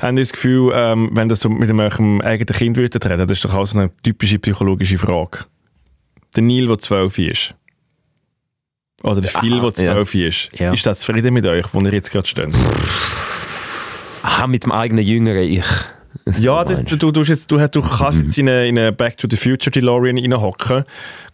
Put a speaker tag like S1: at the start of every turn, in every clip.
S1: Habt ihr das Gefühl, ähm, wenn das so mit eurem eigenen Kind würdet reden, das ist doch auch so eine typische psychologische Frage. Der Neil, der 12 ist. Oder der Phil, der 12 ist.
S2: Ah, Ja.
S1: Ist das zufrieden mit euch, wo ihr jetzt gerade steht?
S2: Ah, mit dem eigenen jüngeren Ich. Das
S1: Ja,
S2: ist
S1: das,
S2: meinst. Mhm.
S1: du, du, tust jetzt, du, du kannst jetzt in eine, in eine Back to the Future DeLorean reinhocken,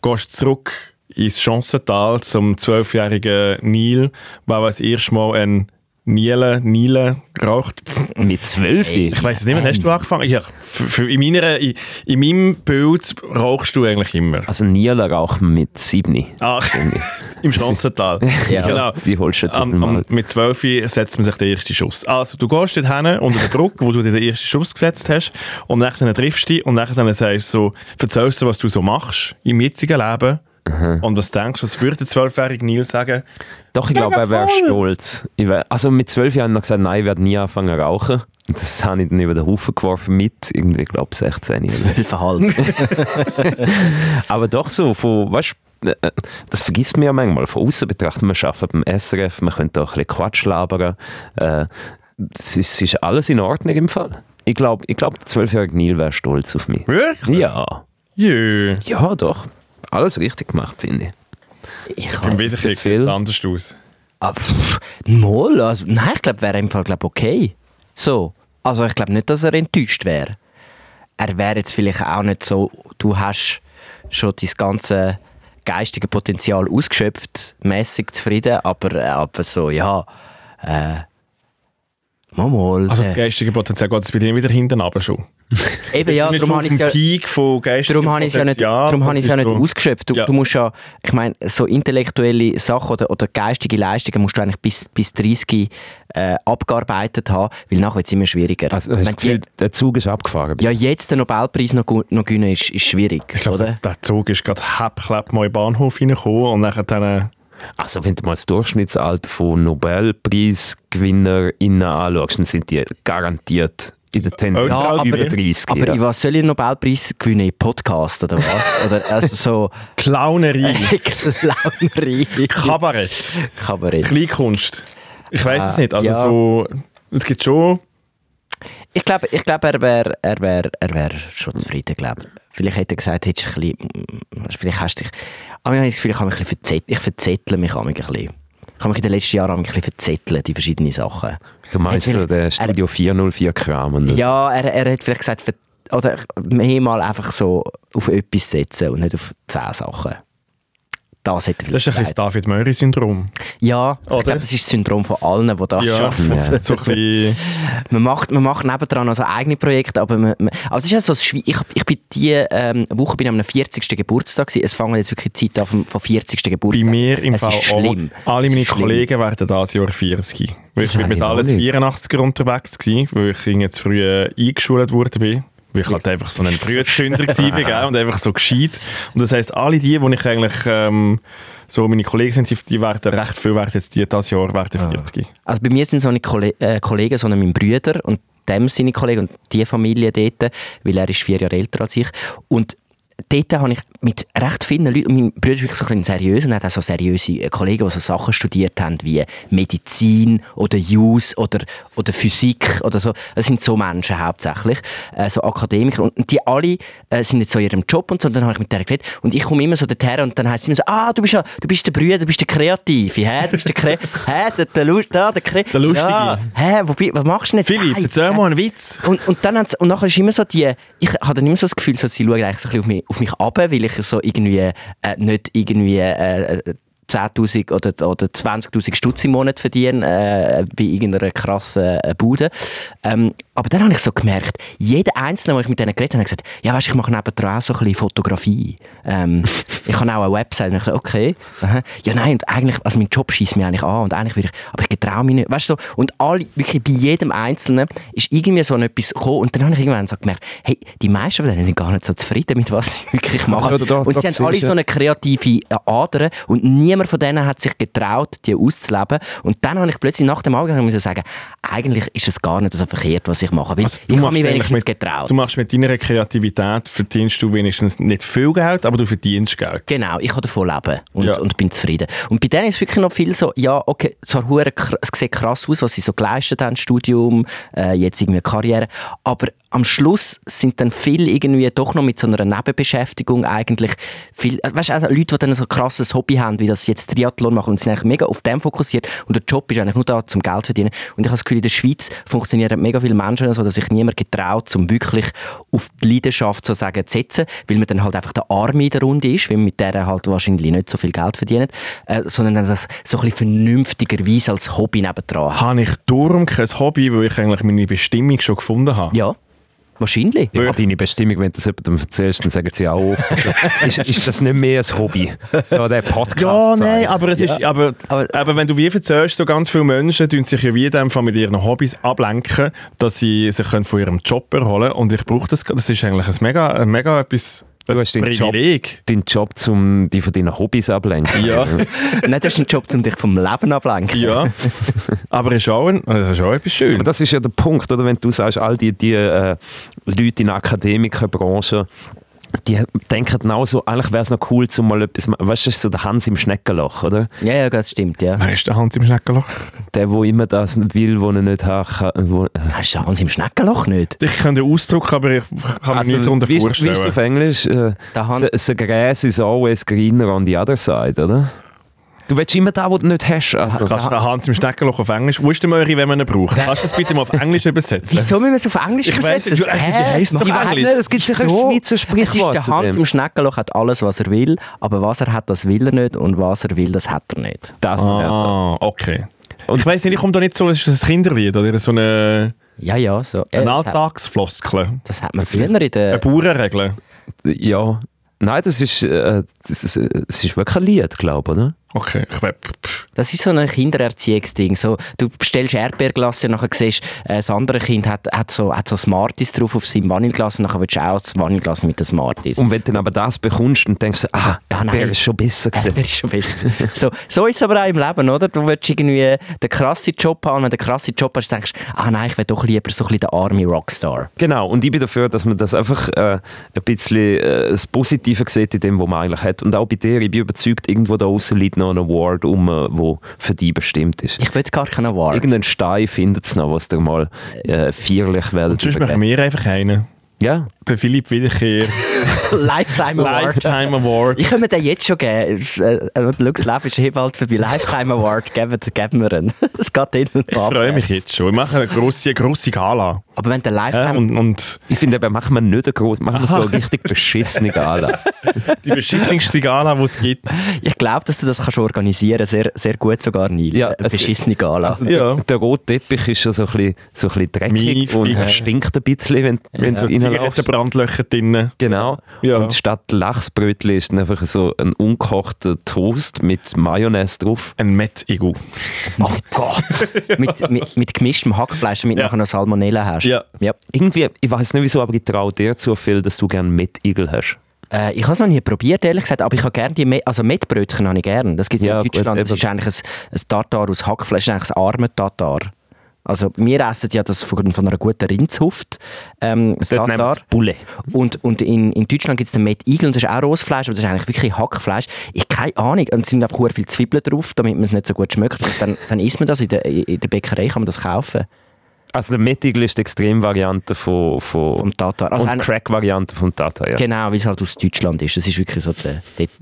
S1: gehst zurück ins Chancental zum 12-jährigen Neil, weil er das erste Mal ein Niele, Niele raucht.
S2: Mit zwölf?
S1: Ich weiss es nicht mehr, hast du angefangen? Ja, für, für in, meiner, in, in meinem Bild rauchst du eigentlich immer.
S2: Also Niela auch mit sieben.
S1: Ach, im Chancental.
S3: Ja.
S1: genau.
S2: Sie holst du
S1: Am, am, mit 12 setzt man sich den ersten Schuss. Also, du gehst dort hin unter den Druck, wo du dir den ersten Schuss gesetzt hast, und nachher triffst du dich und nachher sagst du so, erzählst du, was du so machst im jetzigen Leben und was denkst du, was würde der 12-jährige Neil sagen?
S2: Doch, ich glaube, er wäre stolz. Ich wär, also mit zwölf Jahren habe ich gesagt, nein, ich werde nie anfangen zu rauchen. Und das habe ich dann über den Haufen geworfen mit, irgendwie, glaube ich, 16. oder so.
S3: Verhalten.
S2: Aber doch so, von, weißt, äh, das vergisst man ja manchmal. Von außen betrachtet, man arbeitet beim SRF, man könnte auch ein bisschen Quatsch labern. Äh, es, ist, es ist alles in Ordnung im Fall. Ich glaube, ich glaub, der zwölfjährige Neil wäre stolz auf mich.
S1: Wirklich?
S2: Ja,
S1: Jö.
S2: ja, doch. Alles richtig gemacht, finde ich.
S3: Ich
S1: Beim
S3: kann.
S1: Wiederkrieg sieht
S2: Phil.
S1: es anders aus.
S3: Ah, pff, Moll, also, nein, ich glaube, wäre im Fall glaub, okay. So. Also ich glaube nicht, dass er enttäuscht wäre. Er wäre jetzt vielleicht auch nicht so, du hast schon dein ganze geistige Potenzial ausgeschöpft, mäßig zufrieden, aber, äh, aber so, ja. Äh, mal, mal.
S1: Also, das
S3: äh,
S1: geistige Potenzial geht es bei dir wieder hinten runter schon.
S3: eben ja,
S1: Nicht
S3: darum
S1: schon auf
S3: habe ich es
S1: dem
S3: ja...
S1: Peak von geistigem
S3: Darum habe ich es ja nicht,
S1: Potenzial,
S3: darum habe
S1: das
S3: ich es ja
S1: ist
S3: nicht
S1: so-
S3: ausgeschöpft. Du,
S1: Ja.
S3: du musst ja, ich meine, so intellektuelle Sachen oder, oder geistige Leistungen musst du eigentlich bis, bis 30 äh, abgearbeitet haben, weil nachher wird es immer schwieriger.
S2: Also, hast du
S3: Wenn
S2: das Gefühl, der Zug ist abgefahren.
S3: die- ja, jetzt den Nobelpreis noch, gu- noch gewinnen ist, ist schwierig,
S1: Ich glaube,
S3: oder?
S1: der, der Zug ist gerade hepp mal in den Bahnhof reingekommen und nachher dann... äh,
S2: Also, wenn du mal das Durchschnittsalter von NobelpreisgewinnerInnen anschaust, dann sind die garantiert in der Tendenz
S1: Ja, aber-
S2: über 30.
S3: Aber
S2: ja.
S3: in was soll ich den Nobelpreis gewinnen? In Podcast oder was? oder also so Äh.
S1: Clownerie,
S3: Clownerie,
S1: Kabarett.
S3: Kabarett.
S1: Kleinkunst. Ich weiß es nicht. Also
S3: Ah, ja.
S1: so, es gibt schon.
S3: Ich glaube, ich glaub, er wäre er wär, er wär schon zufrieden, glaube Vielleicht hätte er gesagt, hättest du ein bisschen, mm, vielleicht hast du dich... Aber ich habe das Gefühl, ich habe mich ein bisschen verzettelt. Ich verzettle mich manchmal ein bisschen. Ich habe mich in den letzten Jahren manchmal ein bisschen verzettelt in verschiedene Sachen.
S2: Du meinst
S3: Hat
S2: so den Studio 404 Kram und ja.
S3: Ja, er, er hat vielleicht gesagt, ver oder mehrmal einfach so auf etwas setzen und nicht auf zehn Sachen. Das hätte er
S1: Das
S3: vielleicht
S1: ist ein bisschen das
S3: gesagt.
S1: David Möri-Syndrom.
S3: Ja, ich
S1: Oder?
S3: glaube, das ist das Syndrom von allen, die das
S1: Ja,
S3: schaffen.
S1: so ein bisschen.
S3: Man macht, man macht nebendran also eigene Projekte, aber man, man, also es ist ja so, das Schwi- ich, ich bin diese ähm, Woche bin ich am 40. Geburtstag gewesen. es fangen jetzt wirklich die Zeit an vom, vom 40.
S1: Bei
S3: Geburtstag.
S1: mir im
S3: es
S1: Fall
S3: ist
S1: auch.
S3: schlimm.
S1: Alle
S3: es
S1: meine
S3: ist schlimm.
S1: Kollegen werden dieses Jahr 40. Weil ich
S2: Das
S1: bin
S2: habe
S1: mit
S2: ich
S1: alles
S2: auch nicht.
S1: 84er unterwegs gewesen, weil ich jetzt früh äh, eingeschult worden bin. Weil ich halt einfach so ein Brützünder war gell, und einfach so gescheit. Und das heisst, alle die, die ich eigentlich ähm, so meine Kollegen sind, die werden recht viel, werden jetzt die dieses Jahr werden 40.
S3: Also bei mir sind so nicht Kolle äh, Kollegen, sondern mein Brüder und dem seine Kollegen und die Familie dort, weil er ist vier Jahre älter als ich. Und dort habe ich mit recht vielen Leuten, und mein Bruder ist wirklich so ein bisschen seriös und hat auch so seriöse äh, Kollegen, die so Sachen studiert haben wie Medizin oder Jus oder, oder Physik oder so. Das sind so Menschen hauptsächlich, äh, so Akademiker. Und die alle äh, sind jetzt so in ihrem Job und so. Und dann habe ich mit der geredet und ich komme immer so dorthin und dann heißt es immer so, ah, du bist ja, du bist der Brüder, du bist der Kreative, hä, du bist der Kre hä, der, der, Lust, da, der, Kre
S1: Der Lustige.
S3: Ja, hä, wo, bi- was machst du denn jetzt?
S1: Philipp,
S3: Nein,
S1: erzähl mal einen Witz.
S3: und, und dann hat's, und nachher ist immer so die, ich habe dann immer so das Gefühl, so, sie schauen eigentlich so ein bisschen auf mich, auf mich ab, weil ich so irgendwie äh, nicht irgendwie äh, äh, 10'000 oder, oder 20'000 Stutz im Monat verdiene äh, bei irgendeiner krassen äh, Bude. Ähm, aber dann habe ich so gemerkt, jeder Einzelne, der ich mit denen geredet habe, hat gesagt, ja weißt, ich mache nebenan auch so ein bisschen Fotografie. Ähm, ich habe auch eine Website. Und ich so, okay. Aha. Ja nein, und eigentlich, also mein Job schießt mich eigentlich an und eigentlich würde ich, aber ich traue mich nicht. Weißt du, so, und alle, wirklich bei jedem Einzelnen ist irgendwie so etwas gekommen und dann habe ich irgendwann so gemerkt, hey, die meisten von denen sind gar nicht so zufrieden mit was sie wirklich machen.
S2: Ja, da- da-
S3: und
S2: da
S3: sie haben alle
S2: siehst du.
S3: so eine kreative äh, Ader und niemand von denen hat sich getraut, die auszuleben. Und dann habe ich plötzlich nach dem Allgang sagen, eigentlich ist es gar nicht so verkehrt, was was ich mache. Weil
S1: Also,
S3: ich habe mich
S1: eigentlich
S3: wenigstens
S1: mit,
S3: getraut.
S1: Du machst mit deiner Kreativität, verdienst du wenigstens nicht viel Geld, aber du verdienst Geld.
S3: Genau, ich kann davon leben und,
S1: Ja.
S3: und bin zufrieden. Und bei denen ist wirklich noch viel so, ja, okay, zwar hure kr- es sieht krass aus, was sie so geleistet haben, Studium, äh, jetzt irgendwie Karriere, aber am Schluss sind dann viel irgendwie doch noch mit so einer Nebenbeschäftigung eigentlich viel, äh, weißt du, also Leute, die dann so ein krasses Hobby haben, wie das jetzt Triathlon machen und sind eigentlich mega auf dem fokussiert und der Job ist eigentlich nur da, zum Geld zu verdienen. Und ich habe das Gefühl, in der Schweiz funktionieren mega viele Menschen so, dass sich niemand getraut, um wirklich auf die Leidenschaft so sagen, zu setzen, weil man dann halt einfach der Arme in der Runde ist, weil man mit der halt wahrscheinlich nicht so viel Geld verdient, äh, sondern dann das so ein bisschen vernünftigerweise als Hobby nebendran hat.
S1: Habe ich darum kein Hobby, weil ich eigentlich meine Bestimmung schon gefunden habe?
S3: Ja, wahrscheinlich.
S2: Ja, deine Bestimmung, wenn du das jemandem erzählst, dann sagen sie auch oft, also, ist, ist das nicht mehr ein Hobby? Ja, der Podcast.
S1: Ja,
S2: sagen.
S1: nein, aber es ist, aber, aber,
S3: Aber-
S1: wenn du wie verzählst, so ganz viele Menschen tun sich ja wie in dem Fall mit ihren Hobbys ablenken, dass sie sich können von ihrem Job erholen können. und ich brauche das, das ist eigentlich ein mega, ein mega etwas, ein
S2: Du hast deinen Job,
S1: Privileg.
S2: deinen Job, um dich von deinen Hobbys ablenken.
S1: Ja.
S3: Nein, das ist ein Job, um dich vom Leben ablenken.
S1: Ja, aber es ist auch, ein, es ist auch etwas
S2: Aber
S1: Schönes.
S2: das ist ja der Punkt, oder? Wenn du sagst, all die, die äh, Leute in der Akademikerbranche, die denken genau so, eigentlich wäre es noch cool, zum mal etwas ma- Weißt du, das ist so der Hans im Schneckenloch, oder?
S3: Ja, ja, das stimmt, ja.
S1: Wer ist der Hans im Schneckenloch?
S2: Der, wo immer das will, wo er nicht haben kann. Wo,
S3: Hast du Hans im Schneckenloch nicht?
S1: Ich kann den Ausdruck, aber ich kann mir
S2: Also,
S1: nicht darunter
S2: wie, ist, wie
S1: vorstellen.
S2: ist es auf Englisch? Äh,
S3: Der Han-
S2: the, the grass is always greener on the other side, oder? Du willst immer da, wo du nicht hast. Also.
S1: Kannst du den Hans im Schneckenloch auf Englisch? Wo ist der Möri, wenn man ihn braucht? Kannst du das bitte mal auf Englisch übersetzen?
S3: Wieso müssen wir es auf Englisch
S1: Ich weiss
S3: übersetzen?
S1: nicht, wie-
S3: Hä?
S1: wie heisst es auf
S3: Ich weiss
S1: Englisch?
S3: nicht,
S2: Es gibt sicher ein
S3: Wieso?
S2: Schweizer Sprichwort
S3: Es ist
S2: zu
S3: der Hans
S2: dem.
S3: im Schneckenloch hat alles, was er will, aber was er hat, das will er nicht und was er will, das hat er nicht.
S2: Das wär's.
S1: Ah, okay.
S2: Und-
S1: ich weiss nicht, ich komme da nicht so, es ist ein Kinderlied oder so eine,
S3: Ja, ja, so. Äh,
S1: eine
S3: das hat-
S1: Alltagsfloskel.
S3: Das hat man früher in
S1: Eine
S3: der...
S1: Bauernregel.
S2: Ja. Nein, das ist, äh, das ist, äh, das ist wirklich ein Lied, glaube ich, oder?
S1: Okay, ich we- pff, pff.
S3: Das ist so ein Kindererziehungsding. So, du bestellst Erdbeerglas und nachher siehst, äh, das andere Kind hat, hat, so, hat so Smarties drauf auf seinem Vanilleglas und nachher willst du auch das Vanilleglas mit den Smarties.
S2: Und wenn du dann aber das bekommst und denkst, ah,
S3: Ja, nein.
S2: der ist schon besser
S1: Äh.
S2: gewesen.
S3: Erdbeer ist schon besser. so, so ist es aber auch im Leben, oder? Du willst irgendwie den krassen Job haben und wenn du den krassen Job hast, denkst du, ah nein, ich will doch lieber so ein bisschen der army Rockstar.
S2: Genau, und ich bin dafür, dass man das einfach äh, ein bisschen äh, das Positive sieht in dem, was man eigentlich hat. Und auch bei dir, ich bin überzeugt, irgendwo da außen liegt noch ein Award um, äh, wo für dich bestimmt ist.
S3: Ich will gar keinen Award.
S2: Irgendeinen Stein findet es noch, was dir mal äh, feierlich werden.
S1: Sonst machen wir einfach einen.
S2: Ja,
S1: Der Philipp Wiederkehr,
S3: Lifetime Award.
S1: Lifetime Award.
S3: Ich könnte mir den jetzt schon geben. Äh, äh, Schau, das Leben ist eh bald vorbei. Lifetime Award, geben, geben wir ihn. Es geht eh hin und
S1: Ich freue mich jetzt schon. Wir machen eine grosse, grosse Gala.
S3: Aber wenn der
S1: Ja,
S3: Lifetime...
S1: und, und
S2: ich finde, eben, machen wir nicht eine große, machen wir so eine richtig beschissene Gala.
S1: die beschissenste Gala, die es gibt.
S3: ich glaube, dass du das kannst organisieren sehr, sehr gut sogar, Neil.
S2: Ja,
S3: Eine
S2: es-
S3: beschissene Gala.
S1: Ja.
S2: Der rote Teppich ist ja so ein bisschen, so ein bisschen dreckig
S1: Miefig.
S2: und äh, stinkt ein bisschen, wenn, wenn
S1: So
S2: du reinläufst.
S1: Zigarettenbrandlöcher drinnen.
S2: Genau.
S1: Ja.
S2: Und statt Lachsbrötli ist dann einfach so ein ungekochter Toast mit Mayonnaise drauf.
S1: Ein Met-Igu.
S3: oh Gott! mit, mit, mit gemischtem Hackfleisch, damit
S1: Ja.
S3: du nachher noch Salmonella hast.
S1: Ja.
S3: ja.
S2: Irgendwie, ich weiß nicht wieso, aber ich traue dir zu viel, dass du gerne Metigel hast.
S3: Äh, ich habe es noch nie probiert, ehrlich gesagt, aber ich habe gerne die Me also Mettbrötchen habe ich gerne. Das gibt es
S2: Ja,
S3: in
S2: gut,
S3: Deutschland. das
S2: eben.
S3: ist eigentlich ein, ein Tartar aus Hackfleisch, das ist eigentlich ein armer Tartar. Also wir essen ja das von, von einer guten Rindshuft, ähm, das
S2: Dort nehmen
S3: Tartar.
S2: sie Bulle.
S3: Und, und in, in Deutschland gibt es den Mettigel, und das ist auch rohes Fleisch, aber das ist eigentlich wirklich Hackfleisch. Ich keine Ahnung, und es sind einfach sehr viele Zwiebeln drauf, damit man es nicht so gut schmeckt. Und dann, dann isst man das, in der, in der Bäckerei kann man das kaufen,
S2: Also der Metigel ist die Extremvariante von, von
S3: vom Tartar. Also
S2: und
S3: ein-
S2: Crack-Variante vom Tata, ja.
S3: Genau, weil es halt aus Deutschland ist. Das ist wirklich so der... der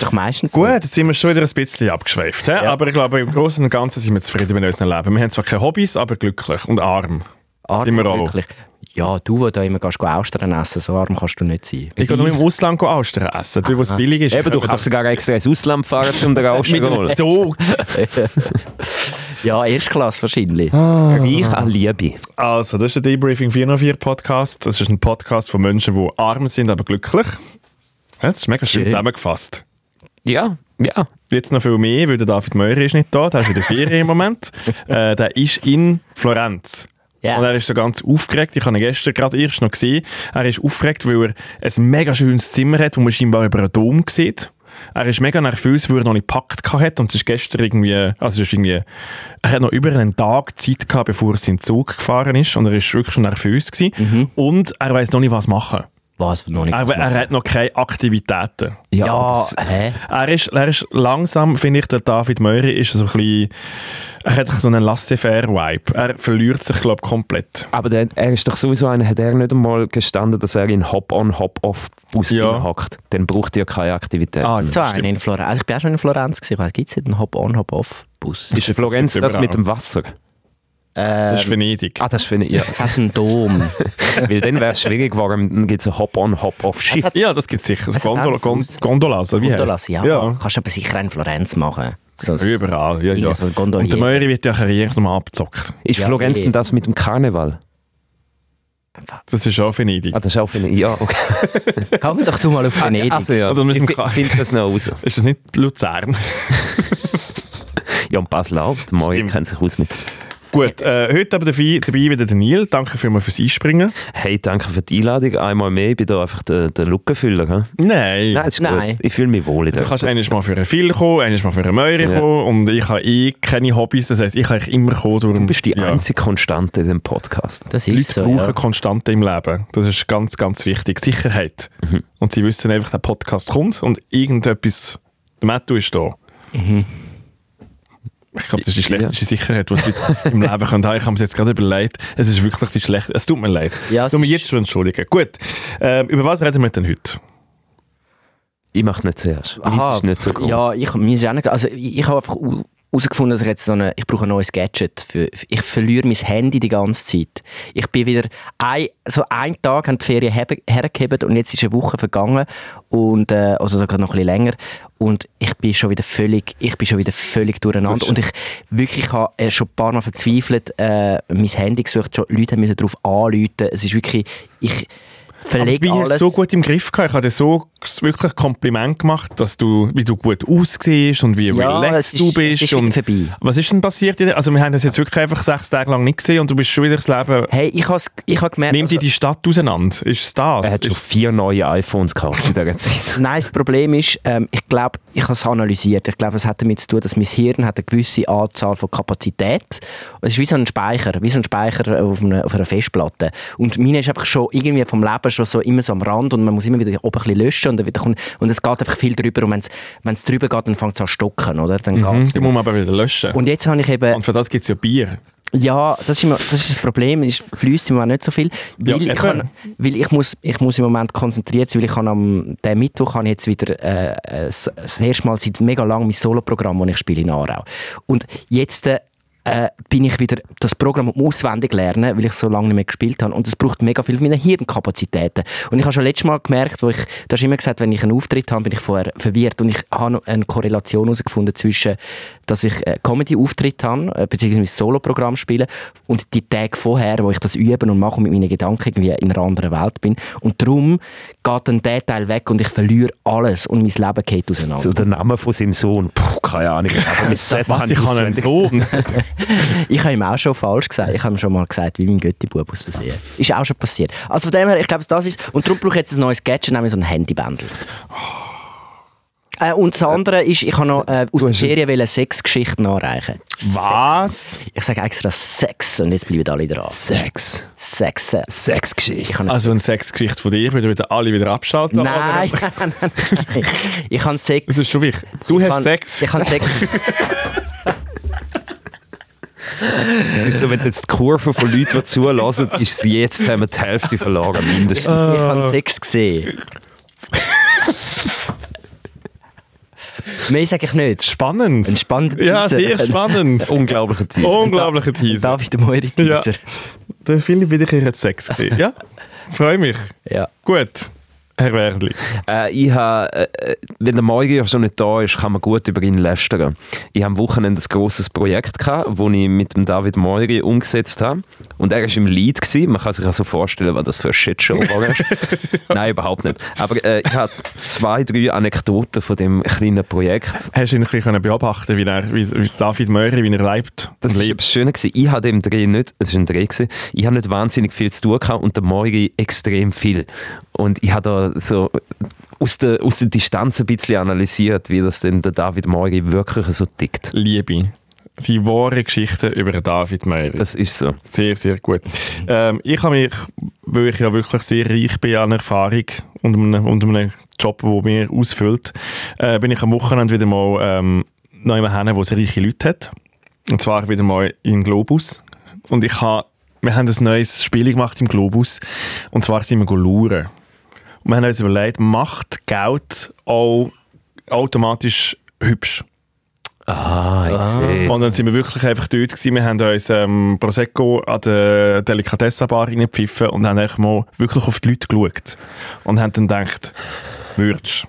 S3: Doch meistens
S1: Gut, jetzt sind wir schon wieder ein bisschen abgeschweift. hä? Aber ich glaube, im Großen und Ganzen sind wir zufrieden mit unserem Leben. Wir haben zwar keine Hobbys, aber glücklich und arm.
S3: Arm
S1: Sind wir auch.
S3: wirklich. Ja, du, wo da immer gehst, go Austern essen, so arm kannst du nicht sein.
S1: Ich gehe nur im Ausland go Austern essen, dort wo es billig ist.
S2: Eben, du kannst sogar extra ins Ausland fahren, um den Rausch zu holen.
S1: so.
S3: Ja, Erstklasse wahrscheinlich.
S2: Reich an Liebe.
S1: Also, das ist der Debriefing 404 Podcast. Das ist ein Podcast von Menschen, die arm sind, aber glücklich. Ja, Das ist mega schön
S3: Schön.
S1: zusammengefasst.
S2: Ja, ja.
S1: Jetzt noch viel mehr, weil der David Meurer ist nicht da, der ist in der Ferien im Moment. Äh, der ist in Florenz.
S3: Ja.
S1: Und er ist so ganz aufgeregt. Ich habe ihn gestern gerade erst noch gesehen. Er ist aufgeregt, weil er ein mega schönes Zimmer hat, wo man scheinbar über einen Dom sieht. Er ist mega nervös, weil er noch nicht gepackt hat und es ist gestern irgendwie, also es ist irgendwie, er hat noch über einen Tag Zeit gehabt, bevor er seinen Zug gefahren ist und er ist wirklich schon nervös gewesen. und er weiß noch nicht, was machen.
S3: Was? Noch nicht.
S1: Er, er hat noch keine Aktivitäten.
S3: ja,
S2: das-
S3: hä?
S1: Er ist, er ist langsam, finde ich, der David Möri ist so ein bisschen, er hat so einen Laissez-faire-Vibe. Er verliert sich, glaube ich, komplett.
S2: Aber der, er ist doch sowieso einer, hat er nicht einmal gestanden, dass er in Hop-on, Hop-off-Bus
S1: Ja.
S2: ja. hackt. Dann braucht ihr keine Aktivität.
S1: Ah,
S3: So einen
S1: stimmt.
S3: in Florenz. Also ich bin auch schon in Florenz gewesen. Gibt es einen Hop-on, Hop-off-Bus?
S1: Dus
S2: ist Florenz
S1: gibt's
S2: das mit
S1: überall.
S2: dem Wasser?
S1: Das ist Venedig.
S2: Ah, das finde ich, ja.
S3: Es Ähm, hat einen Dom.
S2: Weil dann wäre es schwierig geworden, dann gibt es ein Hop-on,
S3: Also,
S2: Hop-off-Schiff.
S1: Ja, das gibt es sicher.
S3: Es hat
S1: Gondola,
S3: auch Fuß.
S1: Gond- Gondolas, oder wie
S3: Gondolas,
S1: heisst's?
S3: ja.
S1: ja.
S3: Kannst du aber sicher auch in Florenz machen. So ein-
S1: Überall, ja, ja.
S3: so ein Gondolier.
S1: Und der Möri wird ja eigentlich nochmal abgezockt.
S2: Ist
S3: Ja,
S2: Florenz
S3: eh.
S2: denn das mit dem Karneval?
S1: Das ist auch Venedig.
S2: Ah, das ist auch finde ich, ja, okay.
S3: Komm doch du mal
S1: Ah,
S3: auf Venedig.
S2: Also ja,
S1: Oder mit dem
S2: ich
S1: Kar-
S2: finde das noch raus.
S1: Ist das nicht Luzern?
S2: Ja, und Basel auch. Der Moi
S1: Stimmt.
S2: kennt sich aus mit
S1: Gut, äh, heute aber dabei, dabei wieder der Neil. Danke vielmals fürs Einspringen.
S2: Hey, danke für die Einladung. Einmal mehr, ich bin da einfach der, der Lückenfüller. He?
S1: Nein.
S2: Nein, es ist
S3: Nein.
S2: gut. Ich fühle mich wohl in
S1: Du
S2: der
S1: Also, kannst eines mal für einen Phil kommen, eines mal für einen Möri
S2: Ja.
S1: kommen und ich habe eh keine Hobbys, das heisst, ich kann eigentlich immer kommen. Darum,
S2: Du bist die einzige Konstante in diesem Podcast.
S3: Das
S1: Die
S3: ist
S1: Leute
S3: so,
S1: brauchen
S3: ja.
S1: Konstante im Leben. Das ist ganz, ganz wichtig. Sicherheit. Und sie wissen einfach, der Podcast kommt und irgendetwas, der Mattu ist da. Ich glaube, das ist die schlechteste Sicherheit, die sie im Leben können. haben. Ich habe es jetzt gerade überlegt. Es ist wirklich die schlechteste. Es tut mir leid.
S3: Ja,
S1: Ja,
S3: es
S1: tut mir
S3: ist-
S1: jetzt schon entschuldigen. Gut. Ähm, über was reden wir denn heute?
S2: Ich mache nicht zuerst. Meins ist nicht so groß.
S3: Ja, ich, mir ist auch nicht, also ich, ich habe einfach herausgefunden, dass ich jetzt so eine, ich brauche ein neues Gadget. Für, ich verliere mein Handy die ganze Zeit. Ich bin wieder, ein, so einen Tag haben die Ferien hebe- hergegeben und jetzt ist eine Woche vergangen und, äh, also sogar noch ein bisschen länger und ich bin schon wieder völlig, ich bin schon wieder völlig durcheinander und ich wirklich habe äh, schon ein paar Mal verzweifelt äh, mein Handy gesucht, schon Leute müssen darauf anrufen. Es ist wirklich, ich verlege
S1: Dabei hast du
S3: alles.
S1: es so gut im Griff gehabt. Ich habe dir so wirklich Kompliment gemacht, dass du, wie du gut aussiehst und wie
S3: Ja, es
S1: relaxed
S3: ist-
S1: du
S3: es
S1: bist.
S3: ist wieder
S1: und
S3: vorbei.
S1: Was ist denn passiert? Also wir haben das jetzt wirklich einfach sechs Tage lang nicht gesehen und du bist schon wieder das Leben...
S3: Hey, ich habe ich hab gemerkt... also,
S1: Nimm dir die Stadt auseinander. Ist es das?
S2: Er hat schon
S1: Ist-
S2: vier neue iPhones gekauft in dieser Zeit.
S3: Nein, das Problem ist, ähm, ich glaube, ich habe es analysiert. Ich glaube, es hat damit zu tun, dass mein Hirn hat eine gewisse Anzahl von Kapazität. Es ist wie so ein Speicher, wie so ein Speicher auf einer, auf einer Festplatte. Und meine ist einfach schon irgendwie vom Leben schon so immer so am Rand und man muss immer wieder oben ein bisschen löschen und dann wieder kommt, und es geht einfach viel drüber und wenn es drüber geht, dann fängt es an zu stocken, oder? Dann
S1: Hm,
S3: geht's.
S1: Die muss man aber wieder löschen. Und,
S3: Und äh, jetzt habe ich eben,
S1: für das gibt es ja Bier.
S3: ja, das ist, immer, das ist das Problem, es fließt im Moment nicht so viel,
S1: Ja,
S3: weil,
S1: eben.
S3: ich, kann, weil ich, muss, ich muss im Moment konzentriert sein, weil ich kann am diesen Mittwoch habe ich jetzt wieder äh, äh, s- das erste Mal seit mega lang mein Solo-Programm, das ich spiele in Aarau. Und jetzt äh, äh, bin ich wieder das Programm am auswendig lernen, weil ich so lange nicht mehr gespielt habe und es braucht mega viel von meinen Hirnkapazitäten. Und ich habe schon letztes Mal gemerkt, wo ich, du hast immer gesagt, wenn ich einen Auftritt habe, bin ich vorher verwirrt und ich habe noch eine Korrelation herausgefunden zwischen, dass ich äh, Comedy-Auftritt habe, äh, beziehungsweise mein Solo-Programm spiele und die Tage vorher, wo ich das übe und mache und mit meinen Gedanken irgendwie in einer anderen Welt bin. Und darum geht dann der Teil weg und ich verliere alles und mein Leben geht auseinander.
S2: So Also, der Name von seinem Sohn. Puh, keine Ahnung. Aber mein
S3: äh,
S2: Set
S1: Was, ich habe einen
S2: auswendig-
S1: Sohn.
S3: Ich habe ihm auch schon falsch gesagt. Ich habe ihm schon mal gesagt, wie mein Götti-Bub aus Versehen. Ist auch schon passiert. Also von dem her, ich glaube, das ist Und darum brauche ich jetzt ein neues Gadget, nämlich so ein Handybändel. Äh, und das andere ist, ich habe noch äh, aus der Serie wollen sechs Geschichten anreichen.
S1: Was?
S3: Ich sage extra Sex und jetzt bleiben alle dran.
S2: Sex.
S3: Sex. äh, Ich
S2: Sexgeschichte.
S3: habe
S1: Also eine Sexgeschichte von dir, weil du wieder alle wieder abschalten.
S3: Nein,
S1: aber-
S3: nein, nein, nein. Ich habe Sex.
S1: Das ist schon wichtig. Also, Du
S3: Ich
S1: hast
S3: habe-
S1: Sex.
S3: Ich habe Sex.
S2: Es ist so, wenn jetzt die Kurve von Leuten, die zulassen, ist sie jetzt haben wir die Hälfte verloren,
S3: Ich
S2: mindestens.
S3: habe Sex gesehen. Mehr sage ich nicht.
S1: Spannend.
S3: Ein spannender
S1: ja,
S3: Teaser.
S1: sehr spannend.
S2: Unglaubliche Zeit.
S1: Unglaublicher Teaser.
S3: David Moiri
S1: Ja.
S3: Teaser.
S1: Der Philipp wieder hier hat Sex gesehen. Ja, freue mich.
S3: Ja.
S1: Gut, Herr Werdli.
S2: Äh, ich habe, äh, äh, wenn der Morgen ja schon nicht da ist, kann man gut über ihn lästern. Ich habe am Wochenende ein grosses Projekt gehabt, das ich mit dem David Morgen umgesetzt habe. Und er war im Lead. Gewesen. Man kann sich also vorstellen, was das für eine Shitshow war. Nein, überhaupt nicht. Aber äh, ich habe zwei, drei Anekdoten von dem kleinen Projekt.
S1: Hast du ihn ein bisschen können beobachten wie, er, wie, wie David Möri, wie er lebt?
S2: Das war das Schöne. Gewesen. Ich hatte im Dreh nicht, es war ein Dreh, gewesen, ich habe nicht wahnsinnig viel zu tun gehabt und der Morgen extrem viel. Und ich habe da so aus der, aus der Distanz ein bisschen analysiert, wie das denn der David Mori wirklich so tickt.
S1: Liebe. Die wahre Geschichte über David Meury.
S2: Das ist so.
S1: Sehr, sehr gut. Ähm, ich habe mich, weil ich ja wirklich sehr reich bin an Erfahrung und einem, und einem Job, der mir ausfüllt, äh, bin ich am Wochenende wieder mal ähm, noch jemand hin, wo es reiche Leute hat. Und zwar wieder mal in Globus. Und ich habe, wir haben ein neues Spiel gemacht im Globus. Und zwar sind wir schauen. Und wir haben uns überlegt, macht Geld auch automatisch hübsch?
S2: Ah, ich sehe.
S1: Und dann sind wir wirklich einfach dort gewesen. Wir haben uns ähm, Prosecco an der Delikatessa-Bar reingepfiffen und haben einfach mal wirklich auf die Leute geschaut. Und haben dann gedacht, würdest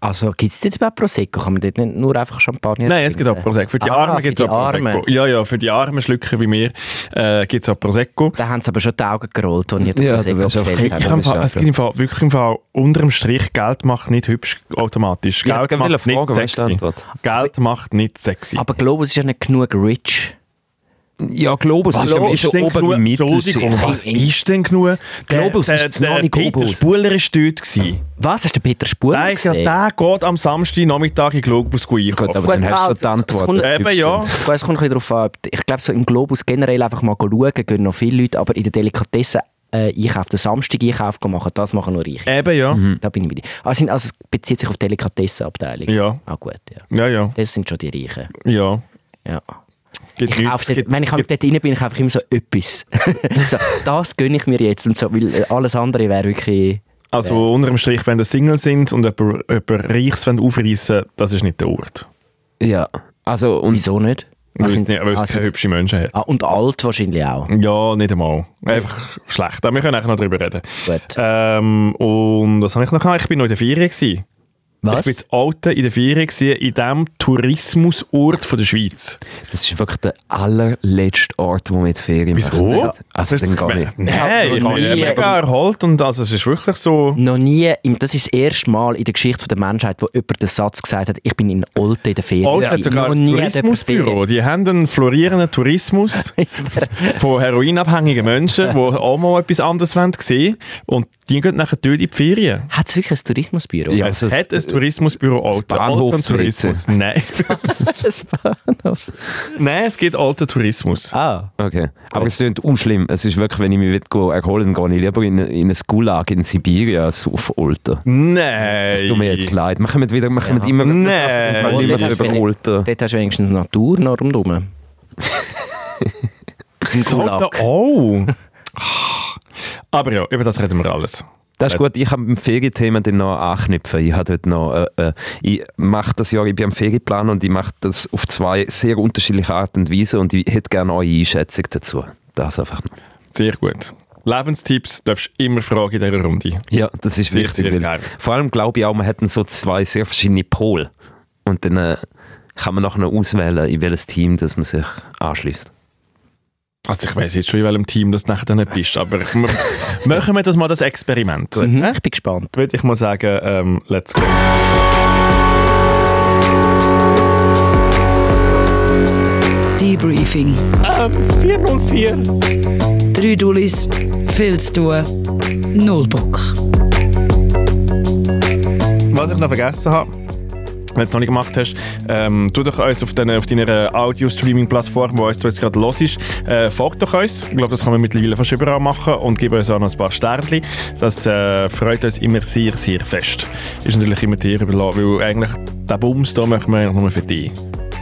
S3: Also gibt es dort überhaupt Prosecco? Kann man dort nicht nur einfach Champagner
S1: Nein, es gibt auch
S2: äh,
S3: trinken?
S1: Prosecco. Für die
S3: Ah,
S1: Armen
S3: für
S1: gibt es
S3: die
S1: auch Prosecco.
S3: Armen.
S1: Ja, ja, für die armen Schlücker wie mir äh, gibt es auch Prosecco.
S3: Da haben sie aber schon die Augen gerollt, als ich den
S2: Ja, da
S3: Prosecco
S2: wirst du
S1: Ich
S2: auch
S3: bestellt
S2: Ja,
S1: ich
S3: habe.
S1: kann im Fall,
S2: das
S1: es
S2: ist ja
S1: gibt im Fall, wirklich im Fall unter dem Strich, Geld macht nicht hübsch automatisch.
S2: Ich
S1: Geld
S2: hätte gerne
S1: macht
S2: fragen,
S1: nicht
S2: was ist die
S1: sexy.
S2: Antwort?
S1: Geld macht nicht sexy.
S3: Aber Globus ist ja nicht genug rich.
S2: Ja, Globus ist,
S1: Globus
S2: ist, ist
S1: denn
S2: oben
S1: genug?
S2: im Mittelschicht.
S1: Entschuldigung, was ist denn genug? Der-
S2: Globus
S1: der-
S2: ist noch
S1: der
S2: nicht
S1: Peter
S2: Globus.
S1: Spuler war dort. gewesen.
S3: Was? Hast du Peter Spulen
S1: Der, ist ja-
S3: gesehen?
S1: der geht am Samstag Nachmittag in Globus
S2: Gut, aber
S1: einkaufen.
S2: dann hast du
S3: also,
S2: die
S3: es
S2: Antwort.
S3: kommt-
S2: Das ist
S1: Eben,
S2: hübsch.
S1: ja.
S3: Ich weiss, es kommt ein bisschen darauf an, ob- ich glaube, so im Globus generell einfach mal schauen, gehen noch viele Leute, aber in der Delikatessen äh, Einkauf, den Samstag Einkauf machen, das machen nur Reiche.
S1: Eben, ja.
S2: Mhm.
S3: Da bin ich bei dir. Also, also es bezieht sich auf die Delikatessenabteilung?
S1: Ja.
S3: Auch gut, ja.
S1: Ja, ja,
S3: Das sind schon die Reichen,
S1: ja.
S3: ja.
S1: Gibt
S3: Ich
S1: nichts,
S3: kaufe dort,
S1: gibt-
S3: wenn ich
S1: gibt-
S3: dort rein bin, ich kaufe ich immer so etwas. so, das gönne ich mir jetzt, und so, weil äh, alles andere wäre wirklich...
S1: Also unter dem Strich, wenn ihr Single sind und jemand, jemand Reichs wollt aufreissen das ist nicht der Ort.
S2: Ja, also und
S3: Wieso nicht?
S1: Weil
S2: Also
S1: es
S3: sind-
S1: nicht- weil es
S3: was
S1: keine
S3: sind-
S1: hübschen Menschen hat.
S3: ah, und alt wahrscheinlich auch.
S1: Ja, nicht einmal. Einfach schlecht. Aber wir können nachher noch drüber reden.
S3: Gut.
S1: Ähm, und was habe ich noch gehabt? Ich bin noch in der Ferien. Gewesen.
S3: Was?
S1: Ich bin das Alte in der Ferien gewesen, in dem Tourismusort von der Schweiz.
S2: das ist wirklich der allerletzte Ort, wo wir die Ferien machen. Also dann gar nicht.
S1: Oh. Nein, ich
S3: noch
S1: bin
S3: nie.
S1: mega erholt und also, es ist wirklich so...
S3: Noch nie, im- das ist das erste Mal in der Geschichte der Menschheit, wo jemand den Satz gesagt hat, ich bin in Olten in der Ferien.
S1: Alte hat
S3: gewesen.
S1: sogar
S3: Noch
S1: ein
S3: nie hat jemand Ferien-
S1: Tourismusbüro. Die haben einen florierenden Tourismus von heroinabhängigen Menschen, die auch mal etwas anderes wollen sehen Und die gehen nachher dort in die Ferien.
S3: Hat es wirklich ein Tourismusbüro?
S2: Ja.
S1: Es
S2: also
S1: hat ein
S2: das-
S1: Tourismusbüro Alter.
S2: Bahnhof-
S1: Alter und Tourismus. Nein.
S3: Das Bahnhofs-
S1: Nein, es geht Alter Tourismus.
S3: ah.
S2: Okay. Aber es klingt unschlimm. Es ist wirklich, wenn ich mich will, go erholen will, gehe ich lieber in, in ein Gulag in Sibirien als auf Ulta.
S1: Nein.
S2: Es tut mir jetzt leid. Wir kommen wieder, wir kommen immer,
S1: Nein.
S2: wir dürfen
S1: Oh,
S2: immer
S1: das
S2: so
S3: hast
S2: über
S3: du
S2: Ulta.
S3: Dort hast du wenigstens Natur noch rundherum.
S1: Alter, oh. Ah. Aber ja, über das reden wir alles.
S2: Das ist gut, ich habe im Ferienthema dann noch anknüpfen. Ich, habe dort noch, äh, äh, ich mache das Jahr, ich bin am Ferienplan und ich mache das auf zwei sehr unterschiedliche Arten und Weisen und ich hätte gerne eure Einschätzung dazu. Das einfach noch.
S1: Sehr gut. Lebenstipps darfst du immer fragen in dieser Runde.
S2: Ja, das ist
S1: Sehr,
S2: wichtig.
S1: sehr
S2: weil-
S1: gerne.
S2: Vor allem glaube ich auch, wir hätten so zwei sehr verschiedene Pole. Und dann äh, kann man nachher noch auswählen, in welches Team dass man sich anschließt.
S1: Also ich weiß jetzt schon, in welchem Team das nachher dann nicht bist, aber m- machen wir das mal das Experiment.
S3: Mhm. Ich bin gespannt.
S1: Würde ich mal sagen, ähm, let's go.
S4: Debriefing.
S1: 404.
S4: Drei Dullis, viel zu tun, null Bock.
S1: Was ich noch vergessen habe, wenn du es noch nicht gemacht hast, ähm, tu doch uns auf, den, auf deiner äh, Audio-Streaming-Plattform, wo uns du jetzt gerade los ist, äh, folgt doch uns. Ich glaube, das kann man mittlerweile fast überall machen und gib uns auch noch ein paar Sternchen. Das äh, freut uns immer sehr, sehr fest. Ist natürlich immer dir überlassen, weil eigentlich den Bums hier machen wir eigentlich nur für dich,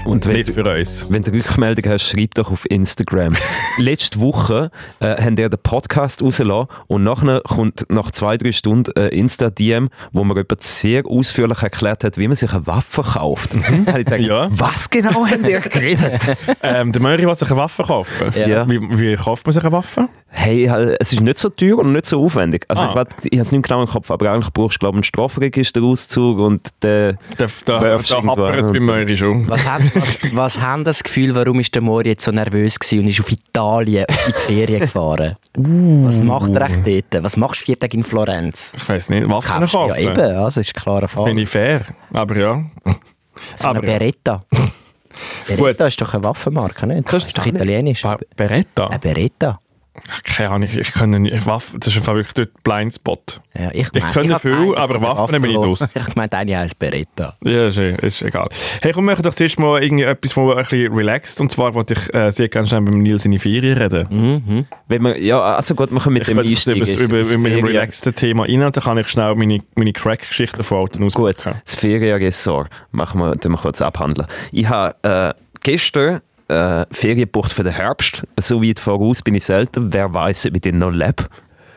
S2: Und wenn,
S1: nicht für uns.
S2: wenn du Rückmeldung hast, schreib doch auf Instagram. Letzte Woche äh, haben wir den Podcast rausgelassen und nachher kommt nach zwei, drei Stunden äh, Insta-DM, wo mir jemand sehr ausführlich erklärt hat, wie man sich eine Waffe kauft. Und ich dachte,
S1: Ja.
S2: was genau haben die geredet?
S1: ähm, der Möri will sich eine Waffe kaufen.
S2: Ja.
S1: Wie, wie kauft man sich eine Waffe?
S2: Hey, äh, es ist nicht so teuer und nicht so aufwendig. Also
S1: Ah.
S2: ich, wett- ich habe es nicht genau im Kopf, aber eigentlich brauchst du glaube ich, einen Strafregisterauszug und äh, den...
S1: Da, da, da
S2: Darfst irgendwo-
S1: happert es beim Möri schon.
S3: Was haben, was, was haben das Gefühl, warum ist der Mori jetzt so nervös gewesen und ist auf Italien in die Ferien gefahren? Was macht er echt dort? Was machst du vier Tage in Florenz?
S1: Ich weiß nicht, Waffen
S3: Kaufst du
S1: kaufen.
S3: ja eben, also ist ein klarer Fall.
S1: Finde ich fair, aber ja.
S3: So eine
S1: Aber ja.
S3: Beretta. Beretta ist doch eine Waffenmarke, nicht? Das ist doch italienisch.
S1: Ba- Beretta?
S3: Eine Beretta.
S1: Äh, Keine Ahnung, ich kann nicht. Waffen, das ist einfach wirklich dort Blindspot.
S3: Ja, ich
S1: Ich
S3: gemeint-
S1: kann
S3: hab
S1: viel,
S3: gemeint, es
S1: aber
S3: kommt eine
S1: Waffen bin ich
S3: raus.
S1: draus.
S3: Ich meinte eine als Beretta.
S1: Ja, ist, eh- ist egal. Hey, komm, wir machen doch zuerst mal irgendwie etwas, wo wir ein bisschen relaxed. Und zwar wollte ich äh, sehr gerne schnell mit dem Nils seine Ferien reden.
S2: Wenn man, ja, also gut, wir können mit
S1: Ich
S2: dem
S1: will jetzt
S2: Mhm. Einstieg
S1: über,
S2: ins-
S1: über,
S2: ins
S1: über mein
S2: Ferien-
S1: relaxten Thema rein und dann kann ich schnell meine, meine Crack-Geschichten von Alten
S2: Gut,
S1: auspacken.
S2: das Ferienressort machen wir, dann mal kurz abhandeln. Ich habe äh, gestern äh, Ferien gebucht für den Herbst. So weit voraus bin ich selten. Wer weiß, ob ich den noch lebe.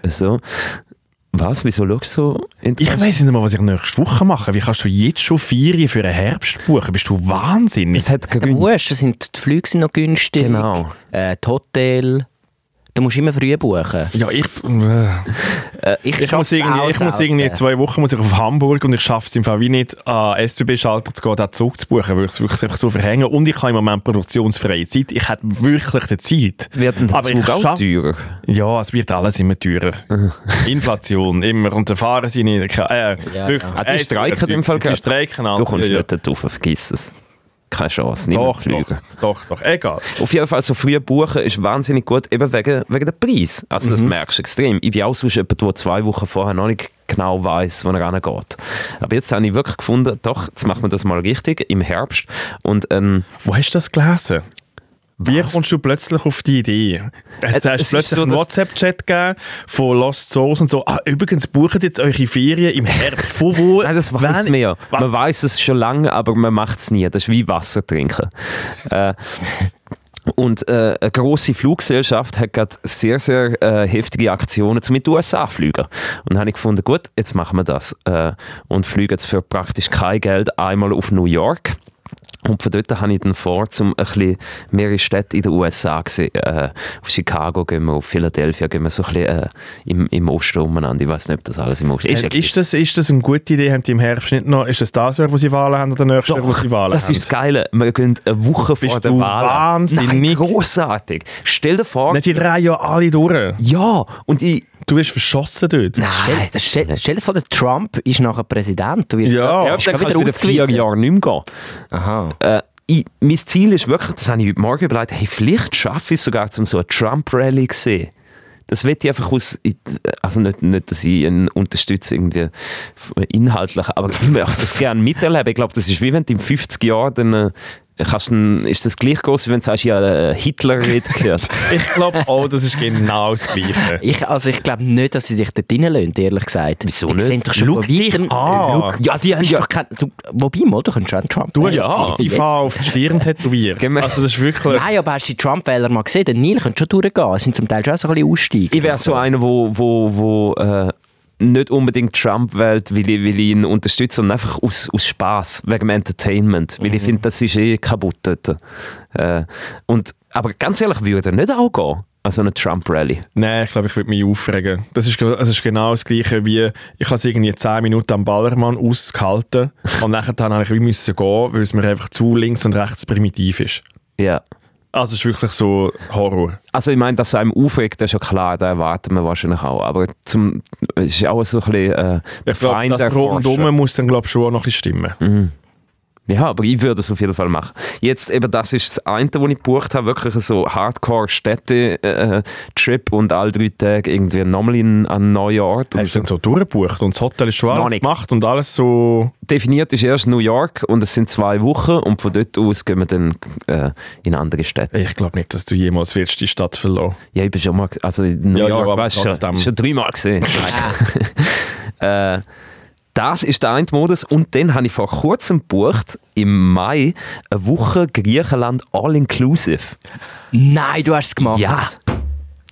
S2: Also, was? Wieso schaust du so in die
S1: Ich weiss nicht mal, was ich nächste Woche mache. Wie kannst du jetzt schon Ferien für einen Herbst buchen? Bist du wahnsinnig?
S2: Es hat
S3: Du
S2: Gründe.
S3: musst, es sind, die Flüge sind noch günstig.
S2: Genau.
S3: Äh, das Hotel. Du musst immer früh buchen.
S1: Ja, ich, äh,
S3: Ich,
S1: ich muss irgendwie, ich muss irgendwie zwei Wochen muss ich auf Hamburg und ich schaffe es im Fall wie nicht, an SBB-Schalter zu gehen, da Zug zu buchen, weil ich es wirklich einfach so verhänge. Und ich habe im Moment produktionsfreie Zeit. Ich habe wirklich die Zeit.
S2: Wird ein
S1: Aber ich
S2: Zug auch
S1: schaff-
S2: teurer?
S1: Ja, es wird alles immer teurer. Inflation, immer. Und dann fahren sie nicht. Äh,
S3: Ja,
S1: wirklich,
S2: Ah, die
S1: es-
S2: streiken
S1: es-
S2: im Fall
S1: Die
S2: gerade.
S1: streiken an.
S2: Du kommst
S1: ja, ja.
S2: nicht da drauf, vergiss es. Keine Chance, niemand
S1: Doch, doch,
S2: fliegen.
S1: doch, doch. Egal.
S2: Auf jeden Fall so früh buchen ist wahnsinnig gut, eben wegen, wegen dem Preis. Also das merkst du extrem. Ich bin auch sonst jemand, der zwei Wochen vorher noch nicht genau weiß, wo er hingeht. Aber jetzt habe ich wirklich gefunden, doch, jetzt machen wir das mal richtig, im Herbst. Und ähm,
S1: Wo hast du das gelesen? Wie kommst du plötzlich auf die Idee? Es
S2: Äh,
S1: hast
S2: es ist
S1: plötzlich
S2: so,
S1: einen
S2: dass-
S1: WhatsApp-Chat gegeben von Lost Souls und so. Ah, übrigens, buchen jetzt eure Ferien im Herbst. Von wo?
S2: Nein, das weiß
S1: Wenn-
S2: man ja.
S1: Wa-
S2: Man weiß es schon lange, aber man macht es nie. Das ist wie Wasser trinken. äh, und äh, eine grosse Fluggesellschaft hat gerade sehr, sehr äh, heftige Aktionen zu mit den USA fliegen. Und dann habe ich gefunden, gut, jetzt machen wir das. Äh, und fliegen jetzt für praktisch kein Geld einmal auf New York. Und von dort habe ich dann vor, um ein bisschen mehrere Städte in den USA zu sehen. Äh, auf Chicago gehen wir, auf Philadelphia gehen wir so ein bisschen äh, im, im Osten umeinander. Ich weiß nicht, ob das alles im Osten ist. ja
S1: Äh, Ist das, ist das eine gute Idee? Haben die im Herbst nicht noch? Ist das das Jahr, wo sie Wahlen haben oder nächstes Jahr, wo
S2: Doch,
S1: sie Wahlen
S2: das
S1: haben?
S2: ist das Geile. Wir gehen eine Woche vor
S1: Bist
S2: der
S1: du
S2: Wahl.
S1: wahnsinnig?
S2: Nein, großartig. Stell dir vor,
S1: Nicht die drei Jahre alle durch.
S2: ja, und ich.
S1: Du wirst verschossen dort.
S3: Nein, das stell, stell dir vor, der Trump ist nachher Präsident. Du wirst
S1: Ja.
S2: ja,
S3: wirst
S2: dann
S3: gerade
S2: kannst du wieder vier
S3: ausgewiesen.
S2: Jahre nicht mehr gehen.
S3: Aha.
S2: Äh, ich, mein Ziel ist wirklich, das habe ich heute Morgen überlegt, hey, vielleicht schaffe ich es sogar, zum so eine Trump-Rally zu sehen. Das wird ich einfach aus, ich- also nicht, nicht, dass ich ihn unterstütze irgendwie inhaltlich, aber ich möchte das gerne miterleben. Ich glaube, das ist wie wenn du in 50 Jahren dann, äh, kannst, dann ist das gleich groß, wie wenn du sagst, ja, äh, Hitler redet gehört.
S1: Ich glaube, oh, das ist genau das Gleiche.
S3: Ich, also ich glaube nicht, dass sie dich dort reinlassen, ehrlich gesagt.
S2: Wieso
S3: Die
S2: nicht?
S3: Sind doch schon
S1: Schau
S3: von weitem- Äh,
S1: dich an.
S3: Schau- Ja, die haben ja... Doch kein, du, wobei, mal, du könntest schon einen Trump
S1: Du hast
S2: Ja.
S1: die Frau auf die Stirn tätowiert.
S2: Gehen wir-
S1: Also das ist wirklich...
S3: Nein, aber hast du die Trump-Wähler mal gesehen? Der Neil könnte schon durchgehen. Es sind zum Teil schon so ein bisschen aussteigen.
S2: Ich wäre so einer, wo, wo, wo äh, nicht unbedingt Trump wählt, weil ich, weil ich ihn unterstütze, sondern einfach aus, aus Spaß wegen dem Entertainment. Weil ich
S1: Mhm.
S2: finde, das ist eh kaputt dort. Äh, und, aber ganz ehrlich, würde er nicht auch gehen an so eine Trump-Rally?
S1: Nein, ich glaube, ich würde mich aufregen. Das ist, das ist genau das Gleiche wie, ich habe es irgendwie 10 Minuten am Ballermann ausgehalten und nachher dann habe ich wie müssen gehen, weil es mir einfach zu links und rechts primitiv ist.
S2: Ja.
S1: Also es ist wirklich so Horror.
S2: Also ich meine, dass es einem aufregt, das ist ja klar, da erwarten wir wahrscheinlich auch. Aber zum, es ist auch so ein bisschen äh, der
S1: Ich glaube,
S2: Feind
S1: das
S2: erforschen.
S1: Rundum muss dann glaube ich schon auch noch ein bisschen stimmen.
S2: Mhm. Ja, aber ich würde es auf jeden Fall machen. Jetzt eben, das ist das eine, was ich gebucht habe, wirklich so Hardcore-Städte-Trip und alle drei Tage irgendwie nochmal in- an einen neuen Ort. Und
S1: Hast du dann so durchgebucht und das Hotel ist schon
S2: Noch
S1: alles
S2: nicht.
S1: gemacht und alles so...
S2: definiert ist erst New York und es sind zwei Wochen und von dort aus gehen wir dann äh, in andere Städte.
S1: Ich glaube nicht, dass du jemals wirst die Stadt verlassen.
S2: Ja, ich bin schon mal, also in New
S1: Ja, ja,
S2: York,
S1: aber
S2: weißt du, schon,
S1: trotzdem.
S2: schon dreimal gesehen. Nein. äh, das ist der eine Modus und dann habe ich vor kurzem gebucht, im Mai, eine Woche Griechenland all-inclusive.
S3: Nein, du hast es gemacht.
S2: Ja.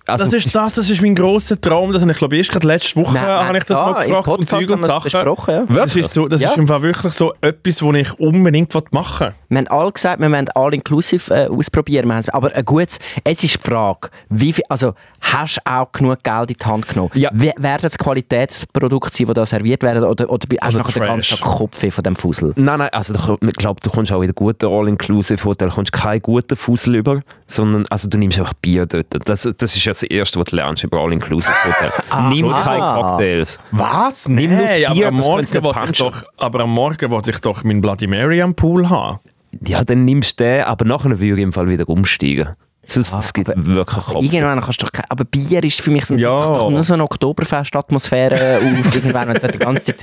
S2: Also
S1: Das ist das, das ist mein grosser Traum, das habe ich glaube ich erst gerade letzte Woche
S3: Nein, nein,
S1: habe ich das
S3: ah,
S1: mal
S3: im
S1: gefragt und Zeug und
S3: Podcast haben wir es
S1: Sachen.
S3: besprochen, ja.
S1: Das ist, so, das
S3: Ja.
S1: ist im Fall wirklich so etwas, was ich unbedingt machen will.
S3: Wir haben alle gesagt, wir wollen all inclusive äh, ausprobieren. Wir haben's- aber ein gutes, jetzt ist die Frage, wie viel, also hast du auch genug Geld in die Hand genommen?
S2: Ja.
S3: Wie, werden es Qualitätsprodukte sein, die da serviert werden? Oder, oder hast du
S1: Oder
S3: nachher den ganzen
S1: Also Trash.
S3: Tag Kopfweh von dem Fussel?
S2: Nein, nein, also du- ich glaube, du kommst auch in einem guten All-Inclusive-Hotel kommst keinen guten Fussel über, sondern also du nimmst einfach Bier dort. Das, das ist ja das Erste, was du lernst über All-Inclusive-Hotel. Nimm
S3: so.
S2: keine
S3: Ah.
S2: Cocktails.
S1: Was?
S2: Nimm nur das
S1: Nein,
S2: Bier,
S1: aber am
S2: das
S1: Morgen
S2: können's nicht
S1: wollte ich
S2: punchen.
S1: doch, aber am Morgen wollte ich doch meinen Bloody Mary am Pool haben.
S2: Ja, dann nimmst du den, aber nachher würde ich im Fall wieder umsteigen. Sonst
S3: Ah,
S2: es gibt wirklich Kopf.
S3: Irgendwann kannst du doch kein, Aber Bier ist für mich so-
S1: Ja.
S3: das kann doch nur so eine Oktoberfest-Atmosphäre äh, auf. Irgendwann, wenn du die ganze Zeit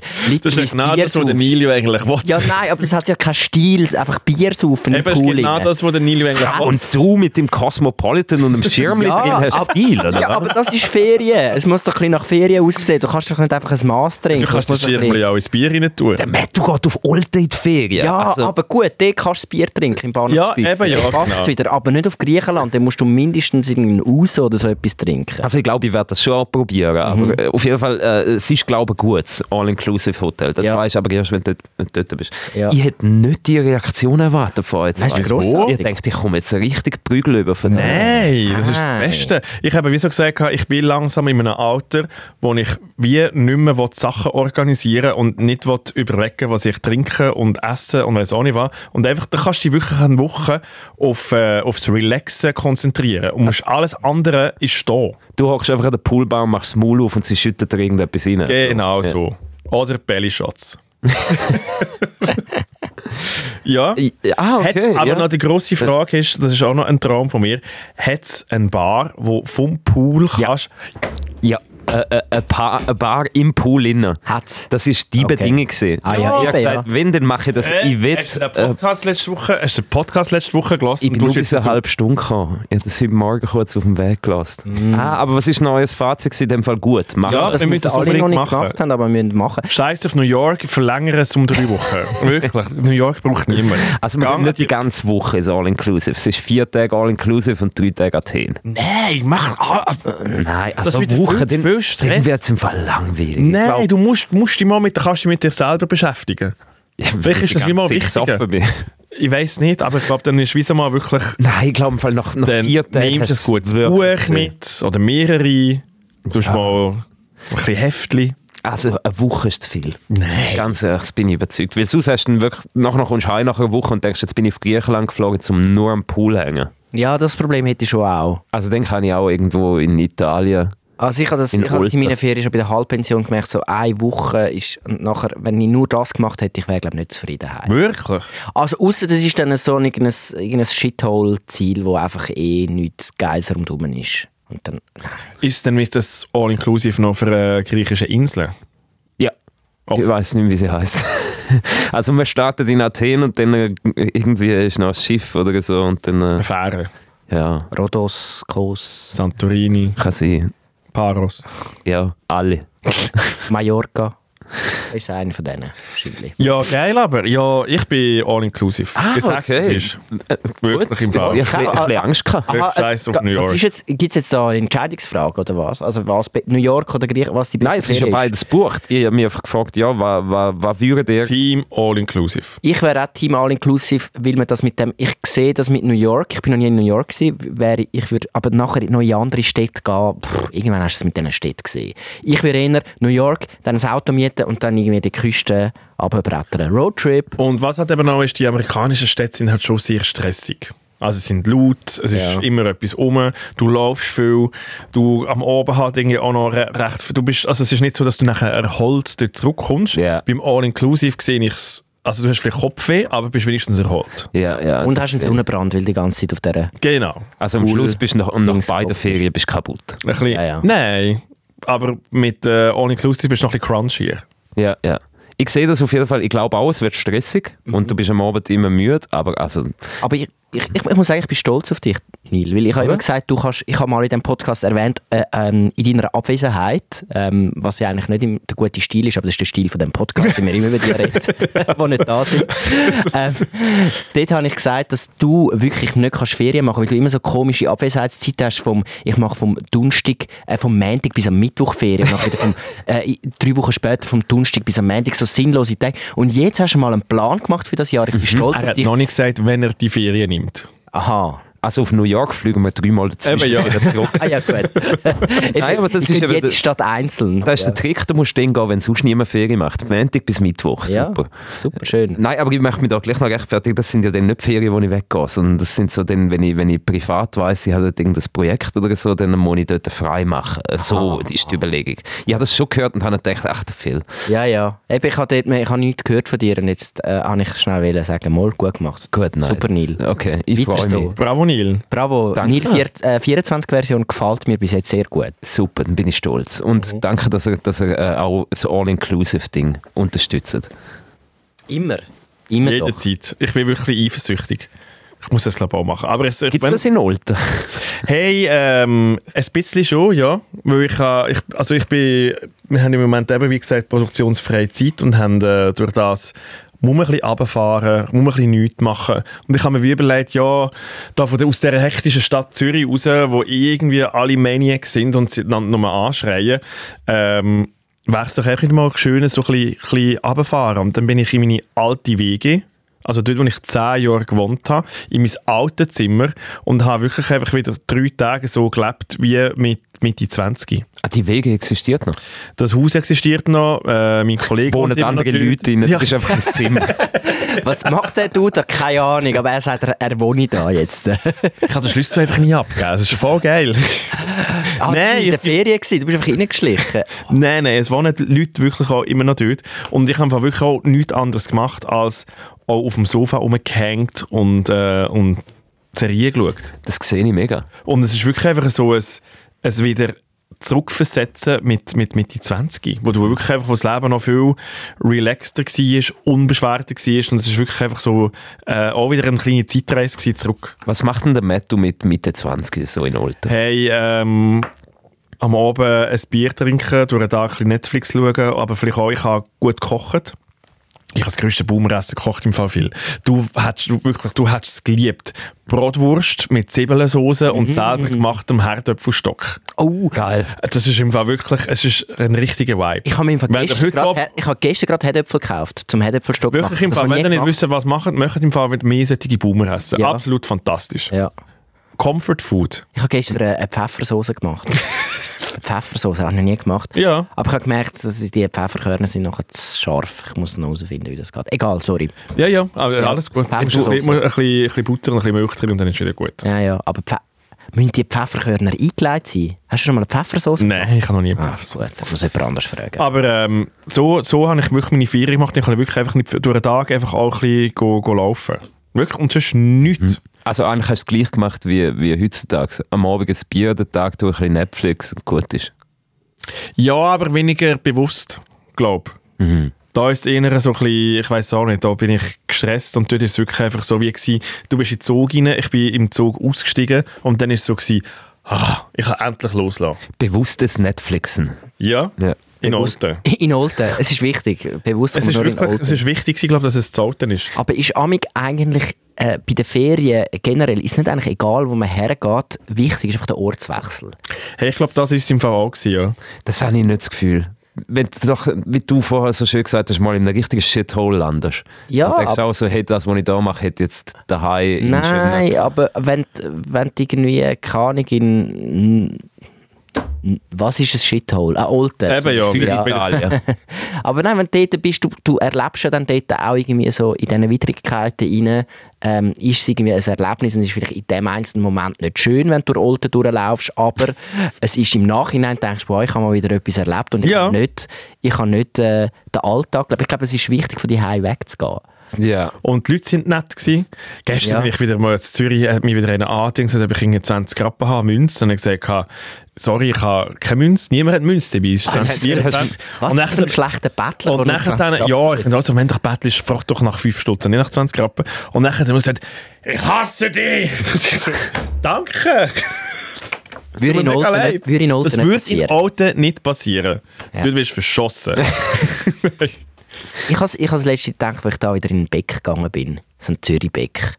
S1: Das ist
S3: literweise
S1: genau
S3: Bier
S1: das, was der
S3: saufst.
S1: Nilio eigentlich will.
S3: Ja, nein, aber das hat ja keinen Stil. Einfach Bier saufen,
S1: Eben,
S3: nicht
S1: es ist
S3: cool.
S1: genau das, was der Nilio eigentlich
S2: Ah,
S1: will.
S2: und so mit dem Cosmopolitan und dem Schirmli
S3: Ja,
S2: drin hast du
S3: aber-
S2: Stil, oder?
S3: Ja,
S2: was?
S3: aber das ist Ferien. Es muss doch ein bisschen nach Ferien aussehen. Du kannst doch nicht einfach ein Maß trinken.
S1: Du kannst
S3: Das
S1: das
S3: muss ein
S1: Schirmli
S3: bisschen-
S1: auch ins Bier rein tun.
S2: der Matthew geht auf Oldtide-Ferien.
S3: Ja,
S2: Also,
S3: aber gut, dort kannst du das Bier trinken im Bahnhof.
S1: Ja, eben, ja,
S3: passt
S1: genau.
S3: wieder. Aber nicht auf Griechenland. Dann musst du mindestens irgendeinen Uso oder so etwas trinken.
S2: also ich glaube, ich werde das schon auch probieren.
S3: Mhm.
S2: Aber äh, auf jeden Fall, äh, es ist, glaube ich, ein gutes All-Inclusive-Hotel. Das
S3: Ja.
S2: weißt du aber erst, wenn du dort, dort bist.
S3: Ja.
S2: Ich hätte nicht die Reaktion erwartet von jetzt.
S3: Nein, ist
S2: Ich
S3: grossartig.
S2: denke, ich komme jetzt richtig Prügel über von dem.
S1: Nein, das ist das
S3: Nein.
S1: Beste. Ich habe, wie so gesagt, ich bin langsam in einem Alter, wo ich wie nicht mehr will, Sachen organisieren und nicht will überlegen was ich trinke und esse und weiß auch nicht was. Und einfach, da kannst du dich wirklich eine Woche auf, äh, aufs Relaxen konzentrieren und musst alles andere ist da.
S2: Du hockst einfach an den Poolbaum, machst das Maul auf und sie schüttet dir irgendetwas rein.
S1: Genau so. Oder Belly Shots. ja.
S2: Ja. Ah, okay.
S1: Hat, aber
S2: ja.
S1: noch die grosse Frage ist, das ist auch noch ein Traum von mir, hat es eine Bar, wo vom Pool kannst...
S2: Ja, äh, äh, eine, pa eine Bar im Pool innen.
S3: Hat's.
S2: Das war die
S3: Okay.
S2: Bedingung. gewesen.
S3: Ah, ja,
S2: ich habe
S3: aber
S2: gesagt,
S3: ja.
S2: wenn, dann mache ich das.
S1: Äh,
S2: ich
S1: Hast
S2: will.
S1: du einen
S2: Äh,
S1: Podcast letzte Woche, hast du einen Podcast letzte Woche gelassen?
S2: ich bin
S1: Du
S2: nur
S1: hast
S2: bis
S1: jetzt
S2: eine halbe Stunde gekommen. Ich habe das heute Morgen kurz auf dem Weg gelassen. Ah, aber was ist ein neues Fazit? gewesen? In dem Fall gut. Mach
S1: Mhm. Ja,
S2: das.
S1: Ah, wir müssen das
S3: alle noch
S1: unbedingt
S3: nicht
S1: machen.
S3: gemacht haben, aber wir müssen machen.
S1: Scheiß auf New York, verlängere es um drei Wochen. Wirklich, New York braucht niemand.
S2: Also, wir gehen nicht die ganze Woche ins All-Inclusive. Es ist vier Tage All-Inclusive und drei Tage Athen.
S1: Nein, mach... Ah,
S2: Nein, also
S1: Das wird viel zu
S2: dann,
S1: viel
S2: dann
S1: Stress.
S2: wird es im Fall langweilig. Ich
S1: nein,
S2: glaub,
S1: du musst, musst dich mal mit, kannst dich mit dir selber beschäftigen. Vielleicht ist
S2: die
S1: das wie mal
S2: ganze Zeit
S1: wichtiger.
S2: besoffen bin.
S1: Ich weiß nicht, aber ich glaube, dann ist wie mal wirklich...
S2: Nein, ich glaube, im Fall nach, nach
S1: Dann
S2: vier Tagen
S1: nimmst du
S2: hast
S1: ein gutes
S2: du's wirklich
S1: Buch
S2: gesehen.
S1: mit oder mehrere. Du hast mal ein bisschen Heftchen.
S2: Also eine Woche ist zu viel.
S1: Nein.
S2: Ganz ehrlich, das bin ich überzeugt. Weil sonst hast du dann wirklich, nachher noch kommst du heim nach einer Woche und denkst, jetzt bin ich auf Griechenland geflogen, um nur am Pool zu hängen.
S3: Ja, das Problem hätte ich schon auch.
S2: Also dann kann ich auch irgendwo in Italien.
S3: Also ich habe das,
S2: In
S3: ich habe das in
S2: Olten.
S3: meiner Ferien schon bei der Halbpension gemerkt, so eine Woche ist und nachher, wenn ich nur das gemacht hätte, ich wäre glaube nicht zufrieden heim.
S1: Wirklich?
S3: Also außer das ist dann so ein irgendein, irgendein Shithole-Ziel, wo einfach eh nichts Geiser rundherum ist. Und dann,
S1: Ist es denn mit das All-Inclusive noch für eine griechische Insel?
S2: Ja.
S1: Oh.
S2: Ich weiß nicht, mehr, wie sie heißt. also man startet in Athen und dann äh, irgendwie ist noch ein Schiff oder so und dann, äh,
S1: Eine Fähre?
S2: ja,
S3: Rhodos, Kos,
S1: Santorini,
S2: kann sein.
S1: Paros.
S2: Ja, alle.
S3: Mallorca. Das ist einer von denen, wahrscheinlich.
S1: Ja, geil, aber ja, ich bin All-Inclusive.
S3: Ah,
S1: ich sag's, es Ah, ist.
S2: Ah, Äh,
S1: Wirklich
S2: gut.
S1: im Fall.
S2: Ich habe ein bisschen Angst gehabt.
S3: ah,
S1: Wirklich scheiß auf New York.
S3: Gibt es äh, jetzt da eine Entscheidungsfrage oder was? Also was, be- New York oder Griechenland, was die beste
S2: Nein, es ist ja
S3: Serie
S2: beides bucht. Ich habe mich einfach gefragt, ja, was, was, was würdet ihr
S1: Team All-Inclusive.
S3: Ich wäre auch Team All-Inclusive, weil man das mit dem, ich sehe das mit New York, ich bin noch nie in New York gewesen, wäre, ich würde aber nachher noch in andere Städte gehen, pff, irgendwann hast du es mit diesen Städten gesehen. Ich würde eher New York, dann ein Auto mieten und dann irgendwie die Küste runterbrettern. Roadtrip.
S1: Und was hat eben auch ist, die amerikanischen Städte sind halt schon sehr stressig. Also sie sind laut, es ist immer etwas um, du läufst viel, du am Abend halt irgendwie auch noch re recht, viel- du bist, also es ist nicht so, dass du nachher erholt dort zurückkommst.
S2: Ja.
S1: Beim All-Inclusive sehe ich es, also du hast vielleicht Kopfweh, aber bist wenigstens erholt.
S2: Ja, ja.
S3: Und
S2: Oh, das
S3: hast einen
S2: sehe ich.
S3: Sonnenbrand, weil die ganze Zeit auf dieser...
S1: Genau.
S2: Also am
S3: Pool.
S2: Schluss bist du nach, und nach
S3: Dings
S2: beiden
S3: kaputt.
S2: Ferien bist du kaputt.
S1: Ein bisschen,
S3: Ja, ja.
S1: Nein, aber mit äh, All-Inclusive bist du noch ein bisschen crunchier.
S2: Ja, ja. Ich sehe das auf jeden Fall. Ich glaube auch, es wird stressig
S3: Mhm.
S2: und du bist am Abend immer müde, aber also...
S3: Aber ich, ich, ich, ich muss sagen, ich bin stolz auf dich, Neil, weil ich habe immer gesagt, du kannst, ich habe mal in diesem Podcast erwähnt, äh, ähm, in deiner Abwesenheit, ähm, was ja eigentlich nicht im, der gute Stil ist, aber das ist der Stil von dem Podcast, den wir immer über dich reden, die nicht da sind. Ähm, dort habe ich gesagt, dass du wirklich nicht kannst Ferien machen, weil du immer so komische Abwesenheitszeiten hast vom, ich mache vom Donnerstag, äh, vom Montag bis am Mittwoch Ferien, und dann wieder vom, äh, drei Wochen später vom Donnerstag bis am Montag, so sinnlose Tage. Und jetzt hast du mal einen Plan gemacht für das Jahr, ich bin stolz
S1: Mhm. Er
S3: auf
S1: hat
S3: dich.
S1: noch nicht gesagt, wenn er die Ferien nimmt.
S3: Aha.
S2: Also auf New York fliegen wir dreimal dazwischen
S1: Eben, ja.
S2: wieder zurück.
S3: Ah ja, gut.
S2: Nein, aber das
S3: Ich
S2: ist
S3: finde
S2: eben
S3: jede
S2: der-
S3: Stadt einzeln.
S2: Das ist der Trick, du musst dann gehen, wenn sonst niemand Ferien macht. Montag bis Mittwoch,
S3: Ja.
S2: super.
S3: Super schön.
S2: Nein, aber ich möchte mich da gleich noch rechtfertigen, das sind ja dann nicht die Ferien, wo ich weggehe, sondern das sind so dann, wenn ich, wenn ich privat weiss, ich habe dort irgendein Projekt oder so, dann muss ich dort frei machen. Äh, So ist die Überlegung. Ich habe das schon gehört und habe gedacht, ach, der viel.
S3: Ja, ja. Eben, ich habe dort- ich habe nichts gehört von dir und jetzt äh, wollte ich schnell wollen sagen, mal gut gemacht.
S2: Gut, nein.
S3: Super, Neil.
S2: Okay, ich
S3: Weiter
S2: freue
S3: so.
S2: mich.
S1: Bravo, Nil.
S3: Bravo.
S2: Danke.
S3: Nil vier- äh, 24-Version gefällt mir bis jetzt sehr gut.
S2: Super, dann bin ich stolz. Und
S3: Mhm.
S2: danke, dass ihr, dass ihr äh, auch das All-Inclusive-Ding unterstützt.
S3: Immer. Immer doch.
S1: Jederzeit. Ich bin wirklich eifersüchtig. Ich muss das Labor machen. Aber es, ich,
S2: Gibt
S1: wenn-
S2: es das in Olten?
S1: Hey, ähm, ein bisschen schon, ja. Weil ich, ha- ich, also ich bin, wir haben im Moment eben, wie gesagt, produktionsfreie Zeit und haben äh, durch das muss man ein bisschen runterfahren, muss man ein bisschen nichts machen. Und ich habe mir wie überlegt, ja, da von der, aus dieser hektischen Stadt Zürich raus, wo irgendwie alle Maniacs sind und sie dann nur anschreien, ähm, wäre es doch auch wieder mal schön, so ein bisschen, bisschen runterfahren. Und dann bin ich in meine alte Wege also dort, wo ich zehn Jahre gewohnt habe, in meinem alten Zimmer und habe wirklich einfach wieder drei Tage so gelebt wie mit Mitte 20.
S2: Ah, die Wege existiert noch.
S1: Das Haus existiert noch, äh, mein
S2: Es
S1: Kollege wohnt
S2: wohnen
S1: immer noch
S2: andere
S1: dort.
S2: Leute in,
S1: Ja,
S2: das ist einfach ein Zimmer.
S3: Was macht der Dude? Keine Ahnung, aber er sagt, er, er wohne da jetzt. ah,
S1: ich habe den Schlüssel einfach nicht abgegeben, das ist voll geil.
S3: du warst in
S1: ich-
S3: der Ferien gewesen, du bist einfach reingeschlichen.
S1: Nein, nein, es wohnen die Leute wirklich auch immer noch dort. Und ich habe wirklich auch nichts anderes gemacht, als auch auf dem Sofa rumgehängt und, äh, und Serien geschaut.
S2: Das sehe ich mega.
S1: Und es ist wirklich einfach so ein, ein wieder zurückversetzen mit, mit Mitte 20, wo du wirklich einfach, wo das Leben noch viel relaxter war, unbeschwerter war und es ist wirklich einfach so äh, auch wieder eine kleine Zeitreise gewesen zurück.
S2: Was macht denn der Mattu mit Mitte 20 so in Olten?
S1: Hey, ähm, am Abend ein Bier trinken, durch den Tag ein bisschen Netflix schauen, aber vielleicht auch, ich habe gut gekocht. Ich habe das größte Boomeressen gekocht im Fall viel. Du hättest du wirklich, du hättest es geliebt. Brotwurst mit Zwiebelsauce und
S3: Mhm.
S1: selber gemachtem Herdöpfelstock.
S2: Oh, geil.
S1: Das ist im Fall wirklich, es ist ein richtiger Vibe.
S3: Ich habe mir im Fall
S1: Wenn ihr
S3: gestern
S1: heute
S3: gerade
S1: Abend-
S3: Her- ich habe gestern gerade Herdöpfel gekauft, zum Herdöpfelstock
S1: Wirklich
S3: machen.
S1: im
S3: Das
S1: Fall,
S3: habe
S1: wenn
S3: ich
S1: ihr
S3: nie
S1: nicht
S3: gemacht.
S1: wisst, was macht, möchtet im Fall mit mehr solche Boomer essen.
S3: Ja.
S1: Absolut fantastisch.
S3: Ja.
S1: Comfort Food.
S3: Ich habe gestern äh, eine Pfeffersoße gemacht. Eine Pfeffersoße habe ich noch nie gemacht.
S1: Ja.
S3: Aber ich habe gemerkt, dass die Pfefferkörner sind nachher zu scharf. Ich muss noch herausfinden, wie das geht. Egal, sorry.
S1: Ja, ja, aber
S3: Ja.
S1: alles gut. Du musst ein
S3: Pfeffersauce.
S1: bisschen, ein bisschen, ein bisschen Butter und ein bisschen Milch drin und dann ist wieder gut.
S3: Ja, ja, aber Pfe müssen die Pfefferkörner eingelegt sein? Hast du schon mal eine Pfeffersoße?
S1: Nein, ich habe noch nie
S3: Ah,
S1: Pfeffersauce.
S3: gut, das muss jemand anders fragen.
S1: Aber ähm, so, so habe ich wirklich meine Ferien gemacht. Ich kann wirklich einfach nicht durch den Tag einfach auch ein bisschen go, go laufen. Wirklich, und sonst nichts.
S2: Also eigentlich hast du es gleich gemacht wie, wie heutzutage. Am Abend ein Bier, den Tag durch ein bisschen Netflix und gut ist.
S1: Ja, aber weniger bewusst, glaube Da ist es eher so ein bisschen, ich weiß auch nicht, da bin ich gestresst und dort ist es wirklich einfach so wie gewesen, du bist in den Zug rein, ich bin im Zug ausgestiegen und dann ist es so gewesen, ah, ich kann endlich loslassen.
S2: Bewusstes Netflixen.
S1: Ja,
S2: Ja.
S1: in Olten.
S3: In Olten. Es ist wichtig. Bewusst
S1: Es
S3: kommt
S1: ist
S3: nur in
S1: wirklich,
S3: Olten.
S1: es ist wichtig gewesen, glaube dass es zu Olten ist.
S3: Aber ist Amig eigentlich äh, bei den Ferien generell, ist nicht eigentlich egal, wo man hergeht, wichtig ist einfach der Ortswechsel.
S1: Hey, ich glaube, das ist im Fall auch gewesen, ja.
S2: Das habe ich nicht das Gefühl. Wenn du doch, wie du vorher so schön gesagt hast, mal in einem richtigen Shithole landest.
S3: Ja,
S2: Und denkst
S3: aber-
S2: auch so, hey, das, was ich da mache, hätte jetzt daheim in Schönau-
S3: Nein, aber wenn, d- wenn du irgendwie, keine Ahnung, in... n- Was ist ein Shithole? Ein Olten.
S1: Eben ja,
S3: ja.
S2: Süditalien.
S3: Aber nein, wenn du dort bist, du, du erlebst ja dann dort auch irgendwie so in diesen Widrigkeiten rein, ähm, ist es irgendwie ein Erlebnis und es ist vielleicht in dem einzelnen Moment nicht schön, wenn du durch Olten durchlaufst, aber es ist im Nachhinein, denkst du, boah, ich habe mal wieder etwas erlebt und ich
S1: Ja.
S3: habe nicht, ich habe nicht äh, den Alltag gelebt. Ich glaube, es ist wichtig, von die wegzugehen.
S2: ja.
S1: Und die Leute sind nett. Gewesen. Gestern
S3: Ja.
S1: bin ich wieder mal in Zürich, hat mich wieder einer angedingst, ob ich irgendwie 20 Rappen habe, Münze. Und ich gesagt habe, sorry, ich habe keine Münze. Niemand hat Münze dabei. Es ist 2024.
S3: Was
S1: Und
S3: ist das für ein
S1: nachher-
S3: schlechter Bettler?
S1: und
S3: der nur
S1: nachher
S3: 20
S1: dann, ja, ich bin also, wenn du bettelst, frag doch nach 5 Stutzen, nicht nach 20 Rappen. Und nachher dann muss er ich hasse dich! Und ich so, Danke!
S3: Würde in
S1: Tut mir mega
S3: Olten
S1: leid.
S3: nicht- würde in Olten
S1: das
S3: nicht
S1: würde in
S3: passieren.
S1: Alten nicht passieren.
S3: Ja.
S1: Du wirst verschossen.
S3: Ich habe ich has letztens gedacht, als ich da wieder in den Beck gegangen bin. So ein Zürich-Beck.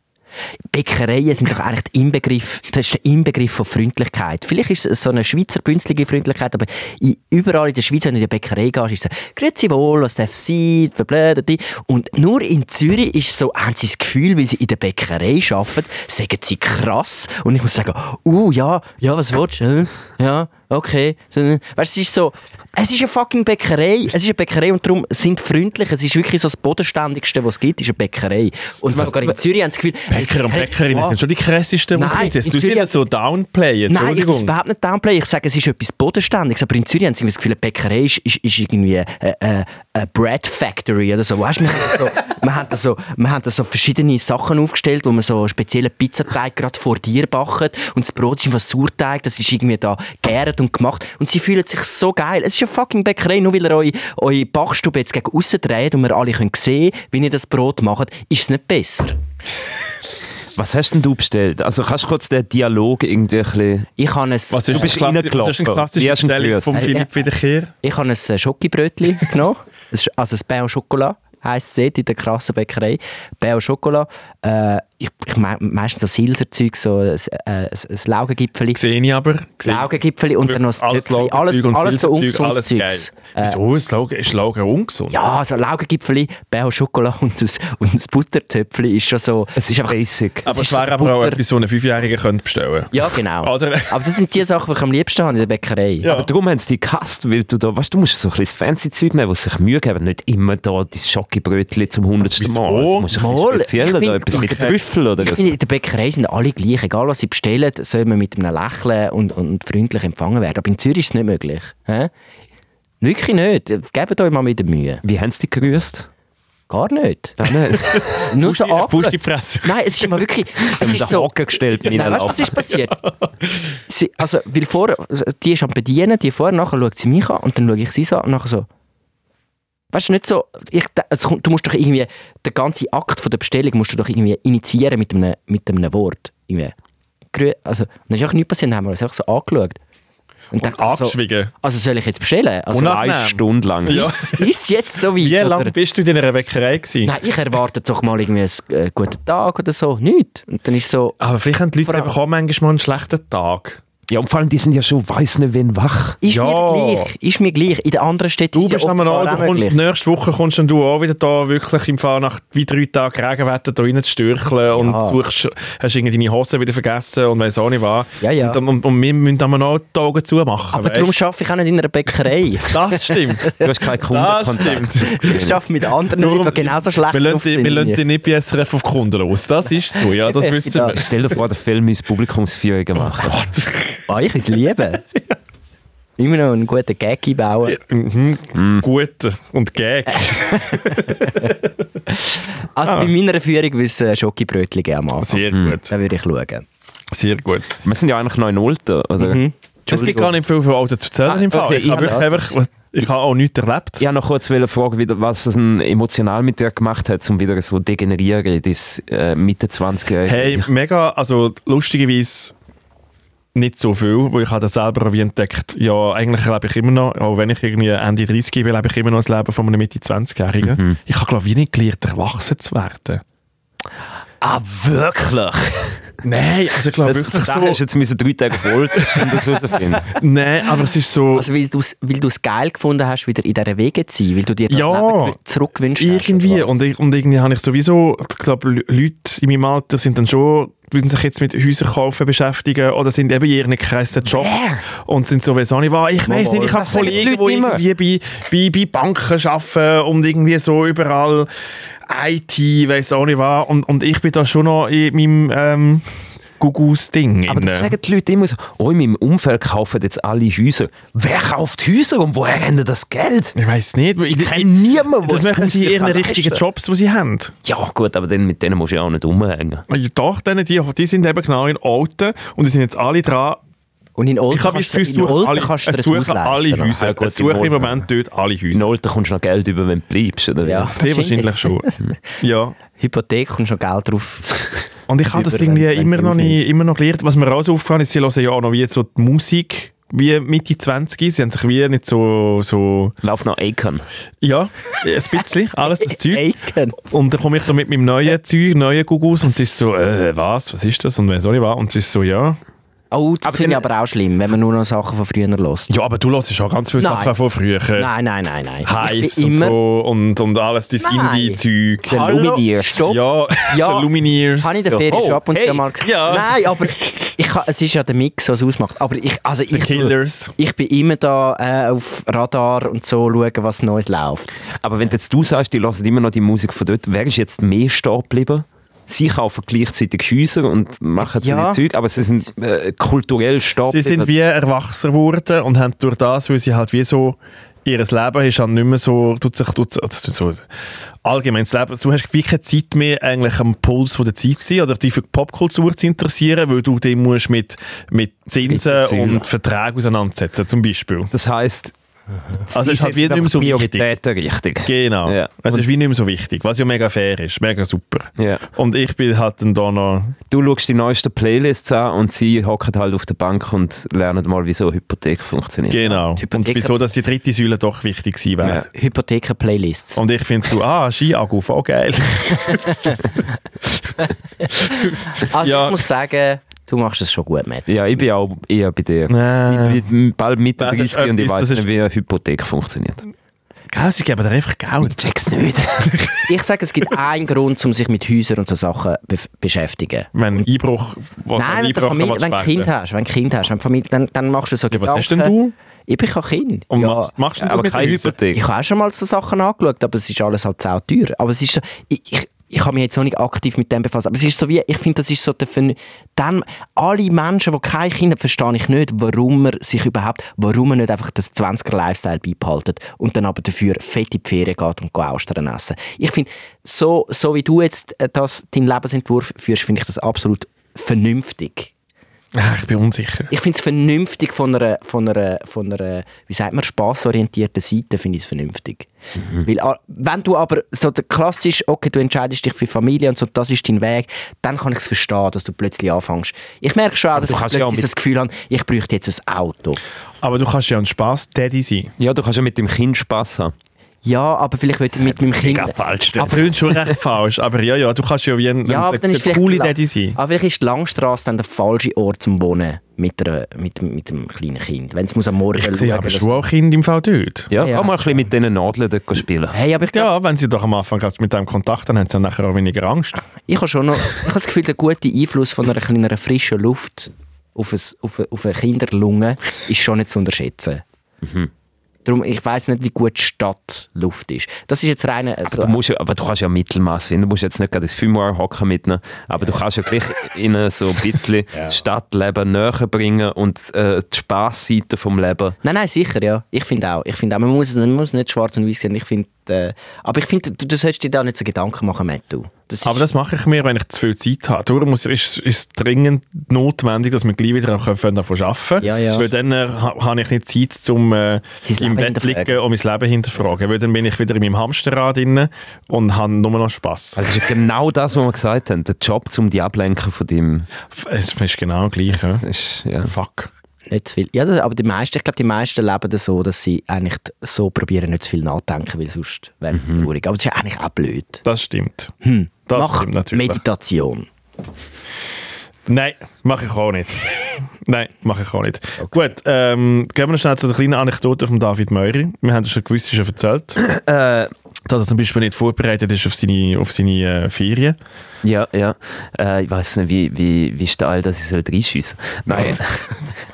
S3: Bäckereien sind doch eigentlich der Inbegriff, das ist der Inbegriff von Freundlichkeit. Vielleicht ist es so eine Schweizer bünzlige Freundlichkeit, aber in, überall in der Schweiz, wenn du in die Bäckerei gehst, ist es so, «Grüezi wohl, was darf es sein?» bla, bla, bla, bla. Und nur in Zürich ist so, haben sie das Gefühl, weil sie in der Bäckerei "Oh, arbeiten, sagen sie krass. Und ich muss sagen, «Uh, ja, ja, was willst du?» äh? «Ja, okay. Sondern, Weißt du, es ist so, es ist eine fucking Bäckerei. Es ist eine Bäckerei und darum sind freundlich. Es ist wirklich so das Bodenständigste, was es gibt, ist eine Bäckerei. Und
S1: Was-
S3: sogar in Zürich haben sie das Gefühl...
S1: Also, Bäcker und
S3: Hey, oh,
S1: Bäckerinnen
S3: wow.
S1: sind schon die krassesten, was
S3: Nein,
S1: es gibt.
S3: in
S1: Du
S3: Zürich-
S1: siehst so downplayen,
S3: Nein, ich will das
S1: Entschuldigung.
S3: überhaupt nicht downplay. Ich sage, es ist etwas Bodenständiges. Aber in Zürich haben sie irgendwie das Gefühl, eine Bäckerei ist, ist, ist irgendwie äh, äh, eine Bread Factory oder so. Weißt du, wir haben so, wir haben da so, wir haben da so verschiedene Sachen aufgestellt, wo man so einen speziellen Pizzateig gerade vor dir backen. Und das Brot ist einfach Sauerteig, das ist irgendwie da gärt und gemacht. Und sie fühlen sich so geil. Es ist eine fucking Bäckerei, nur weil ihr eure, eure Backstube jetzt gegen aussen dreht und wir alle können sehen, wie ihr das Brot macht, ist es nicht besser.
S2: Was hast denn du bestellt? Also kannst du kurz den Dialog irgendwie ein bisschen...
S3: Ich habe ein...
S1: Was ist,
S2: Du bist
S1: ein klassisch, was ist
S2: reingelaufen.
S1: eine
S2: Die
S1: klassische
S2: hast du
S1: Bestellung
S2: gegrüßt.
S1: von
S3: Hey,
S1: Philipp Wiederkehr?
S3: Ich habe ein äh, Schokibrötli genommen. Es ist- Also ein Pain au Chocolat heisst es dort in der krassen Bäckerei. Pain au Chocolat. Äh, ich, ich me meistens so Silserzeug, so ein, äh, ein, ein Laugengipfeli.
S1: Sehe ich aber. Sehe ich.
S3: Laugengipfeli und dann noch ein
S1: alles
S3: Zöpfli.
S1: Lagerzeug
S3: Alles,
S1: und
S3: alles so
S1: Filterzeug,
S3: ungesundes
S1: geil.
S3: Zeugs. Äh,
S1: Wieso? Ist Lager, ist Lager ungesund?
S3: ja, so Laugengipfeli, Pain au Chocolat und ein, und ein Butterzöpfli ist schon so...
S2: Es ist basic.
S1: aber
S3: ist
S1: es wäre
S3: so
S1: aber auch
S3: Butter.
S1: etwas, was ein Fünfjähriger könnte bestellen
S3: Ja, genau.
S1: Oder-
S3: Aber das sind die Sachen, die ich am liebsten habe in der Bäckerei.
S1: Ja.
S2: Aber darum haben sie die gehasst, weil du da, weißt du, du musst so ein bisschen fancy Zeug nehmen, was sich Mühe geben, nicht immer da dein Schokibrötli zum hundertsten
S1: Wieso?
S2: Mal. Du musst ein bisschen
S3: Mal.
S2: spezieller
S3: Ich
S2: da,
S3: find-
S2: etwas mit
S1: Okay.
S2: Trüffel oder
S3: Ich
S2: so.
S3: finde, in der Bäckerei sind alle gleich. Egal, was sie bestellen, soll man mit einem Lächeln und, und, und freundlich empfangen werden. Aber in Zürich ist es nicht möglich. Hä? Wirklich nicht. Gebt euch mal wieder Mühe.
S2: Wie haben sie dich gerührt?
S3: Gar nicht.
S2: Ah, nein.
S3: Nur so
S1: Fuß- Fuß in die
S3: angefangen.
S1: Fresse.
S3: Nein, es ist immer wirklich... Es
S2: den
S3: ist so...
S2: Haken gestellt mit
S3: Nein,
S2: ihnen
S3: weißt du, was
S2: laufen.
S3: ist passiert? Sie, also, weil vorher, also, die ist am Bedienen, die vorher, nachher schaut sie mich an und dann schaue ich sie so an und nachher so... Weißt du, nicht so... Ich, de- es kommt, du musst doch irgendwie... Den ganzen Akt von der Bestellung musst du doch irgendwie initiieren mit einem, mit einem Wort. Irgendwie. Grü also, dann ist auch nichts passiert, dann haben wir uns einfach so angeschaut. Und, und
S1: angeschwiegen.
S3: Also, also soll ich jetzt bestellen? Also,
S1: Und
S2: Zwei
S1: Unangenehm.
S2: Stunden lang.
S1: Ja.
S3: ist jetzt so weit?
S1: Wie
S3: oder?
S1: lange bist du in deiner Bäckerei gewesen?
S3: Nein, ich erwarte doch mal irgendwie einen äh, guten Tag oder so. Nicht. Und dann ist so...
S1: Aber vielleicht haben die Leute
S3: Vor allem-
S1: einfach auch manchmal einen schlechten Tag.
S2: ja, und vor allem, die sind ja schon weiss nicht, wen wach.
S3: Ist
S1: Ja.
S3: mir gleich, ist mir gleich. In den anderen Städten
S1: Du
S3: ist es
S1: bist
S3: ja
S1: nochmal
S3: offenbar
S1: an, du
S3: auch
S1: kommst,
S3: möglich.
S1: nächste Woche kommst dann du auch wieder da wirklich im Fall nach wie drei Tagen Regenwetter da rein zu stürcheln und suchst, hast irgendwie deine Hose wieder vergessen und weiss auch nicht was.
S3: Ja, ja.
S1: Und, dann- und, und wir müssen dann mal noch die Augen zumachen.
S3: Aber
S1: weisst?
S3: darum arbeite ich auch nicht in einer Bäckerei.
S1: das stimmt.
S2: Du hast keinen Kundenkontakt.
S3: ich arbeite mit anderen Leuten, die genauso schlecht
S1: wir lassen
S3: drauf
S1: die-
S3: sind.
S1: Wir lassen dich nicht bei SRF auf die Kunden los. Das ist so, ja, das wissen wir.
S2: Stell dir vor, der Film ist Publikumsführung gemacht.
S3: Ah, ich es lieben. Immer noch einen guten Gag einbauen.
S1: Mhm. Gut und Gag.
S3: Also bei meiner Führung wissen äh, Schokibrötchen gerne mal.
S1: Ah. Sehr gut.
S3: Dann würde ich schauen.
S1: Sehr gut.
S2: Wir sind ja eigentlich noch in Ulta, oder?
S1: Mhm. Es gibt gar nicht viel von Alten zu erzählen
S2: Ah,
S1: im Fall.
S2: okay,
S1: ich, habe
S2: ich
S1: wirklich
S2: habe
S1: einfach, ich habe auch nichts erlebt.
S2: Ich wollte noch kurz fragen, wie- was es denn emotional mit dir gemacht hat, um wieder so degenerieren in dein äh, Mitte 20 Jahre.
S1: Hey, mega, also lustigerweise nicht so viel, weil ich habe das selber wie entdeckt, ja, eigentlich lebe ich immer noch, auch wenn ich irgendwie Ende 30 bin, lebe ich immer noch das Leben von einem Mitte-20-Jährigen. Ich habe, glaube ich, wie nicht gelernt, erwachsen zu werden.
S2: Ah, wirklich?
S1: Nein, also ich glaube
S2: Das,
S1: wirklich
S2: das hast du
S1: so.
S2: jetzt müssen drei Tage auf Ulta, um das herauszufinden.
S1: Nein, aber es ist so...
S3: Also weil du es weil du's geil gefunden hast, wieder in dieser Wege zu sein, weil du dir das
S1: Ja.
S3: Leben zurückgewünscht hast.
S1: Irgendwie.
S3: oder was?
S1: Und, ich, und irgendwie habe ich sowieso, ich glaube, Leu- Leute in meinem Alter sind dann schon, würden sich jetzt mit Häuserkaufen beschäftigen oder sind eben in ihren krassen Jobs und sind sowieso nicht wahr. Ich weiß nicht, ich habe
S2: Das sagen die
S1: Kollegen,
S2: Leute
S1: die
S2: immer.
S1: irgendwie bei, bei, bei Banken arbeiten und irgendwie so überall IT, weiß auch nicht was. Und, und ich bin da schon noch in meinem ähm, Gugus-Ding.
S2: Aber das sagen die Leute immer so, oh, in meinem Umfeld kaufen jetzt alle Häuser. Wer kauft Häuser und woher haben die das Geld?
S1: ich weiß nicht. weil Ich
S2: kenne niemanden, der
S1: Das
S2: ein
S1: machen
S2: Haus
S1: sie
S2: sich
S1: in ihren
S2: kann
S1: richtigen
S2: leisten.
S1: Jobs, die sie haben.
S2: Ja gut, aber dann, mit denen musst du ja auch nicht rumhängen.
S1: Ja, Doch, denen, die, die sind eben genau in Alten und die sind jetzt alle dran.
S3: Und in Olten
S1: Ich habe das
S3: kannst
S1: Gefühl,
S3: du in
S1: es suchen
S3: Olten
S1: alle,
S3: kannst du dir
S1: es suchen
S3: ein Haus
S1: alle
S3: leisten.
S1: Häuser.
S2: Ja, gut,
S1: es suchen
S2: in
S1: im Moment dort alle
S2: In
S1: Häuser.
S2: Ulta kommst du noch Geld über, wenn du bleibst, oder? wie?
S3: Ja.
S1: Sehr wahrscheinlich schon. ja.
S3: Hypothek und schon Geld drauf.
S1: Und ich habe das
S3: Über- wenn-
S1: irgendwie
S3: wenn's
S1: immer noch,
S3: aufhört.
S1: nie, immer noch gelernt. Was mir auch so aufgefallen ist, sie hören ja auch noch wie jetzt so die Musik, wie Mitte 20 Sie haben sich wie nicht so... so
S2: Lauf nach Akon.
S1: ja, ein bisschen, alles das Zeug.
S3: Aiken.
S1: Und dann komme ich da mit meinem neuen Zeug, neuen Gugus und es ist so, äh, was, was ist das? Und weiss auch nicht was. Und es ist so, ja,
S3: Oh, das
S2: Aber
S3: finde ich
S2: dann-
S3: aber auch schlimm, wenn man nur noch Sachen von früher lässt.
S1: Ja, aber du hörst auch ganz viele
S3: Nein.
S1: Sachen von früher.
S3: Nein, nein, nein, nein.
S1: Hypes
S3: ich
S1: und
S3: bin immer,
S1: so und, und alles dein
S3: Nein.
S1: Indie-Zeug.
S3: Der
S1: Hallo?
S3: Lumineers. Stopp.
S1: Ja,
S3: Ja.
S1: der Lumineers.
S3: Habe ich in der
S1: Ja. Oh,
S3: Ferien schon ab und zu
S2: hey,
S3: mal gesagt.
S1: ja.
S3: Nein, aber ich, kann- es ist ja der Mix, was es ausmacht. Aber ich, also
S1: The
S3: ich,
S1: Killers.
S3: ich bin immer da äh, auf Radar und so schauen, was Neues läuft.
S2: Aber wenn jetzt du sagst, die hören immer noch die Musik von dort, wer ist jetzt mehr stehen geblieben? Sie kaufen gleichzeitig Häuser und machen
S3: Ja.
S2: ja. Zeug, aber sie sind äh, kulturell stehen
S1: Sie sind
S2: geblieben.
S1: wie erwachsen geworden und haben durch das, weil sie halt wie so ihr Leben ist halt nicht mehr so, tut sich, tut, sich- das tut so allgemein das Leben, du hast wie keine Zeit mehr eigentlich am Puls von der Zeit zu sein oder dich für die Popkultur zu interessieren, weil du dich musst mit, mit Zinsen
S2: Mit der
S1: und Verträgen auseinandersetzen, zum Beispiel.
S2: Das heisst,
S1: Also es ist halt wie nicht mehr so wichtig.
S2: Prioritäten richtig.
S1: Genau.
S2: Ja.
S1: Es ist wie nicht mehr so wichtig, was ja mega fair ist, mega super.
S2: Ja.
S1: Und ich bin halt dann da noch
S2: Du schaust die neuesten Playlists an und sie hocken halt auf der Bank und lernen mal, wie so eine Hypothek funktioniert.
S1: Genau.
S3: die
S1: Und
S3: Hypothek-
S1: wieso, dass die dritte Säule doch wichtig gewesen wäre.
S2: Ja.
S3: Hypotheken-Playlists.
S1: Und ich finde so, ah, Ski-Akku, voll geil.
S3: Also
S1: Ja.
S3: ich muss sagen, du machst es schon gut, Matt.
S2: Ja, ich bin auch eher bei dir.
S1: Nein.
S2: Ich bin bald Mitte
S1: Das ist
S2: 30 und ich
S1: etwas,
S2: weiß
S1: das ist-
S2: nicht, wie eine Hypothek funktioniert.
S1: Gell, sie geben dir einfach Geld.
S2: Check's nicht.
S3: Ich sage, es gibt einen Grund, um sich mit Häusern und so Sachen bef- beschäftigen.
S1: Wenn ein Einbruch, wo-
S3: Nein,
S1: ein
S3: wenn du,
S1: Einbruch
S3: Familie,
S1: willst
S3: wenn du
S1: spenden.
S3: Kind hast, wenn du Kind hast, wenn du Familie, dann, dann machst du so
S1: was
S3: Gedanken.
S1: hast denn du?
S3: Ich bin kein Kind.
S1: Und
S3: ja.
S1: machst, machst du das
S2: Aber
S1: mit
S2: keine
S1: den Häusern?
S2: Hypothek.
S3: Ich habe auch schon mal so Sachen angeschaut, aber es ist alles halt sau teuer. Aber es ist so, ich, ich, ich habe mich jetzt noch nicht aktiv mit dem befasst. Aber es ist so wie, ich finde, das ist so der Vernü- dann alle Menschen, die keine Kinder haben, verstehe ich nicht, warum man sich überhaupt, warum man nicht einfach das 20er Lifestyle beibehaltet und dann aber dafür fett in die Ferien geht und Austern essen. Ich finde, so, so wie du jetzt äh, das, deinen Lebensentwurf führst, finde ich das absolut vernünftig.
S1: Ach, ich bin unsicher.
S3: Ich finde es vernünftig von einer, von einer, von einer, wie sagt man, spassorientierten Seite finde ich es vernünftig.
S1: Mhm.
S3: Weil, ah, wenn du aber so der klassisch, okay, du entscheidest dich für Familie und so, das ist dein Weg, dann kann ich es verstehen, dass du plötzlich anfängst. Ich merke schon auch, dass
S2: du
S3: ich
S2: kannst ja
S3: plötzlich
S2: auch mit-
S3: das Gefühl habe, ich bräuchte jetzt ein Auto.
S1: Aber du kannst ja ein Spass-Daddy sein.
S2: Ja, du kannst ja mit dem Kind Spass haben.
S3: Ja, aber vielleicht will ich mit meinem Kind...
S2: falsch.
S1: Aber du schon recht falsch. Aber ja, ja, du kannst ja wie ein,
S3: Ja,
S1: ein,
S3: aber dann
S1: ein,
S3: ist vielleicht...
S1: cooler
S3: die La-
S1: Daddy sein.
S3: Aber vielleicht ist die Langstrasse dann der falsche Ort zum Wohnen mit, einer, mit, mit einem kleinen Kind. Wenn es muss am Morgen
S1: Ich sehe aber
S3: dass-
S1: schon auch Kinder im Fall dort.
S2: Ja,
S3: Ja.
S2: ja. mal ein bisschen mit diesen Nadeln dort spielen.
S3: Hey, aber ich glaube,
S1: Ja, wenn sie doch am Anfang gerade mit deinem Kontakt, dann haben sie nachher auch weniger Angst.
S3: Ich habe schon noch, ich habe das Gefühl, der gute Einfluss von einer kleineren frischen Luft auf, ein, auf, eine, auf eine Kinderlunge ist schon nicht zu unterschätzen.
S1: Mhm.
S3: Darum, ich weiß nicht, wie gut Stadtluft ist. Das ist jetzt rein... Also,
S2: Du musst, ja- aber du kannst ja Mittelmaß finden. Du musst jetzt nicht gerade das Fünfmal hocken mitnehmen, aber du kannst ja gleich ihnen so ein bisschen das Stadtleben näher bringen und äh, die Spassseite vom Leben.
S3: nein, nein, sicher, ja. Ich finde auch. Ich finde auch, man muss, es- man muss es nicht schwarz und weiß sehen. Ich finde, äh, aber ich finde, du, du solltest dir da nicht so Gedanken machen, Matt, du. Das ist,
S1: Aber das mache ich mir, wenn ich zu viel Zeit habe. Darum muss, ist es dringend notwendig, dass wir gleich wieder anfangen können, davon arbeiten
S3: Ja, ja.
S1: Weil dann äh, ha- habe ich nicht Zeit, zum äh,
S3: Leben
S1: im Bett
S3: hinterfragen.
S1: liegen und mein Leben hinterfragen. Weil dann bin ich wieder in meinem Hamsterrad drin und habe nur noch Spass.
S2: Also es ist genau das, was wir gesagt haben. Der Job, um die Ablenken von dem.
S1: Es ist genau gleich. Ja.
S2: Ist, ja.
S1: Fuck.
S3: nicht zu viel. Ja, das, aber die meisten, ich glaube, die meisten leben das so, dass sie eigentlich so probieren, nicht zu viel nachdenken, weil sonst wäre es traurig. Aber das ist ja eigentlich auch blöd.
S1: Das stimmt. Mhm.
S3: Hm.
S1: Das
S3: Mach
S1: stimmt natürlich.
S3: Meditation.
S1: Nein, mache ich auch nicht. Nein, mache ich auch nicht. Gut, ähm, gehen wir noch schnell zu der kleinen Anekdote von David Meury. Wir haben das schon gewiss schon erzählt. Eh, dass er zum Beispiel nicht vorbereitet ist auf seine, auf seine äh, Ferien.
S2: Ja, ja. Äh, ich weiß nicht, wie, wie, wie steil das ich soll reinschiessen soll. Nein.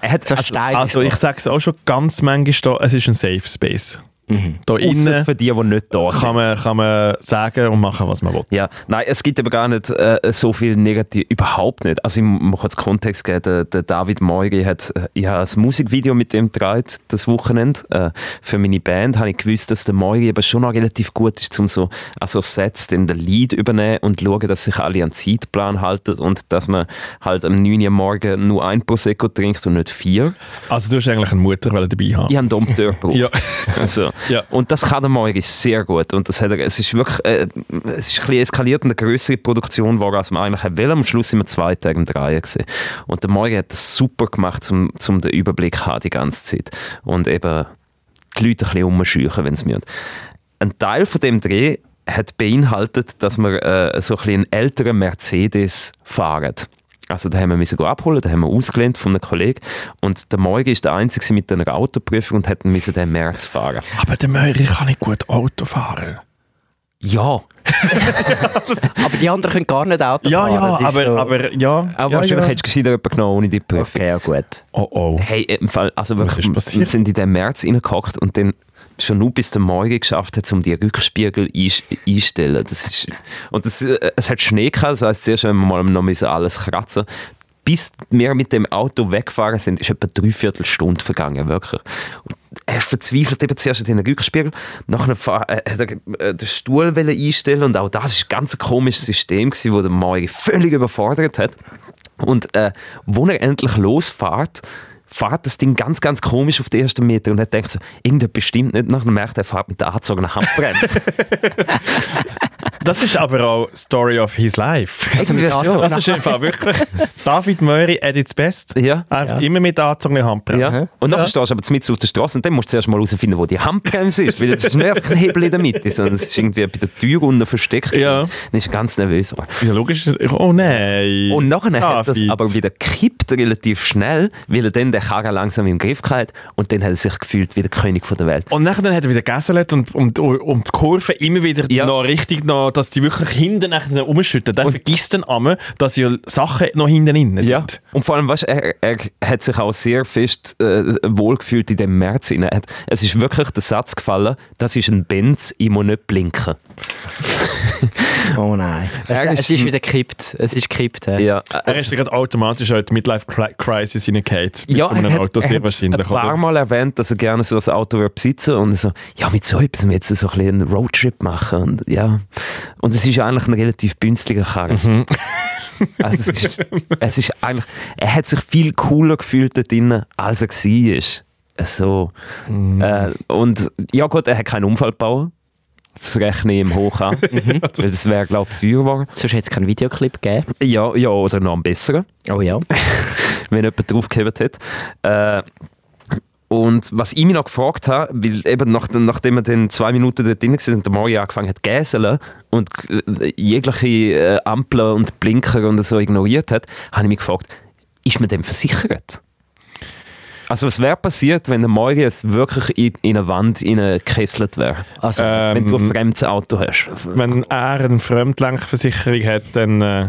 S2: er hat
S3: So steil ist
S1: Also ich sage es auch schon ganz manchmal, da, es ist ein Safe Space. eh, Da
S2: Ausser
S1: innen
S2: für die, die nicht da sind.
S1: kann man, kann man sagen und machen, was man will.
S2: Ja, nein, es gibt aber gar nicht äh, so viel negativ, überhaupt nicht. Also ich muss kurz Kontext geben, der, der David Moiri hat, äh, ich habe ein Musikvideo mit ihm gedreht, das Wochenende, äh, für meine Band, habe ich gewusst, dass der Moiri aber schon noch relativ gut ist, um so also Sets in den Lead übernehmen und schauen, dass sich alle an den Zeitplan halten und dass man halt am 9 Uhr morgen nur ein Prosecco trinkt und nicht vier.
S1: Also du hast eigentlich eine Mutter wollen dabei haben.
S2: Ich habe einen Dompteur gebraucht.
S1: Ja.
S2: Also,
S1: Ja.
S2: Und das kann der Moiri sehr gut. Und das hat er, es ist wirklich, äh, es ist ein bisschen eskaliert und eine größere Produktion war, als man eigentlich will. Am Schluss sind wir zwei Tage im Dreier gewesen. Und der Moiri hat das super gemacht, um zum den Überblick zu haben die ganze Zeit. Und eben die Leute ein bisschen umscheuchen, wenn es müssen. Ein Teil von dem Dreh hat beinhaltet, dass wir äh, so ein bisschen einen älteren Mercedes fahren. Also da haben wir müssen abholen, da haben wir ausgelehnt von einem Kollegen und der Morgen ist der Einzige mit einer Autoprüfung und hätten müssen den März fahren.
S1: Aber der Möri kann nicht gut Auto fahren.
S2: Ja,
S3: Aber die anderen können gar nicht Auto
S1: Ja,
S3: fahren.
S1: ja,
S3: das ist
S1: aber,
S3: so-
S1: aber ja.
S2: aber
S1: ja,
S2: wahrscheinlich
S1: ja.
S2: hättest du gescheiter jemanden genommen ohne die Prüfung.
S3: Okay, ja gut.
S1: Oh oh.
S2: Hey, äh, im Fall, also
S1: Was
S2: wirklich,
S1: ist passiert?
S2: wir sind in den März reingehockt und dann schon nur bis der Morgen geschafft hat, um die Rückspiegel einsch- einstellen. Das ist, und das, äh, es hat Schnee gehabt, das heisst, zuerst haben wir mal noch müssen alles kratzen. Bis wir mit dem Auto weggefahren sind, ist etwa dreiviertel Stunde vergangen, wirklich. Und er ist verzweifelt eben zuerst an den Rückspiegel, nachher fa- äh, hat er äh, den Stuhl wollen einstellen und auch das ist ein ganz komisches System gewesen, wo der Morgen völlig überfordert hat. Und äh, wo er endlich losfährt, fährt das Ding ganz, ganz komisch auf die ersten Meter und er denkt so, irgendetwas bestimmt nicht nach dem merkt, er fährt mit der angezogenen Handbremse.
S1: Das ist aber auch Story of his life.
S2: Also mit Anzug-
S1: Das ist einfach wirklich. David Möri at its best.
S2: Ja.
S1: Einfach Immer mit angezogener Handbremse.
S2: ja. Und dann stehst du aber mitten auf der Straße und dann musst du zuerst mal herausfinden, wo die Handbremse ist, weil es ist nicht einfach ein Hebel in der Mitte, sondern es ist irgendwie bei der Tür unten versteckt.
S1: Ja.
S2: Dann ist er ganz nervös. geworden.
S1: Ja, logisch. Oh nein.
S2: Und nachher hat das
S1: David.
S2: aber wieder kippt relativ schnell, weil er dann den Karren langsam im Griff hatte und dann hat er sich gefühlt wie der König von der Welt.
S1: Und nachher dann hat er wieder gegeselt und, und, und die Kurve immer wieder
S2: Ja.
S1: noch richtig, noch, dass die wirklich hinten nachher umschütten. Der vergisst dann einmal, dass ja Sachen noch hinten drin sind.
S2: Ja. Und vor allem, weißt, er, er hat sich auch sehr fest äh, wohlgefühlt in dem März. hinein. Er hat- Es ist wirklich der Satz gefallen, das ist ein Benz, ich muss nicht blinken.
S3: Oh nein. Es,
S2: Er ist-
S3: es ist wieder gekippt. Es ist gekippt. Ja.
S2: Ja.
S1: Er ist gerade automatisch in die Midlife-Crisis hineingeht. Mit so einem Auto sehr
S2: ein
S1: wahrscheinlich.
S2: paar
S1: oder?
S2: Mal erwähnt, dass er gerne so ein Auto würde besitzen und so, ja, mit so etwas jetzt so ein bisschen einen Roadtrip machen. Und, ja. und es ist ja eigentlich ein relativ günstiger Karren.
S1: Mhm.
S2: Also es, ist, es ist eigentlich, er hat sich viel cooler gefühlt da drinnen, als er war. So.
S1: Mhm.
S2: Äh, und ja gut, er hat keinen Unfall gebaut. Das rechne ich ihm hoch an, weil das wäre, glaube ich, teuer geworden.
S3: Sonst hätte es keinen Videoclip gegeben.
S2: Ja, ja, oder noch einen besseren
S3: Oh ja.
S2: wenn jemand draufgegeben hat. Äh, und was ich mich noch gefragt habe, weil eben nach, nachdem wir dann zwei Minuten dort drin waren und der Mario angefangen hat zu gäseln und äh, jegliche äh, Ampeln und Blinker und so ignoriert hat, habe ich mich gefragt, ist man dem versichert? Also was wäre passiert, wenn der Mario jetzt wirklich in, in eine Wand hineingekesselt wäre?
S3: Also,
S2: Wenn du ein
S1: Ähm,
S2: fremdes Auto hast.
S1: wenn er eine Fremdlenkversicherung hat, dann äh,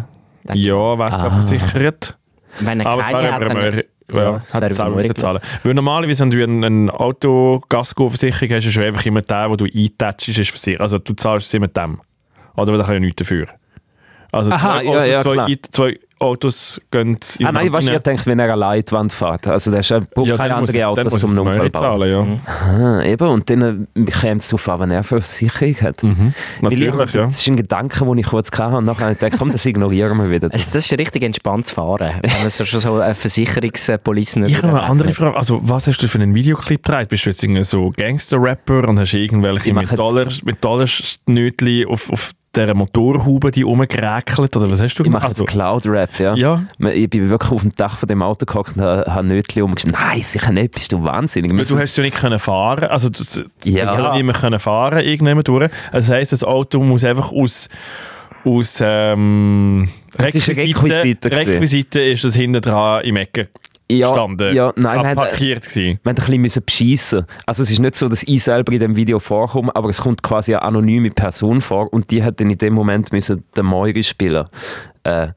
S1: ja, wäre es
S2: Ah.
S1: ah. versichert.
S3: wenn er
S1: Aber es wäre
S3: keine hat,
S1: aber
S3: dann...
S1: mehr. Ja,
S3: wäre
S1: hat es selber
S3: übermorgen.
S1: müssen zahlen. Weil normalerweise, wenn du eine, eine Autogasko-Versicherung hast, ist schon einfach immer der, wo du eintätschst, ist versichert. Also du zahlst es immer dem. Oder da kann ja nichts dafür. Also
S2: Aha,
S1: zwei,
S2: ja,
S1: Autos,
S2: ja,
S1: zwei,
S2: klar.
S1: ein- zwei Autos gehen in
S2: Ah, nein,
S1: Hand
S2: was ich
S1: rein.
S2: denke, wenn er allein die Wand fährt. Also der braucht
S1: ja,
S2: keine
S1: dann muss es-
S2: anderen
S1: dann
S2: Autos
S1: muss es
S2: zum
S1: der Möri
S2: Unfall bauen.
S1: zahlen, ja.
S2: Ah, eben, und dann äh, käme es darauf an, wenn er für Versicherung hat. Weil ich-
S1: Mhm. Natürlich, ja.
S2: Das ist ein Gedanke, den ich kurz hatte und nachher habe ich gedacht, komm, das ignorieren wir wieder.
S3: Es, das ist richtig entspanntes Fahren, wenn man so schon so eine Versicherungspolice nicht
S1: Ich habe noch eine andere
S3: rechnet.
S1: Frage. Also, was hast du für einen Videoclip gedreht? Bist du jetzt irgendwie so Gangster-Rapper und hast irgendwelche
S2: Ich mache
S1: mit Dollar, mit Dollarschnötchen auf, auf dieser Motorhaube die rumgeräkelt? Oder was hast du
S2: Ich mache
S1: gemacht?
S2: jetzt Cloud-Rap, ja.
S1: Also, ja.
S2: Ich bin wirklich auf dem Dach von dem Auto gehockt und habe habe Nötchen umgeschrieben. Nein, sicher nicht, bist du wahnsinnig. Wir
S1: Weil du
S2: sind-
S1: hast ja nicht können fahren. Also, das, das
S2: Ja.
S1: ja nicht mehr können fahren irgendjemand durch. Das heisst, das Auto muss einfach aus, aus ähm,
S2: Es ist eine Requisite gewesen.
S1: Requisite ist das hinten dran im Ecken
S2: ja,
S1: gestanden. Ah,
S2: ja, nein, äh, nein, nein.
S1: parkiert gewesen.
S2: Wir haben ein bisschen müssen beschissen. Also es ist nicht so, dass ich selber in dem Video vorkomme, aber es kommt quasi eine anonyme Person vor und die hat dann in dem Moment müssen den Moiri spielen. Äh,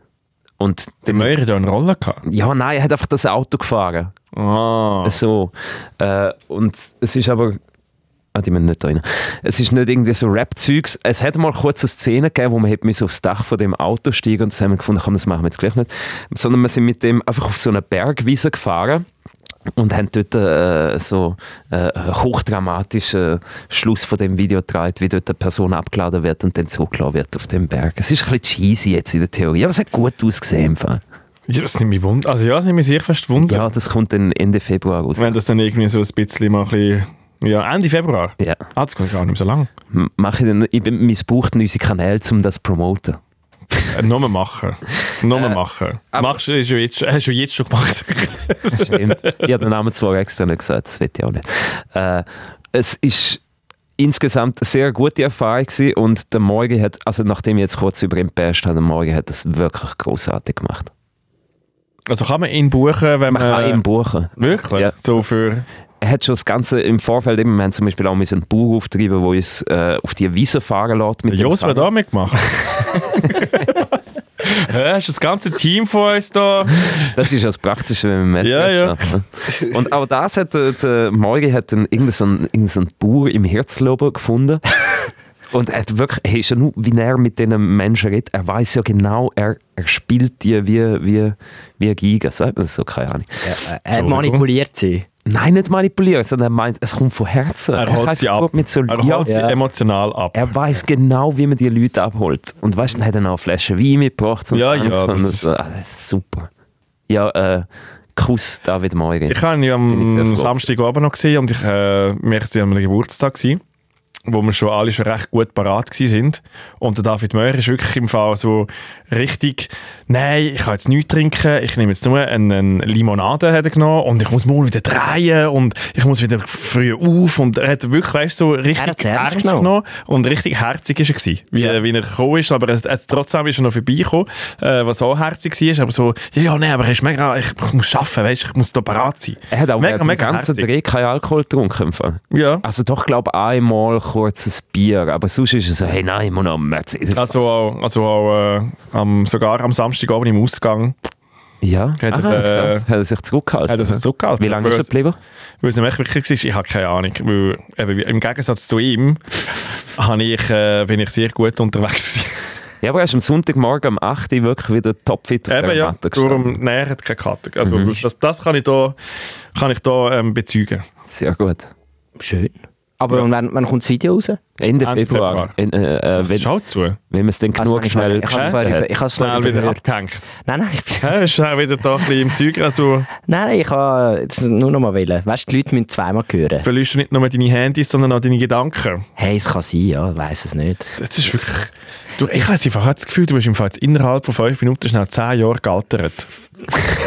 S2: und
S1: Der Möhrer hat ja eine Rolle gehabt.
S2: ja, nein, er hat einfach das Auto gefahren.
S1: Ah.
S2: So. Äh, und es ist aber. Ah, die müssen nicht da rein. Es ist nicht irgendwie so Rap-Zeugs. Es hat mal kurz eine Szene gegeben, wo man hätte müssen aufs Dach von dem Auto steigen und das haben wir gefunden, komm, das machen wir jetzt gleich nicht. Sondern wir sind mit dem einfach auf so eine Bergwiese gefahren und haben dort äh, so äh, einen hochdramatischen Schluss von dem Video gedreht, wie dort eine Person abgeladen wird und dann zurückgeladen wird auf dem Berg. Es ist ein bisschen cheesy jetzt in der Theorie, aber es hat gut ausgesehen im Fall.
S1: Ja, das nimmt mich wunder. Also, ja, das nimmt mich sehr fast wunder.
S2: Ja, das kommt dann Ende Februar raus.
S1: Wenn das dann irgendwie so ein bisschen mal ein bisschen, ja, Ende Februar.
S2: Ja.
S1: Ah, das geht gar nicht mehr so lang.
S2: M- mache ich dann, ich bin- missbraucht unsere Kanäle, um das zu promoten.
S1: Äh, nur mehr machen. Nur
S2: Äh,
S1: mehr machen. Machst du, hast du jetzt, schon- hast du jetzt schon gemacht.
S2: Das stimmt. ich habe den Namen zwar extra nicht gesagt, das will ich auch nicht. Äh, es ist insgesamt eine sehr gute Erfahrung gewesen und der Morgen hat, also nachdem ich jetzt kurz über ihn basht habe, der Morgen hat das wirklich großartig gemacht.
S1: Also kann man ihn buchen, wenn man...
S2: Man kann ihn buchen.
S1: Wirklich?
S2: Ja.
S1: So für...
S2: Er hat schon das Ganze im Vorfeld, eben, wir haben zum Beispiel auch mit einem Bauer auftrieben, der uns äh, auf die Wiese fahren lässt. Mit
S1: Der
S2: dem
S1: Jos wird
S2: Fahrrad.
S1: auch mitmachen. Hä, hast du das ganze Team von uns da?
S2: Das ist ja das Praktische, wenn man
S1: Ja,
S2: Messer
S1: ja.
S2: ja. Und aber das hat der, der Mauri hat dann irgendeinen so einen- irgend so einen Bauer im Herzlober gefunden. Und er hat wirklich, hey, schon nur, wie er mit diesen Menschen redet, er weiß ja genau, er, er spielt die wie, wie, wie ein Giga, sagt man das so, keine Ahnung.
S3: Äh, äh, manipuliert sie.
S2: Nein, nicht manipulieren, sondern er meint, es kommt von Herzen.
S1: Er holt
S2: hat
S1: sie ab.
S2: gut Mit so,
S1: er
S2: ja,
S1: holt sie
S3: Ja.
S1: emotional ab.
S2: er weiß genau, wie man die Leute abholt. Und weißt du, dann hat er noch eine Flasche Wein mitgebracht. Zum
S1: Ja, ja,
S2: Tanken
S1: das
S2: und
S1: ist-
S2: so. Ah, das ist super. Ja, äh, Kuss David Morgen.
S1: Ich habe ihn ja
S2: Bin ich sehr
S1: am
S2: froh.
S1: Samstag oben noch gesehen und ich äh, mir war am Geburtstag gewesen, wo wir schon alle schon recht gut parat gewesen sind und der David Möhr ist wirklich im Fall so richtig nein ich kann jetzt nichts trinken ich nehme jetzt nur eine, eine Limonade hat er genommen und ich muss morgen wieder drehen und ich muss wieder früh auf und er hat wirklich weißt, so
S3: Er hat's
S1: richtig
S3: ernst
S1: ernst
S3: genommen.
S1: genommen. und richtig herzig ist er gewesen, wie, wie er gekommen ist, aber er, er, trotzdem ist er noch vorbeigekommen, äh, was auch herzig war, aber so, ja, ja, nein, aber er ist mega, ich, ich muss arbeiten, weißt, ich muss da parat sein.
S2: Er hat auch
S1: Mega,
S2: während dem
S1: mega
S2: ganzen
S1: herzig.
S2: Dreh keinen Alkohol getrunken. im Fall.
S1: Ja.
S2: Also doch, glaube ich, einmal kurzes Bier. Aber sonst ist es so, hey, nein, ich muss noch einen Mercedes.
S1: Also auch, also auch äh, am, sogar am Samstag oben im Ausgang
S2: ja,
S1: hat er,
S2: Aha,
S1: äh,
S2: krass. hat er sich zurückgehalten.
S1: hat er sich zurückgehalten.
S2: Wie lange ist er
S1: Weil-
S2: geblieben?
S1: Weil es nämlich wirklich war, ich habe keine Ahnung. Weil, eben, wie- Im Gegensatz zu ihm habe ich, äh, bin ich sehr gut unterwegs.
S2: Ja, aber er ist am Sonntagmorgen um 8 Uhr wirklich wieder topfit auf
S1: eben
S2: der
S1: ja,
S2: Matte
S1: darum, nein, er hat keine Karte. Also, das, das kann ich da, kann ich da ähm, bezeugen.
S2: Sehr gut.
S3: Schön. Aber und wann, wann kommt das Video raus? Also,
S2: Ende,
S1: Ende
S2: Februar.
S1: Februar.
S2: In, äh, äh,
S1: Das halt
S2: wenn,
S1: Schau zu.
S2: wenn man es dann
S3: Also,
S2: genug
S3: ich
S2: schnell
S3: habe- ich habe
S2: geschnitten
S3: vorher über-
S2: hat.
S3: Ich habe es vorher
S1: Schnell wieder
S3: überhört.
S1: abgehängt.
S3: Nein, nein, ich bin
S1: Hä, ist schnell wieder da ein bisschen im Zeug. Also
S3: Nein, nein, ich kann jetzt nur noch mal wählen. Weißt du, die Leute müssen zweimal hören.
S1: verlierst du nicht nur deine Handys, sondern auch deine Gedanken.
S3: Hey, es kann sein, ja, ich weiß es nicht.
S1: Das ist wirklich. Du, ich habe jetzt einfach auch das Gefühl, du bist im Fall jetzt innerhalb von fünf Minuten schnell zehn Jahre gealtert.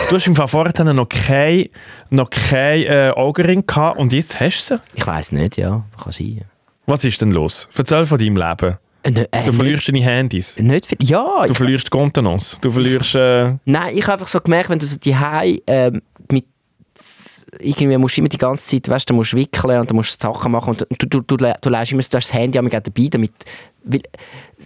S1: Du hast im Fall vorher dann noch kein, noch kein äh, Augenring gehabt und jetzt hast du sie.
S3: Ich weiß nicht, ja, kann sein.
S1: Was ist denn los? Erzähl von deinem Leben.
S3: Äh, ne- äh,
S1: Du verlierst deine Handys.
S3: Nicht viel. Ja,
S1: Du
S3: ich,
S1: verlierst Kontenance. Du verlierst. Äh,
S3: nein, ich habe einfach so gemerkt, wenn du so die ähm, mit irgendwie musst du immer die ganze Zeit, weißt du, musst du wickeln und dann musst du Sachen machen und du, du, du, du, du lässt immer, du hast das Handy immer gerade dabei, damit, weil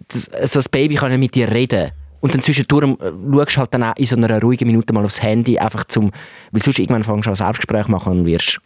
S3: das, so das Baby kann nicht mit dir reden. Und dann zwischendurch äh, schaust du halt dann auch in so einer ruhigen Minute mal aufs Handy, einfach zum, weil sonst irgendwann fängst du an Selbstgespräch machen und wirst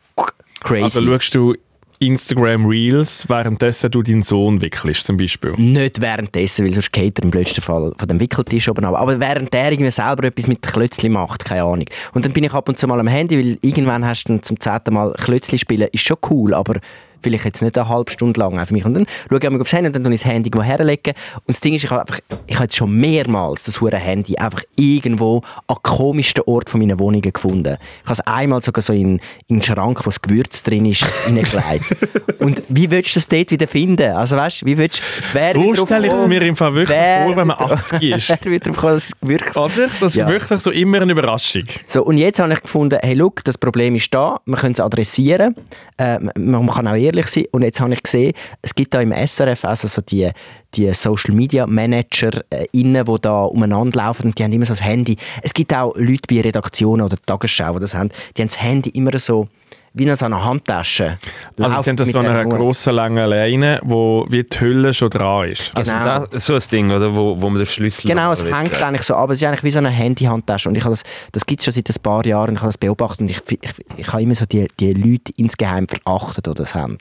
S3: crazy.
S1: also schaust du Instagram Reels, währenddessen du deinen Sohn wickelst, zum Beispiel.
S3: Nicht währenddessen, weil sonst geht er im blödsten Fall von dem Wickeltisch oben ab. Aber während der irgendwie selber etwas mit Klötzli macht, keine Ahnung. Und dann bin ich ab und zu mal am Handy, weil irgendwann hast du dann zum zehnten Mal Klötzli spielen, ist schon cool, aber vielleicht jetzt nicht eine halbe Stunde lang auch für mich. Und dann schaue ich einmal aufs Handy und dann tue ich das Handy irgendwo herlegen. Und das Ding ist, ich habe einfach, ich habe jetzt schon mehrmals das hure Handy einfach irgendwo an komischsten Ort von meiner Wohnung gefunden. Ich habe es einmal sogar so in, in den Schrank, wo das Gewürz drin ist, hineingelegt. und wie willst du das dort wieder finden? Also weißt du, wie willst du, wer
S1: So
S3: wird drauf
S1: stelle ich es
S3: kommen?
S1: mir im Fall wirklich
S3: Wer
S1: vor, wenn man
S3: wird-
S1: 80 ist.
S3: Wer wird drauf kommen, dass es gewürzt
S1: Oder? Das
S3: Ja.
S1: ist wirklich so immer eine Überraschung.
S3: so, und jetzt habe ich gefunden, hey, look, das Problem ist da, wir können es adressieren, äh, man, man kann auch ehrlich sein. Und jetzt habe ich gesehen, es gibt da im SRF also so die, die Social Media Manager äh, innen, die da umeinander laufen und die haben immer so das Handy. Es gibt auch Leute bei Redaktionen oder Tagesschau, die das haben, die haben das Handy immer so wie in so einer Handtasche.
S1: Also
S3: Läuft
S1: sie haben das
S3: mit
S1: so an
S3: der
S1: einer
S3: Uhr.
S1: grossen, langen Leine, wo wie die Hülle schon dran ist.
S2: Also
S3: Genau.
S2: da, so ein Ding, oder, wo, wo man den Schlüssel...
S3: Genau, es
S2: oder-
S3: hängt eigentlich so, aber es ist eigentlich wie so eine Handyhandtasche und ich habe das, das gibt es schon seit ein paar Jahren und ich habe das beobachtet und ich, fi- ich, ich habe immer so die, die Leute insgeheim verachtet, die das haben.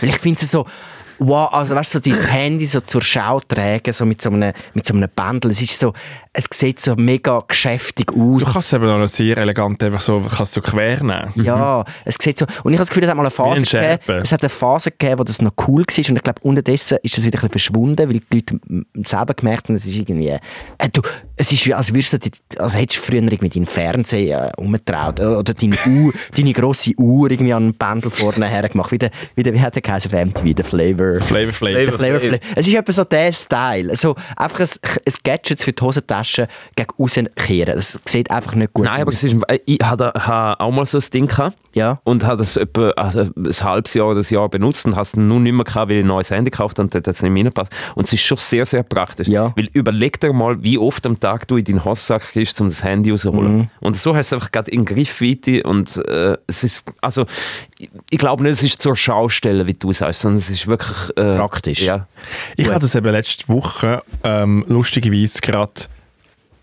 S3: Weil ich finde es so, wow, also weißt du, so dein Handy so zur Schau tragen, so mit so einem, mit so einem Bändel, es ist so, es sieht so mega geschäftig aus.
S1: Du kannst es eben auch noch sehr elegant einfach so, kannst so quer nehmen.
S3: Ja, es sieht so. Und ich habe das Gefühl, es hat mal eine Phase
S1: ein Scherben.
S3: gegeben. Es hat eine Phase gegeben, wo das noch cool war. Und ich glaube, unterdessen ist das wieder ein bisschen verschwunden, weil die Leute m- selber gemerkt haben, es ist irgendwie. Äh, du, es ist wie, als, würdest du, die- als hättest du früher irgendwie deinen Fernseher äh, umgetraut. Äh, Oder deine, Uhr, deine grosse Uhr irgendwie an einem Pendel vorne hergemacht. Wie, der, wie, der, wie hat der Kaiser MTV, der Flavor? Flavor.
S1: Flavor Flavor.
S3: Flavor Flav. Es ist etwa so der Style. Also einfach ein, ein Gadget für die Hosentasche gegen außen kehren. Das sieht einfach nicht gut
S2: Nein, aber
S3: aus.
S2: es ist, äh, ich hatte ha auch mal so ein Ding gehabt
S3: Ja.
S2: und habe das etwa also ein halbes Jahr oder ein Jahr benutzt und habe es nun nicht mehr gehabt, weil ich ein neues Handy gekauft habe und dort hat es nicht mehr reingepasst. Und es ist schon sehr, sehr praktisch.
S3: Ja.
S2: Weil überleg dir mal, wie oft am Tag du in deinen Hosensack gehst, um das Handy rauszuholen.
S3: Mhm.
S2: Und so hast du es einfach gerade in Griffweite und äh, es ist, also ich, ich glaube nicht, es ist zur Schaustelle, wie du sagst, sondern es ist wirklich... äh,
S3: Praktisch.
S2: Ja.
S1: Ich hatte das eben letzte Woche ähm, lustigerweise gerade,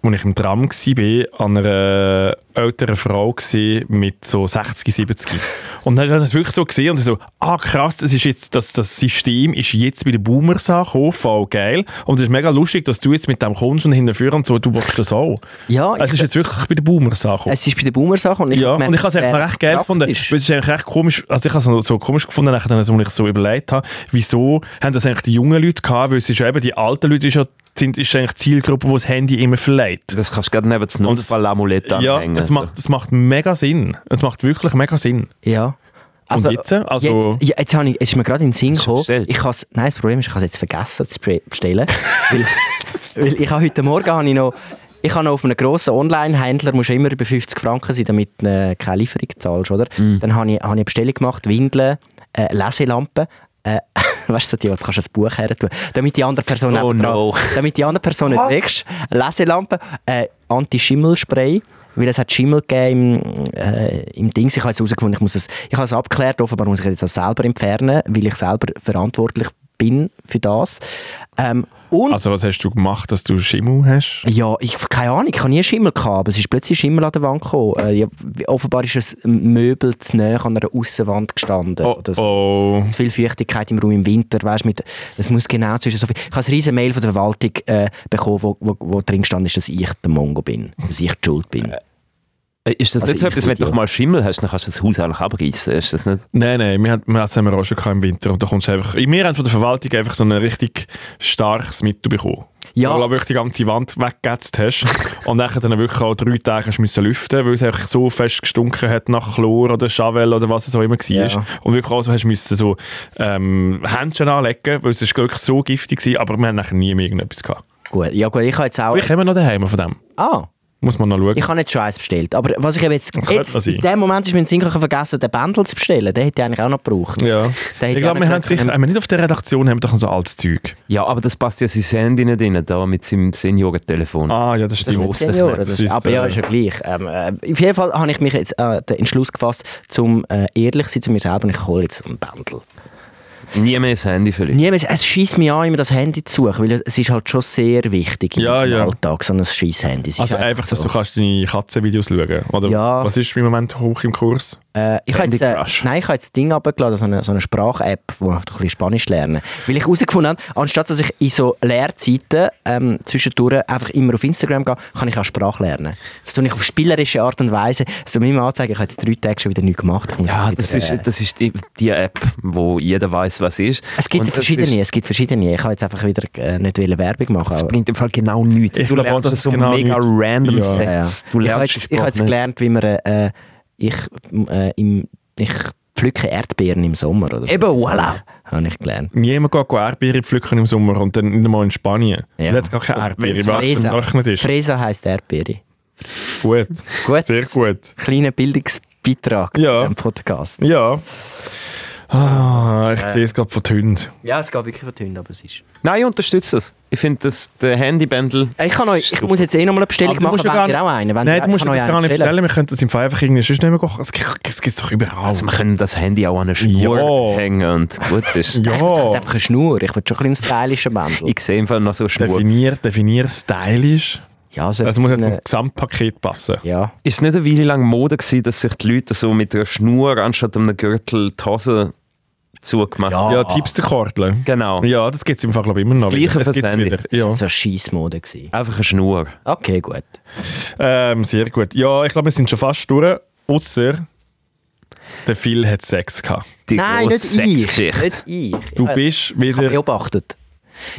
S1: als ich im Tram war, an einer älteren Frau gewesen, mit so 60, 70. Und dann hat ich wirklich so gesehen und sie so, ah krass, das, ist jetzt, das, das System ist jetzt bei den Boomers angekommen, voll geil. Und es ist mega lustig, dass du jetzt mit dem kommst und hinterführst und so, du willst das auch. Also,
S3: Ja,
S1: Es
S3: ich-
S1: ist jetzt wirklich bei den Boomers angekommen.
S3: Es ist bei der Boomer-Sache und ich
S1: Ja,
S3: merke,
S1: und ich habe es
S3: dass
S1: einfach
S3: der
S1: recht geil gefunden. Weil
S3: praktisch-
S1: es ist eigentlich recht komisch, also ich habe es noch so komisch gefunden, nachher, dann, als ich so überlegt habe, wieso haben das eigentlich die jungen Leute gehabt, weil es ist ja eben, die alten Leute ist ja, sind ist eigentlich die Zielgruppe, die das Handy immer verleiht.
S2: Das kannst du gerade neben das Notfallamulett
S1: Ja,
S2: anhängen. also.
S1: es macht, es macht mega Sinn. Es macht wirklich mega Sinn.
S3: Ja.
S1: Und jetzt? Also-
S3: jetzt, ja, jetzt habe ich, es ist mir gerade in den Sinn gekommen.
S2: bestellt?
S3: Ich has, nein, das Problem ist, ich habe es jetzt vergessen zu pre- bestellen. weil, weil ich habe heute Morgen habe ich noch, ich habe noch auf einem grossen Online-Händler, musst du immer über 50 Franken sein, damit du äh, keine Lieferung zahlst, oder?
S1: Mhm.
S3: Dann habe ich, habe ich eine Bestellung gemacht, Windeln, äh, Leselampen. Äh, weißt du, die, wo du kannst ein Buch her tun. Damit die andere Person
S2: Oh
S3: nebendran-
S2: no.
S3: damit die andere Person nicht wächst. Leselampe, äh, Anti-Schimmel-Spray, weil es hat Schimmel gegeben im, äh, im Dings. Ich habe es herausgefunden, ich, muss es, ich habe es abgeklärt, offenbar muss ich jetzt das selber entfernen, weil ich selber verantwortlich bin für das. Ähm, und
S1: Also was hast du gemacht, dass du Schimmel hast?
S3: ja, ich keine Ahnung, ich habe nie Schimmel gehabt, aber es ist plötzlich Schimmel an der Wand gekommen. Äh, ja, offenbar ist ein Möbel zu nah an einer Außenwand gestanden.
S1: Oh,
S3: oder so
S1: oh.
S3: zu viel Feuchtigkeit im Raum im Winter, weißt, mit, es muss genau zwischen so viel. Ich habe eine riesen Mail von der Verwaltung äh, bekommen, wo, wo, wo drin stand, ist, dass ich der Mongo bin, dass ich die Schuld bin.
S2: Äh, Ist das
S3: Also
S2: nicht so
S3: ich
S2: etwas, wenn
S3: würd
S2: du
S3: ja.
S2: mal Schimmel hast, dann kannst du das Haus einfach abreißen? Ist das nicht?
S1: Nein, nein, wir hatten wir hatten es auch schon gehabt im Winter und da kommst du einfach... Wir haben von der Verwaltung einfach so ein richtig starkes Mittel bekommen.
S3: Ja.
S1: Wo du wirklich die ganze Wand weggehetzt hast und nachher dann wirklich auch drei Tage hast müssen lüften weil es einfach so fest gestunken hat nach Chlor oder Chavel oder was es auch immer war.
S3: Ja.
S1: Und wirklich auch so hast du müssen so ähm, Händchen anlegen, weil es ist wirklich so giftig war, aber wir haben nachher nie mehr irgendetwas gehabt.
S3: Gut, ja gut, ich habe jetzt auch.
S1: Vielleicht haben wir noch daheim von dem.
S3: ah,
S1: Muss man noch schauen.
S3: ich habe nicht Scheiß bestellt, aber was ich eben jetzt,
S1: Das könnte
S3: jetzt
S1: man sein.
S3: in dem Moment ist mein Sinn gekommen, vergessen, den Bändel zu bestellen. Den hätte ich eigentlich auch noch gebraucht.
S1: ja.
S3: Der hätte
S1: Ich glaube,
S3: gerne
S1: wir haben
S3: können-
S1: sicher, haben wir nicht auf der Redaktion haben wir doch so altes Zeug.
S2: Ja, aber das passt ja sein Handy nicht rein, da mit seinem Seniorentelefon.
S1: Ah, ja, das
S3: Das ist
S1: stimmt.
S3: nicht zehn Jahre, das
S1: Das
S3: ist,
S1: ist,
S3: aber ja, ist ja gleich. Ähm, äh, auf jeden Fall habe ich mich jetzt äh, den Entschluss gefasst, um äh, ehrlich zu sein zu mir selber und ich hole jetzt einen Bändel.
S2: Nie mehr das Handy vielleicht.
S3: Niemals, es schießt mich an, immer das Handy zu suchen, weil es ist halt schon sehr wichtig im
S1: Ja, ja.
S3: Alltag, so ein scheiß Handy. Es ist
S1: Also einfach, dass du kannst deine Katzenvideos schauen oder
S3: Ja.
S1: Was ist im Moment hoch im Kurs?
S3: Äh, ich habe
S2: Candy
S3: jetzt, äh,
S2: Crush.
S3: nein, ich habe jetzt ein Ding abgeladen, so eine, so eine Sprach-App, wo ich ein bisschen Spanisch lerne. Weil ich herausgefunden habe, anstatt dass ich in so Lehrzeiten ähm, zwischendurch einfach immer auf Instagram gehe, kann ich auch Sprache lernen. Das tue ich auf spielerische Art und Weise. Das tue ich mir anzeigen, ich habe jetzt drei Tage schon wieder nichts gemacht. Ich muss
S2: Ja, das
S3: jetzt wieder, äh,
S2: ist, das ist die, die App, wo jeder weiß, was ist.
S3: es gibt
S2: Und das
S3: verschiedene,
S2: Ist,
S3: es gibt verschiedene. Ich habe jetzt einfach wieder äh, nicht wollen Werbung machen.
S2: das
S3: aber-
S2: bringt im Fall genau nichts.
S1: Ich
S2: du
S1: glaub auch,
S2: lernst
S1: dass es
S2: so
S1: genau
S2: mega
S1: nichts-
S2: random
S1: Ja.
S3: Ja,
S2: Sets.
S3: ja.
S2: Du
S3: ich habe
S2: lernst
S3: jetzt, ich habe
S2: überhaupt
S3: jetzt
S2: nicht.
S3: gelernt, wie man äh, ich, äh, im, ich pflücke Erdbeeren im Sommer. Oder so.
S2: Eben, voilà.
S3: Habe ich gelernt.
S1: Niemand geht go Erdbeere pflücken im Sommer und dann nicht mal in Spanien.
S3: Ja.
S1: Ja. Jetzt gar keine Erdbeere, was
S3: Fresa.
S1: im Rechnet ist.
S3: Fresa heisst Erdbeere.
S1: Gut,
S3: Gut.
S1: sehr gut.
S3: Kleiner Bildungsbeitrag
S1: Ja.
S3: im Podcast.
S1: Ja. Ah, ich sehe es gerade von den Hunden.
S3: Ja, es geht wirklich vertönt, aber es ist.
S2: Nein, ich unterstütze das. Ich finde, dass der Handybändel.
S3: Äh, Ich, kann euch, ich muss jetzt eh nochmal eine Bestellung
S1: Aber du
S3: machen,
S1: musst ja gar
S3: wenn ihr auch einen wenn
S1: Nein,
S3: ihr-
S1: du musst
S3: ich kann
S1: das
S3: euch
S1: gar
S3: einen
S1: nicht bestellen. Wir könnten das im Fall einfach irgendwie sonst nicht mehr kochen. Es gibt es gibt's doch überall.
S2: Also, wir können das Handy auch an eine Schnur
S1: Ja.
S2: hängen und gut ist.
S3: Ich will
S1: ja,
S3: einfach eine Schnur. Ich will schon ein bisschen einen stylischen Bändel.
S2: Ich sehe im Fall noch so eine Schnur.
S1: definier, definier stylisch.
S3: Ja, so
S1: Es Also, muss jetzt
S3: eine-
S1: zum Gesamtpaket passen.
S3: Ja.
S2: Ist es nicht eine Weile lang Mode gewesen, dass sich die Leute so mit einer Schnur anstatt einem Gürtel die Hose zugemacht haben?
S1: Ja, Tipps der Kordel.
S2: Genau.
S1: Ja, das gibt es im Fall glaub ich, immer noch.
S2: Gleiche
S1: wieder.
S2: fürs
S1: gibt's
S2: Handy.
S1: wieder. Ja.
S3: Das war eine Scheissmode. gewesen.
S2: Einfach eine Schnur.
S3: Okay, gut.
S1: Ähm, sehr gut. Ja, ich glaube, wir sind schon fast durch. Ausser, der Phil hat Sex gehabt.
S2: Die
S3: Nein,
S2: grosse
S3: nicht ich.
S2: Sexgeschichte.
S3: Nicht ich.
S1: Oh, Du
S3: Ja,
S1: bist
S3: ich habe
S1: wieder.
S3: beobachtet.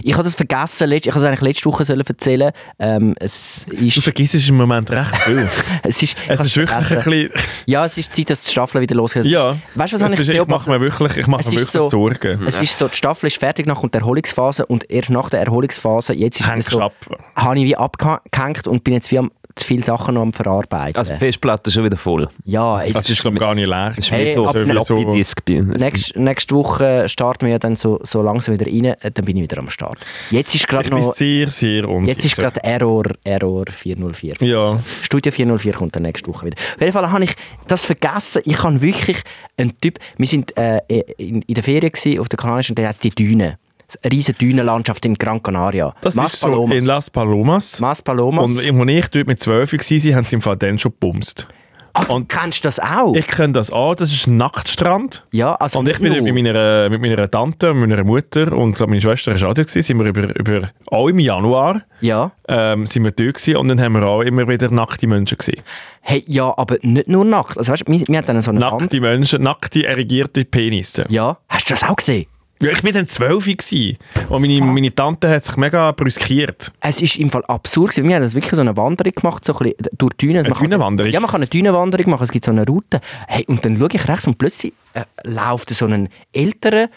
S3: Ich habe das vergessen, letzt- ich habe es eigentlich letzte Woche sollen erzählen ähm, es
S1: Du
S3: ist,
S1: vergisst es im Moment recht viel.
S3: es ist, ich
S1: Also, es
S3: hab's
S1: ist wirklich
S3: vergessen.
S1: ein bisschen...
S3: Ja, es ist Zeit, dass die Staffel wieder losgeht.
S1: Ja.
S3: Weißt du, was
S1: Es
S3: habe ich
S1: ist- ich mache
S3: beobachtet?
S1: mir wirklich, ich mache
S3: Es
S1: mir
S3: ist
S1: wirklich
S3: so-
S1: Sorgen.
S3: Es ist so, die Staffel ist fertig, nach kommt die Erholungsphase und erst nach der Erholungsphase, jetzt ist es
S1: Hängst
S3: so,
S1: ab. Also,
S3: habe ich wie abgehängt und bin jetzt wie am zu viele Sachen noch am Verarbeiten.
S2: Also die Festplatte ist schon wieder voll.
S3: ja,
S1: Das
S3: jetzt,
S1: ist, glaube ich, gar nicht leer.
S2: Es ist
S3: Hey,
S2: wie so
S3: ab-
S2: ein Floppy Disk.
S3: nächst, nächste Woche starten wir ja dann so, so langsam wieder rein, äh, dann bin ich wieder am Start. Jetzt ist gerade
S1: Ich bin
S3: noch,
S1: sehr, sehr unsicher.
S3: jetzt ist gerade Error, Error 404.
S1: Ja.
S3: Studio 404 kommt dann nächste Woche wieder. Auf jeden Fall habe ich das vergessen. Ich habe wirklich einen Typ. Wir sind äh, in, in der Ferien gewesen, auf der Kanarischen und da hat die Düne. Eine riesige Dünenlandschaft in Gran Canaria.
S1: Das
S3: Mas
S1: ist so
S3: Palomas.
S1: in Las Palomas.
S3: Mas Palomas. Oh.
S1: Und als ich dort mit 12 war, haben sie im Fall dann schon gebumst.
S3: Ach,
S1: und-
S3: kennst Ah, du das auch?
S1: Ich kenne das auch, das ist ein Nacktstrand.
S3: ja, also
S1: Und ich bin
S3: nur.
S1: dort mit meiner, mit meiner Tante, und meiner Mutter und glaub, meine Schwester war auch dort, gewesen, sind wir über, über, auch im Januar
S3: Ja.
S1: ähm, sind wir dort gewesen, und dann haben wir auch immer wieder nackte Menschen gesehen.
S3: Hey, ja, aber nicht nur nackt. Also weißt du, wir, wir hatten dann so eine Hand.
S1: Nackte Menschen, nackte, erigierte Penisse.
S3: Ja. Hast du das auch gesehen?
S1: Ja, ich war dann 12 gewesen, und meine, meine Tante hat sich mega brüskiert.
S3: Es ist im Fall absurd. gewesen. Wir haben das wirklich so eine Wanderung gemacht, so ein bisschen durch die Dünen.
S1: Eine
S3: Man kann-
S1: Dünenwanderung?
S3: Ja, man kann eine Dünenwanderung machen, es gibt so eine Route. Hey, und dann schaue ich rechts und plötzlich äh, läuft so ein älterer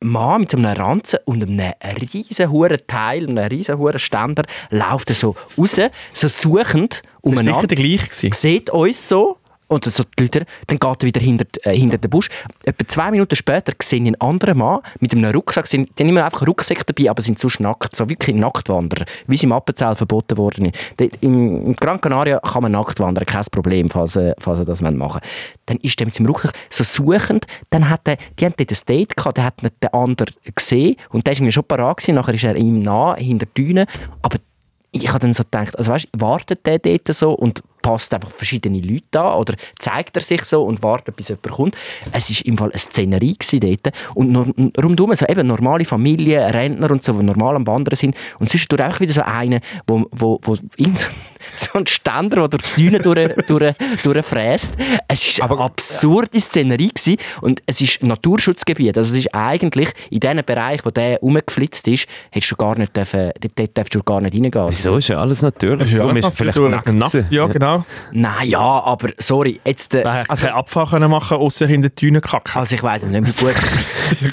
S3: Mann mit so einem Ranzen und einem riesen hohen Teil, einem riesen hohen Ständer, läuft er so raus, so suchend um
S1: Das war sicher
S3: umeinander
S1: der gleiche. gewesen.
S3: sieht uns so und so die Leute, dann geht er wieder hinter, äh, hinter den Busch. Etwa zwei Minuten später sehe ich einen anderen Mann mit einem Rucksack. Sie haben immer einfach einen Rucksack dabei, aber sind sonst nackt. So wirklich Nacktwanderer, wie es im Appenzell verboten worden ist. Dort Im im Gran Canaria kann man nackt wandern, kein Problem, falls, äh, falls er das machen wollen. Dann ist der mit seinem Rucksack so suchend. Dann hat er, die haben dort ein Date gehabt, dann hat man den anderen gesehen und der war mir schon parat. gewesen. Nachher ist er ihm nah, hinter die Dünen. Aber ich habe dann so gedacht, also weißt, wartet der dort so und passt einfach verschiedene Leute an oder zeigt er sich so und wartet, bis jemand kommt. Es war im Fall eine Szenerie gewesen dort und nor- n- rundum so eben normale Familien, Rentner und so, die normal am Wandern sind und zwischendurch auch wieder so einen, wo, wo, wo irgend so- so ein Ständer, der durch die Dünen durch, durch, durchfräst. Es war eine absurde Szenerie gewesen und es ist Naturschutzgebiet, also es ist eigentlich in diesem Bereich, wo der rumgeflitzt ist, hättest du gar nicht dürfen, dort, dort darfst du gar nicht reingehen.
S2: Wieso ist ja alles
S1: Das
S2: natürlich?
S1: ist ja
S2: Darum
S1: alles
S2: ist vielleicht
S1: durch-
S2: nackt
S1: nackt.
S2: gewesen. Also-
S1: Ja, genau.
S3: Nein, ja, aber sorry, jetzt der.
S1: Da hätte ich keinen Abfall können machen außer hinter die Dünen kacken.
S3: Also ich weiß nicht, wie gut.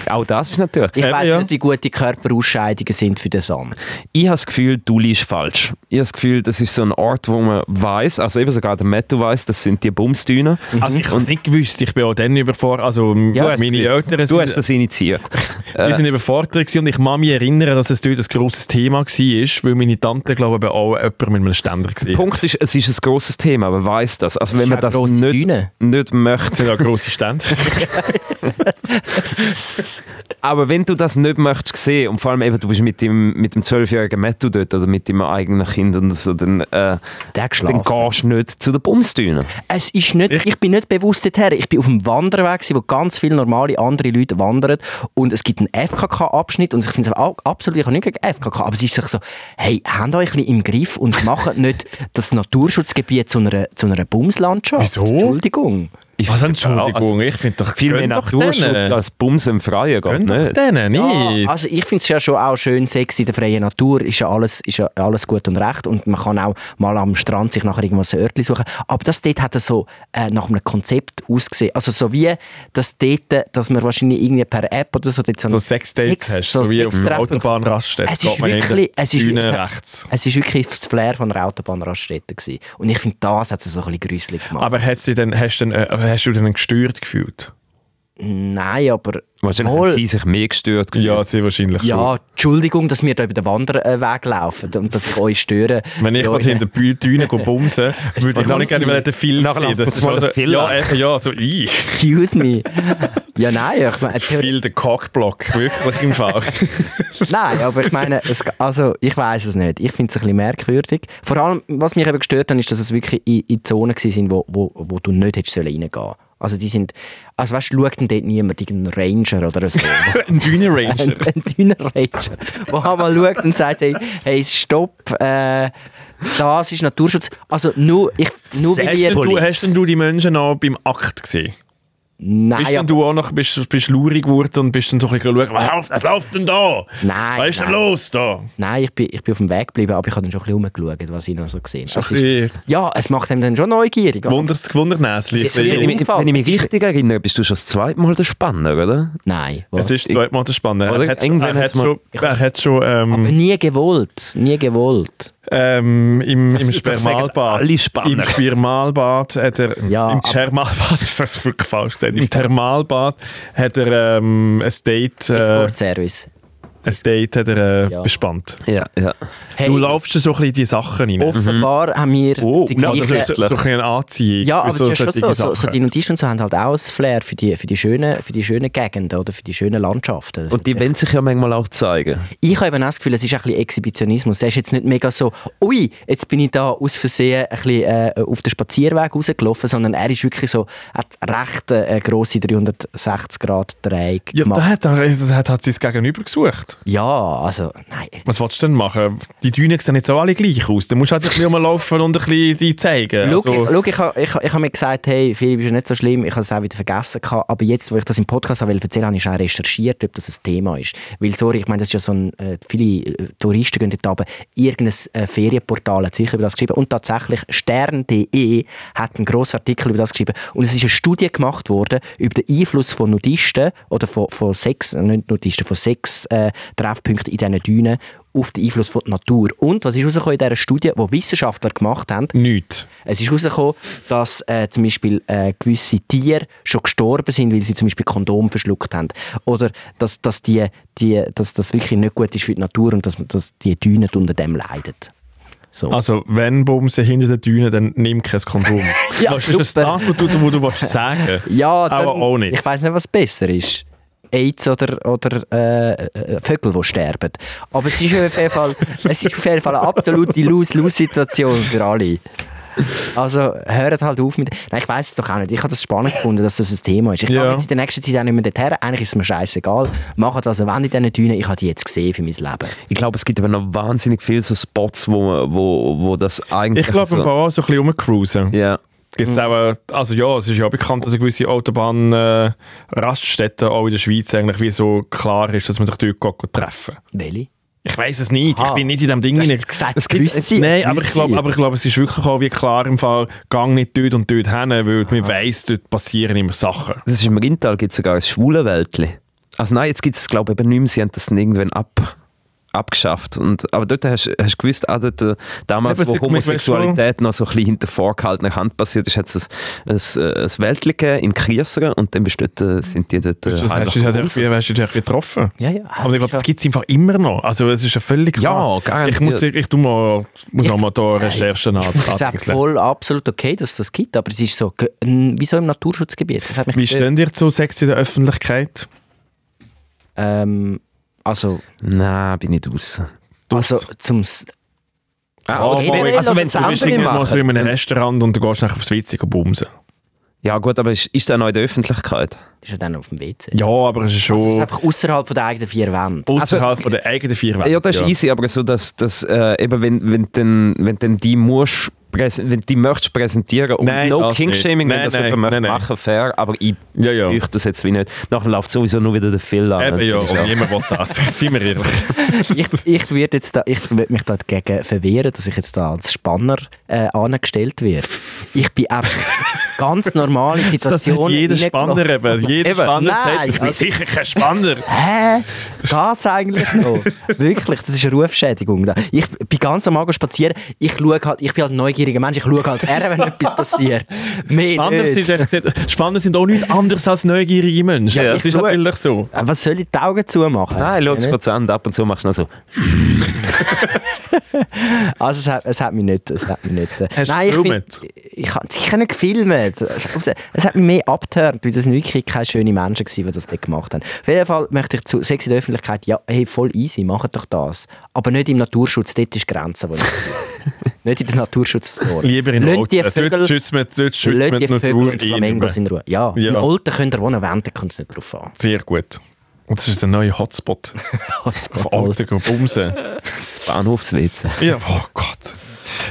S2: Auch das ist natürlich.
S3: Ich
S1: Eben,
S3: weiß
S1: ja.
S3: nicht, wie gut die Körperausscheidungen sind für den Sam.
S2: ich habe das Gefühl, du liegst falsch. Ich habe das Gefühl, das ist so ein Ort, wo man weiß, also eben sogar der Matto weiß, das sind die Bumsdünen.
S1: Also ich habe es nicht gewusst, ich bin auch dann überfordert, also
S3: Ja,
S1: meine Eltern
S2: Mhm. Du hast
S1: sind,
S2: das initiiert. Äh.
S1: die sind überfordert gewesen und ich kann mich erinnern, dass es dort ein grosses Thema war, weil meine Tante, glaube ich, auch jemand mit einem Ständer
S2: Der
S1: gesehen
S2: Punkt ist, es ist ein grosses Thema, aber weiß das. Also wenn
S3: ist
S2: man
S3: auch
S2: das
S3: grosse
S2: nicht,
S3: Düne.
S2: nicht möchte,
S1: sind ja grosse Stände.
S2: aber wenn du das nicht möchtest sehen und vor allem eben, du bist mit dem mit dem zwölfjährigen Matto dort oder mit deinem eigenen Kind und so, dann, äh,
S3: Der hat
S2: dann
S3: geschlafen.
S2: gehst du nicht zu den Bumsdünen.
S3: Es ist nicht, ich,
S1: Ich-
S3: bin nicht bewusst dorthin. Ich bin auf einem Wanderweg, gewesen, wo ganz viele normale andere Leute wandern. Und es gibt einen FKK-Abschnitt. Und ich finde es auch absolut, ich habe nichts gegen FKK. Aber es ist sich so, hey, habt euch ein bisschen im Griff und macht nicht das Naturschutzgebiet zu einer, zu einer Bumslandschaft.
S1: Wieso?
S3: Entschuldigung.
S1: Was, Entschuldigung, ich finde doch,
S2: also Viel mehr
S1: gönn doch
S2: Naturschutz
S1: denen.
S2: als Bums im Freien geht
S1: Gönn doch
S2: nicht.
S1: denen,
S3: Ja,
S1: nicht.
S3: also ich finde es ja schon auch schön, Sex in der freien Natur ist ja alles, ist ja alles gut und recht und man kann auch mal am Strand sich nachher irgendwas ein Örtchen suchen. Aber das dort hat so äh, nach einem Konzept ausgesehen. Also so wie das dort, äh, dass man wahrscheinlich irgendwie per App oder so dort
S1: so Sexdates hast, so, wie auf
S3: Sextreffen-
S1: der Autobahnraststätte.
S3: Es ist
S1: Geht man hinter
S3: wirklich-
S1: die
S3: es ist-
S1: Dünen
S3: es hat-
S1: rechts.
S3: Es ist wirklich das Flair von einer Autobahnraststätte gewesen. Und ich finde, das hat es so ein bisschen gruselig gemacht.
S1: Aber hat's dich denn, hast, du denn, äh, hast du denn gestört gefühlt?
S3: Nein, aber...
S2: Wahrscheinlich
S3: Mal-
S2: haben sie sich mehr gestört.
S1: Ja, sehr wahrscheinlich
S3: ja, Entschuldigung, dass wir da über den Wanderweg laufen und dass ich euch störe.
S1: schon. Wenn ich
S3: Ja,
S1: ja, hinter die Dünen gehe bumsen würde, ich
S2: doch
S1: auch nicht gerne
S2: langsam-
S1: mal den Film
S2: Nachher
S1: sehen.
S2: läuft jetzt mal der Film
S1: ja,
S2: an.
S1: eben, ja, so ich.
S3: Excuse me. Ja, nein, ich meine,
S1: Ich Viel der Cockblock, wirklich im Fall.
S3: nein, aber ich meine, es, also ich weiß es nicht. Ich finde es ein bisschen merkwürdig. Vor allem, was mich eben gestört hat, ist, dass es wirklich in, in Zonen gewesen sind, wo, wo, wo du nicht hättest sollen reingehen sollen. Also die sind, also weißt du, schaut denn dort niemand, irgendein Ranger oder so.
S1: Ein Dünenranger.
S3: ein, ein dünner Ranger, der einmal schaut und sagt, hey, hey stopp, äh, das ist Naturschutz. Also nur, ich, nur weil
S1: hast, denn
S3: wir...
S1: du, hast denn du die Menschen auch beim Akt gesehen?
S3: Nein,
S1: Bist denn
S3: aber-
S1: du auch noch bist, bist lurig geworden und bist dann so ein bisschen schauen, was läuft, was läuft denn da?
S3: Nein,
S1: Was ist denn
S3: nein.
S1: los da?
S3: Nein, ich bin, ich bin auf dem Weg geblieben, aber ich habe dann schon ein bisschen rumgeschaut, was ich noch so gesehen habe.
S1: ein
S3: Es ist-
S1: bisschen-
S3: Ja, es macht einem dann schon neugierig. aber-
S1: Wunders, Gewundernäsli.
S3: Es ist wie-
S2: Wenn ich,
S3: Unfall.
S2: wenn ich mich
S3: Es ist-
S2: richtig erinnere, bist du schon das zweite Mal der Spanner, oder?
S3: Nein.
S1: Es
S3: was?
S1: ist zweimal das Spannende.
S2: Oder?
S1: Er hat,
S2: Irgendwann
S1: er
S2: hat's
S1: hat
S2: mal-
S1: schon, er hat schon ähm,
S3: Nie gewollt. Nie gewollt.
S1: ähm, im, im
S2: das sagen
S1: Spermalbad.
S2: alle Spanner.
S1: Im Spermalbad hat er.
S3: Ja,
S1: Im
S3: aber-
S1: Thermalbad, das hast du wirklich falsch gesagt. Im Thermalbad hat er ähm, ein Date, äh,
S3: Escort-Service.
S1: ein Date hat er, äh,
S3: Ja.
S1: bespannt.
S2: Ja, ja.
S3: Hey,
S1: Du laufst so ein bisschen in die Sachen rein.
S3: offenbar haben wir
S2: Oh,
S3: die
S2: na,
S1: Also,
S2: Ich-
S1: das ist so ein bisschen eine Anziehung.
S3: Ja, aber
S1: für
S3: es ist ja schon so,
S1: solche
S3: so, so
S1: Sachen.
S3: die Nudisten und so haben halt auch ein Flair für die, für die schönen für die schöne Gegenden oder für die schönen Landschaften.
S2: Und die wollen sich ja manchmal auch zeigen.
S3: ich habe eben auch das Gefühl, es ist ein bisschen Exhibitionismus. Der ist jetzt nicht mega so, ui, jetzt bin ich da aus Versehen ein bisschen äh, auf den Spazierweg rausgelaufen, sondern er ist wirklich so, hat recht äh, eine grosse 360-Grad-Dreieck
S1: Ja,
S3: gemacht.
S1: da hat, er, da hat, hat sein Gegenüber gesucht.
S3: Ja, also, nein.
S1: Was willst du denn machen? Die Dünen sehen jetzt auch alle gleich aus. Dann musst du halt ein bisschen rumlaufen und ein bisschen die zeigen.
S3: Schau, ich,
S1: also,
S3: schau, ich, ha- ich, ha- ich habe mir gesagt, hey, Philipp ist ja nicht so schlimm, ich habe es auch wieder vergessen. Gehabt, aber jetzt, wo ich das im Podcast habe, erzählen habe ich auch recherchiert, ob das ein Thema ist. Weil, sorry, ich meine, das ist ja so ein, äh, viele äh, Touristen gehen dort runter. Irgendein äh, Ferienportal hat sicher über das geschrieben. Und tatsächlich, stern.de hat einen grossen Artikel über das geschrieben. Und es ist eine Studie gemacht worden über den Einfluss von Nudisten oder von, von sechs, äh, nicht Nudisten, von sechs äh, Treffpunkten in diesen Dünen auf den Einfluss von der Natur. Und was ist rausgekommen in dieser Studie, die Wissenschaftler gemacht haben?
S1: nichts.
S3: Es ist herausgekommen, dass äh, zum Beispiel äh, gewisse Tiere schon gestorben sind, weil sie zum Beispiel Kondom verschluckt haben. Oder dass, dass, die, die, dass das wirklich nicht gut ist für die Natur und dass, dass die Dünen unter dem leiden. So.
S1: Also, wenn Bumse hinter den Dünen, dann nimm kein Kondom.
S3: Ja,
S1: Was ist das,
S3: super.
S1: das, was du, was du willst sagen
S3: ja,
S1: aber auch nicht.
S3: Ich weiß nicht, was besser ist. AIDS oder, oder äh, äh, Vögel, die sterben. Aber es ist auf jeden Fall, es ist auf jeden Fall eine absolute Lose-Lose-Situation für alle. Also hört halt auf mit... Nein, ich weiß es doch auch nicht. Ich habe das spannend gefunden, dass das ein Thema ist. Ich
S1: Ja.
S3: gehe jetzt in der nächsten Zeit auch nicht mehr dorthin. Eigentlich ist es mir scheißegal. Macht was ihr wollt in diesen Dünen. Ich habe die jetzt gesehen für mein Leben.
S2: Ich glaube, es gibt aber noch wahnsinnig viele so Spots, wo, man- wo, wo das eigentlich.
S1: Ich glaube,
S3: Also-
S1: man
S2: so,
S1: kann auch so ein bisschen rumcruisen.
S2: Ja.
S1: Gibt's
S3: Mhm.
S1: auch, äh, also ja, es ist ja bekannt, dass gewisse Autobahn-Raststätten auch in der Schweiz eigentlich wie so klar ist, dass man sich dort geht treffen kann.
S3: Welche?
S1: Ich weiß es nicht, ich
S3: Aha.
S1: bin nicht in dem Ding
S3: hast
S1: hinein.
S3: jetzt gesagt,
S1: Es gibt-
S3: gewisse-
S1: Nein, aber ich
S3: gewisse.
S1: glaube, aber ich glaube, es ist wirklich auch wie klar im Fall, gang nicht dort und dort hin, weil man weiss, dort passieren immer Sachen.
S2: Das ist im Rintal gibt es sogar ein Schwulenwäldchen. Also nein, jetzt gibt es glaube ich eben nicht mehr. Sie haben das dann irgendwann ab, abgeschafft. Und, aber dort hast hast du gewusst, auch dort, äh, damals,
S1: Eben,
S2: wo
S1: sie-
S2: Homosexualität noch so ein bisschen hinter vorgehaltener Hand passiert ist, hat es ein, ein, ein Wäldchen gegeben in Kriesseren und dann bist du dort, äh, sind die dort äh,
S1: Das
S2: heimlich
S1: hast du
S2: raus.
S1: natürlich hast du dich getroffen.
S3: Ja, ja.
S1: Aber ich glaube, das gibt es einfach immer noch. Also es ist ja völlig
S2: Ja,
S1: klar.
S2: garantiert.
S1: Ich muss, ich, ich tu mal, muss auch mal da Recherchen an.
S3: Ich sage voll absolut okay, dass das gibt, aber es ist so, ge- n- wie so im Naturschutzgebiet. Das hat mich
S1: Wie
S3: gestört.
S1: stehen dir zu Sex in der Öffentlichkeit?
S3: Ähm, also,
S2: Nein, bin ich draußen.
S3: also zum S-
S2: Ah,
S3: Oh,
S2: okay.
S3: moin.
S2: wenn- also wenn es
S1: du bist
S2: andere
S1: irgendwie noch so
S2: machen.
S1: in einem Restaurant und du gehst nachher aufs WC bumsen.
S2: Ja gut, aber ist, ist der noch in der Öffentlichkeit?
S3: ist ja dann auf dem WC.
S1: Ja, aber es ist Also, schon
S3: Das ist
S1: also,
S3: einfach außerhalb von der eigenen vier Wände.
S1: außerhalb von der eigenen vier Wände.
S2: Ja, das ist easy, aber so, dass, dass äh, eben, wenn, wenn, denn, wenn denn die musst, präsen- wenn die möchtest präsentieren und
S1: Nein,
S2: no
S1: das
S2: King-Shaming,
S1: nicht.
S2: wenn
S1: Nein,
S2: das
S1: nein,
S2: jemand möchte
S1: nein, nein.
S2: machen, fair, aber ich
S1: Ja, ja.
S2: bräuchte das jetzt wie nicht. Nachher läuft sowieso nur wieder der Phil an.
S1: Eben, ja,
S2: Das ist
S1: und niemand will das. Seien wir ehrlich.
S3: Also, ich ich würde jetzt da, ich würde mich da dagegen verwehren, dass ich jetzt da als Spanner äh, angestellt werde. Ich bin einfach ganz normale
S1: Das
S3: Situationen.
S1: hat jeder
S3: reingelaufen.
S1: Spanner eben. Jeder
S3: Eben.
S1: Spanner sagt,
S3: Nein,
S1: ich bin
S3: also-
S1: sicher kein Spanner.
S3: Hä? Geht's eigentlich noch? Wirklich, das ist eine Rufschädigung. da. Ich bin ganz am Morgen spazieren, ich, schaue halt, ich bin halt ein neugieriger Mensch, ich schaue halt her, wenn etwas passiert. Mehr
S1: Spanner
S3: nicht.
S1: sind, echt- Spanner sind auch nichts anderes als neugierige Menschen.
S3: Ja,
S1: das
S3: ich
S1: ist
S3: schau-
S1: natürlich so.
S3: Aber was soll ich die Augen zumachen?
S2: Nein, schau es kurz an, ab und zu machst du noch so.
S3: Also es hat, es hat mich nicht... Es hat mich nicht äh,
S1: Hast du
S3: nein, ich
S1: gefilmt?
S3: find- Ich habe sicher nicht gefilmt. Es, es hat mich mehr abgeturnt, weil das sind wirklich keine schönen Menschen waren, die das dort gemacht haben. Auf jeden Fall möchte ich zu Sex in der Öffentlichkeit, ja, hey, voll easy, macht doch das. Aber nicht im Naturschutz, dort ist die Grenze. Wo ich nicht in der Naturschutzzone.
S1: Lieber in
S3: Lasst die
S1: Olten. Dort
S3: Vögel...
S1: schützt man, dort schützt
S3: Lass
S1: man
S3: die
S1: die
S3: Vögel
S1: Natur
S3: und
S1: in.
S3: Flamingos in Ruhe. Ja,
S1: Ja.
S3: in Olten könnt ihr wohnen, wenden, kommt es nicht drauf an.
S1: Sehr gut. Und das ist der neue Hotspot. Auf Alten gehen bumsen.
S2: Das Bahnhofswitz.
S1: Ja, oh Gott.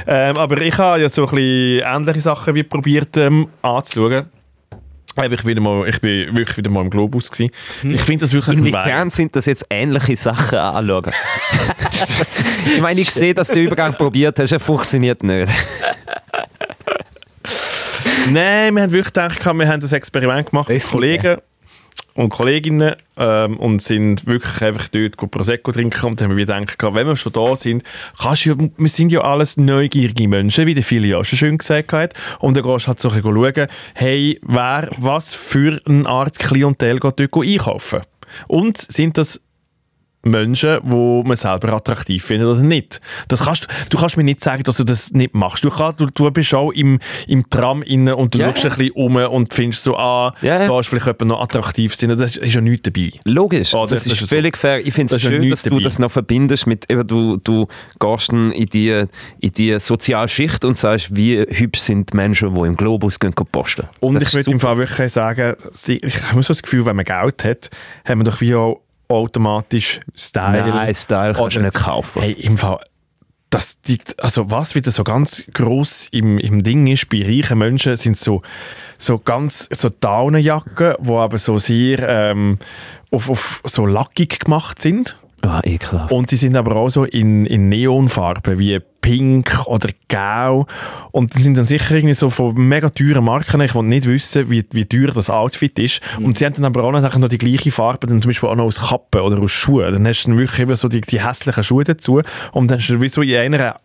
S1: Ähm, aber ich habe ja so ein bisschen ähnliche Sachen wie probiert ähm, anzuschauen. Eben, Ich bin, wieder mal, ich bin wirklich wieder mal im Globus. Gewesen. Ich finde das wirklich ein Weg.
S2: Inwiefern sind das jetzt ähnliche Sachen anschauen? ich meine, ich sehe, dass du den Übergang probiert hast, er funktioniert nicht.
S1: Nein, wir haben wirklich gedacht, wir haben das Experiment gemacht mit
S3: Öffnen.
S1: Kollegen und Kolleginnen ähm, und sind wirklich einfach dort gut Prosecco trinken und dann haben wir gedacht, wenn wir schon da sind, kannst du, ja- wir sind ja alles neugierige Menschen, wie der Fili auch schon schön gesagt hat und dann gehst du halt so ein bisschen schauen, hey, wer, was für eine Art Klientel geht dort einkaufen und sind das Menschen, wo man selber attraktiv findet oder nicht. Das kannst, du kannst mir nicht sagen, dass du das nicht machst. Du, kann, du, du bist auch im, im Tram innen und du
S2: Ja,
S1: schaust ein bisschen um und findest so, ah,
S2: Ja, ja.
S1: da ist vielleicht jemand noch attraktiv. Das ist, ist ja nichts dabei.
S2: Logisch,
S1: Oh,
S2: das,
S1: das
S2: ist,
S1: ist so.
S2: völlig fair. Ich finde
S1: Das
S2: es
S1: ist ja
S2: schön,
S1: nichts
S2: dass du
S1: dabei.
S2: das noch verbindest mit, eben, du, du gehst dann in die, in die Sozialschicht und sagst, wie hübsch sind die Menschen, die im Globus gehen posten.
S1: Und
S2: Das
S1: ich
S2: ist
S1: würde im Fall wirklich sagen, das- die- ich habe so das Gefühl, wenn man Geld hat, hat man doch wie auch automatisch Style.
S2: Nein, Style kannst du
S1: Oder-
S2: nicht kaufen.
S1: Hey, im Fall, das, die, also was wieder so ganz gross im, im Ding ist bei reichen Menschen, sind so, so ganz so Daunenjacken, die aber so sehr ähm, auf, auf so lackig gemacht sind.
S2: Ah, ekelhaft.
S1: Und sie sind aber auch so in, in Neonfarben, wie Pink oder Gau. Und die sind dann sicher irgendwie so von mega teuren Marken. Ich will nicht wissen, wie, wie teuer das Outfit ist. Und sie haben dann aber auch noch, nachher noch die gleiche Farbe, dann zum Beispiel auch noch aus Kappen oder aus Schuhen. Dann hast du dann wirklich eben so die, die hässlichen Schuhe dazu. Und dann hast du wie so in einer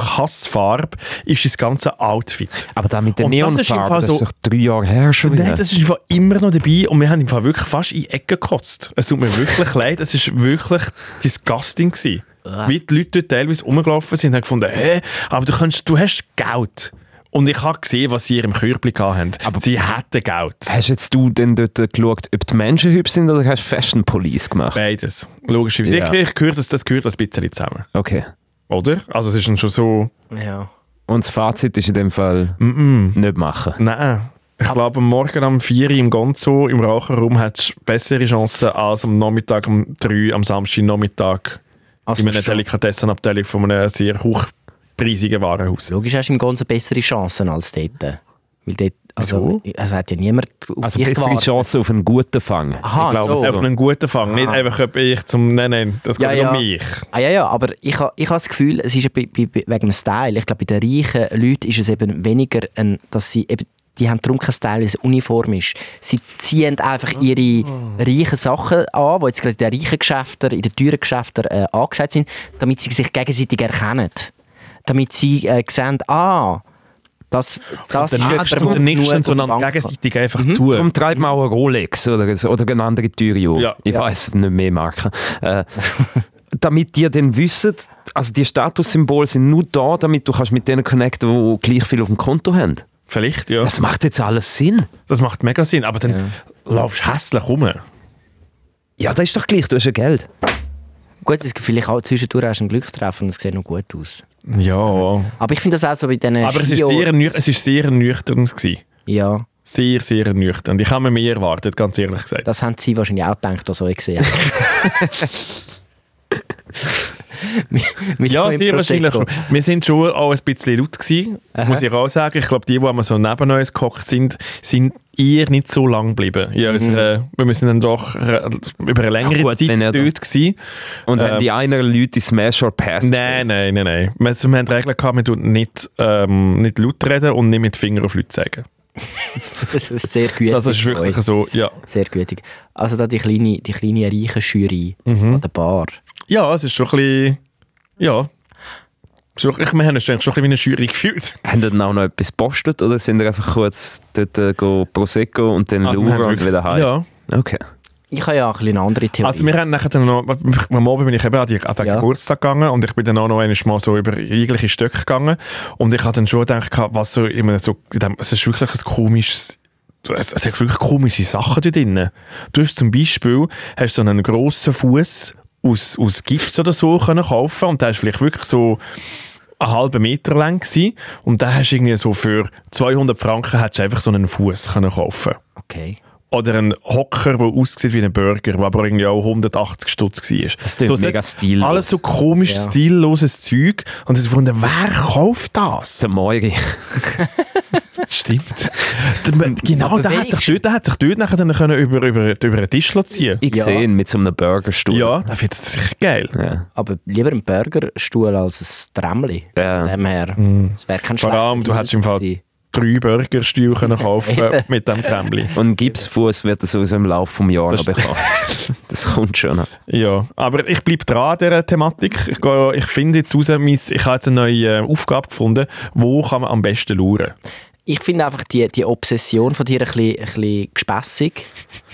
S1: Kack-Hassfarbe ist das ganze Outfit.
S2: Aber da mit der
S1: Und das ist im
S2: Neonfarbe,
S1: Fall
S2: das ist,
S1: so-
S2: doch drei Jahre her schon wieder.
S1: Nein, das ist im Fall immer noch dabei und wir haben im Fall wirklich fast in die Ecke gekotzt. Es tut mir wirklich leid, es ist wirklich disgusting gewesen.
S2: Ah.
S1: Wie die Leute dort teilweise rumgelaufen sind und haben gefunden, hä, aber du, kannst, du hast Geld. Und ich habe gesehen, was sie in ihrem Körbchen hatten.
S2: Aber-
S1: sie hatten Geld.
S2: Hast jetzt du denn dort geschaut, ob die Menschen hübsch sind oder hast du Fashion Police gemacht?
S1: Beides. Logisch. Ich,
S2: Ja.
S1: ich höre, das, das gehört ein bisschen zusammen.
S2: Okay.
S1: Oder? Also es ist dann schon so,
S3: Ja.
S2: Und das Fazit ist in dem Fall nicht machen.
S1: nein. Ich glaube, am morgen um 4 Uhr im Gonzo, im Raucherraum, hättest du bessere Chancen als am Nachmittag um 3 Uhr, am Samstagnachmittag
S3: Also
S1: in einer
S3: schon.
S1: Delikatessenabteilung von einem sehr hochpreisigen Warenhaus.
S3: Logisch hast du im Ganzen bessere Chancen als dort. Weil dort, also, es hat ja niemand auf
S2: Also
S3: dich
S2: bessere
S3: gewartet.
S2: Chancen auf einen guten Fang.
S3: Aha,
S1: ich glaube,
S3: so.
S1: auf einen guten Fang. Nicht
S3: Ah.
S1: einfach ob ich zum. Nein, nein, das geht
S3: Ja, ja.
S1: um mich.
S3: Ah, ja, ja, aber ich habe ich ha das Gefühl, es ist ja bei, bei, bei- wegen dem Style. Ich glaube, bei den reichen Leuten ist es eben weniger, ein, dass sie eben, die haben darum keinen Style, weil es uniform ist. Sie ziehen einfach ihre reichen Sachen an, die jetzt gerade in den reichen Geschäften, in den teuren Geschäften äh, angesagt sind, damit sie sich gegenseitig erkennen. Damit sie äh, sehen, ah, das, das
S1: Dann
S3: jemand,
S1: schaust du
S3: der
S1: den nächsten
S3: genug
S1: so
S3: auf die Bank hat.
S1: gegenseitig einfach zu.
S2: Darum treibt man auch eine Rolex oder, so- oder eine andere Tür an.
S1: Ja.
S2: Ich
S1: Ja.
S2: weiss nicht mehr Marken. Äh, damit die dann wissen, also die Statussymbole sind nur da, damit du kannst mit denen connecten, die gleich viel auf dem Konto haben.
S1: Vielleicht, ja. Das,
S2: Das macht jetzt alles Sinn.
S1: das macht mega Sinn. Aber dann laufst du hässlich rum.
S2: Ja, das ist doch gleich, du hast ja Geld.
S3: Gut, das Gefühl, ich auch zwischendurch hast du einen Glückstreffer und es sieht noch gut aus.
S1: Ja. Aber
S3: Aber ich finde das auch so bei diesen
S1: es ist
S3: Skio-
S1: sehr, nüch- es ist sehr nüchtern. gewesen.
S3: Ja.
S1: Sehr, sehr nüchtern. Ich habe mir mehr erwartet, ganz ehrlich gesagt.
S3: Das haben sie wahrscheinlich auch gedacht, was ich gesehen habe. Mit- mit
S1: Ja,
S3: eurem
S1: sehr wahrscheinlich.
S3: Prosecco.
S1: schon. Wir sind schon auch ein bisschen laut gewesen, muss ich auch sagen. Ich glaube, die, die immer so neben uns gehockt sind, sind eher nicht so lang geblieben. Ja, unsere, wir sind dann doch re- über eine längere
S2: Ja, gut,
S1: Zeit
S2: wenn er
S1: dort
S2: da-
S1: gewesen.
S2: Und
S1: Ähm.
S2: haben die einen Leute in Smash or Pass
S1: Nein, nein, nein, nein. Wir, also, wir haben die Regel gehabt, wir tun nicht, ähm, nicht laut reden und nicht mit dem Finger auf Leute zeigen.
S3: Das ist sehr gütig.
S1: Das ist wirklich
S3: Leute.
S1: so, ja.
S3: Sehr gütig. Also da die kleine, die kleine reiche Jury
S1: Mhm.
S3: an der Bar.
S1: Ja, es ist schon ein bisschen, ja. Schon- Ich, wir haben uns eigentlich schon ein bisschen wie eine Jury gefühlt.
S2: Haben die dann auch noch etwas gepostet oder sind ihr einfach kurz dort äh, go Prosecco und dann
S1: Also, wir
S2: Lura
S1: haben
S2: und
S1: wirklich-
S2: wieder heim?
S1: Ja.
S2: Okay.
S3: Ich habe ja auch ein bisschen eine andere Theorie.
S1: Also wir haben nachher dann noch, am Abend bin ich eben an, die, an den
S3: Ja.
S1: Geburtstag gegangen und ich bin dann auch noch einmal mal so über jegliche Stöcke gegangen und ich habe dann schon gedacht, gehabt, was so immer so, in dem- es ist wirklich ein komisches, es es hat wirklich komische Sachen dort drin. Du hast zum Beispiel hast so einen grossen Fuß aus, aus Gips oder so können kaufen und der ist vielleicht wirklich so einen halben Meter lang gewesen. und da hast du irgendwie so für 200 Franken hättest du einfach so einen Fuß können kaufen.
S3: okay.
S1: Oder ein Hocker, der aussieht wie ein Burger, der aber irgendwie auch 180 Stutz war.
S2: Das klingt mega stillos.
S1: Alles so komisch
S3: Ja.
S1: stilloses Zeug. Und ich habe gefunden, wer kauft das?
S2: Der Moiri.
S1: Stimmt. Der- genau, der hat, sich dort, der hat sich dort nachher dann können über, über, über den Tisch ziehen
S2: Ich
S3: Ja.
S2: sehe ihn mit so einem Burgerstuhl.
S1: Ja, das findet es sicher geil.
S2: Ja.
S3: Aber lieber ein Burgerstuhl als ein Trämmli.
S2: Ja.
S3: Von dem her. Es wäre kein
S1: Mhm. Vor allem,
S3: schlechter
S1: du hättest im Fall
S3: gewesen.
S1: drei Burgerstühle können kaufen
S3: Eben.
S1: mit dem Kremli.
S2: Und einen Gipsfuß wird er sowieso im Laufe des Jahres
S1: Das-
S2: bekommen. das kommt schon. noch.
S1: Ja, aber ich bleibe dran an dieser Thematik. Ich, gehe, ich finde jetzt raus, mein, ich habe jetzt eine neue äh, Aufgabe gefunden, wo kann man am besten lauern.
S3: Ich finde einfach die, die Obsession von dir ein bisschen, ein bisschen gespässig,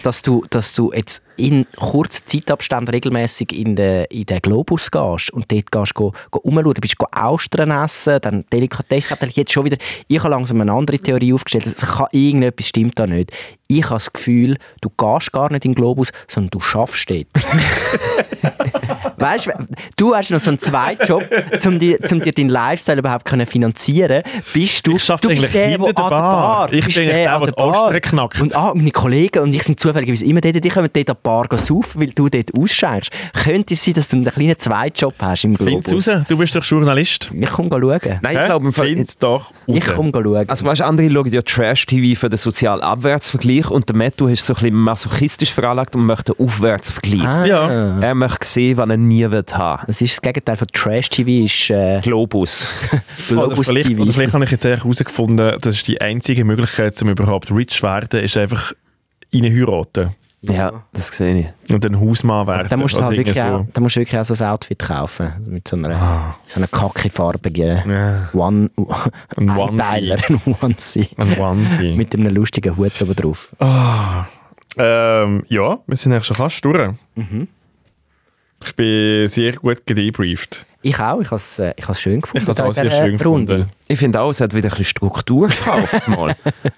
S3: dass du, dass du jetzt in kurzen Zeitabständen regelmäßig in den, in den Globus gehst und dort gehst, go, go umschauen, bist go Austern essen, dann Delikatessen. Ich jetzt schon wieder, ich habe langsam eine andere Theorie aufgestellt, es kann irgendetwas stimmt da nicht. Ich habe das Gefühl, du gehst gar nicht in den Globus, sondern du schaffst dort. Weißt du, du hast noch so einen Zweitjob, um dir, um dir deinen Lifestyle überhaupt können finanzieren Bist du,
S1: Ich schaff
S3: du
S1: eigentlich
S3: bist der,
S1: hinter
S3: wo
S1: der Bar.
S3: an Bar.
S1: Ich
S3: bist
S1: bin eigentlich der,
S3: an
S1: wo die Ostern knackt.
S3: Und ah, meine Kollegen und ich sind zufälligerweise immer dort, die kommen dort an die Bar gehen saufen, weil du dort ausschenkst. Könnte es sein, dass du einen kleinen Zweitjob hast im
S1: Find's
S3: Globus?
S1: raus, du bist doch Journalist.
S3: Ich komme schauen.
S2: Nein,
S1: Hä?
S2: ich glaube, im Fall-
S1: Find's doch raus.
S3: Ich komme schauen.
S2: Also weißt, andere schauen ja Trash-TV für den sozialen Abwärtsvergleich und der Matt, du hast so ein bisschen masochistisch veranlagt und möchte einen Aufwärtsvergleich.
S1: ja.
S2: Er möchte sehen, was er nie wird haben.
S3: das ist das Gegenteil von Trash-TV, ist äh,
S2: Globus.
S1: Oder
S3: Globus
S1: vielleicht,
S3: TV.
S1: oder vielleicht habe ich jetzt eigentlich herausgefunden, das ist die einzige Möglichkeit, um überhaupt rich zu werden, ist einfach rein heiraten
S2: ja, das sehe ich.
S1: und ein Hausmann werden.
S3: Da musst, du
S1: Oder
S3: halt wirklich
S1: irgendwo.
S3: auch, da musst du wirklich auch so ein Outfit kaufen. Mit so einer, so einer kackefarbigen
S1: Ah. Ja.
S3: One,
S1: Ein
S3: Einteiler, ein Onesie.
S1: Ein Wahnsinn.
S3: Mit einem lustigen Hut oben drauf.
S1: Ähm, ja, wir sind eigentlich schon fast durch.
S3: Mhm.
S1: Ich bin sehr gut gedebrieft.
S3: Ich auch, ich habe es äh, ich habe es schön gefunden.
S1: Ich habe es
S3: da in
S1: auch sehr
S3: dieser
S1: schön
S3: Runde.
S1: gefunden.
S2: Ich finde auch, es hat wieder ein bisschen Struktur gekauft. mal.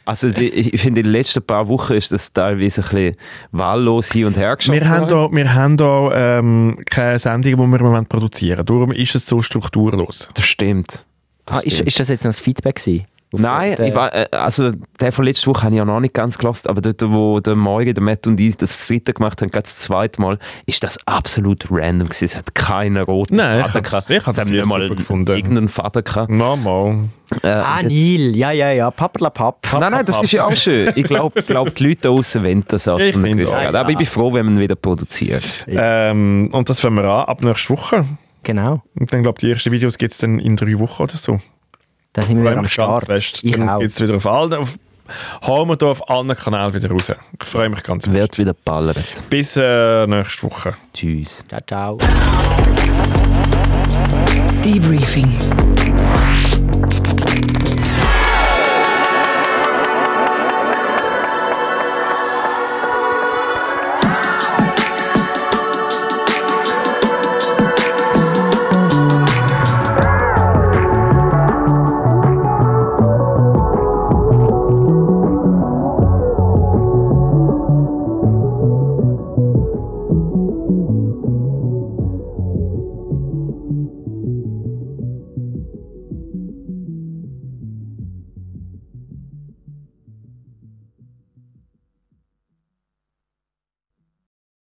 S2: Also die, ich finde, in den letzten paar Wochen ist das teilweise ein bisschen wahllos hin und her geschossen.
S1: Wir haben, da, wir haben da ähm, keine Sendung, die wir im Moment produzieren. Darum ist es so strukturlos.
S2: Das stimmt. Das
S3: Ah, ist,
S2: stimmt.
S3: ist das jetzt noch das Feedback? Gewesen? Auf
S2: Nein,
S3: der-
S2: ich war, äh, also der von letzter Woche habe ich ja noch nicht ganz gelassen, aber dort, wo der Morgen, der Matt und ich das dritte gemacht haben, gerade das zweite Mal, ist das absolut random gewesen. Es hat keinen roten
S1: Nein, ich
S2: Faden
S1: hab's-
S2: gehabt.
S1: ich hab's
S2: Es haben
S1: sehr
S2: nicht mal
S1: super gefunden.
S2: irgendeinen Faden gehabt.
S1: Normal.
S2: Äh,
S3: Ah,
S2: und jetzt-
S3: Nil, ja, ja, ja, papperlapapp.
S2: Nein, nein, das ist ja auch schön. Ich glaube, glaub, die Leute da draußen wollen das auch.
S1: Ich
S2: von einem
S1: finde
S2: gewissen
S1: auch.
S2: Grad. Aber ich bin froh, wenn man wieder produziert.
S1: Ähm, und das fangen wir an ab nächste Woche.
S3: Genau,
S1: Und dann, glaube ich, die ersten Videos gibt es dann in drei Wochen oder so.
S3: da sind wir
S1: Freue
S3: wieder am
S1: mich ganz
S3: Start.
S1: fest.
S3: Ich
S1: Dann
S3: auch.
S1: gibt es wieder auf allen, auf, hauen wir da auf allen Kanälen wieder raus. Ich freue mich ganz fest.
S2: Wird wieder ballert.
S1: Bis äh, nächste Woche.
S2: Tschüss.
S3: Ciao, ciao.
S4: Debriefing.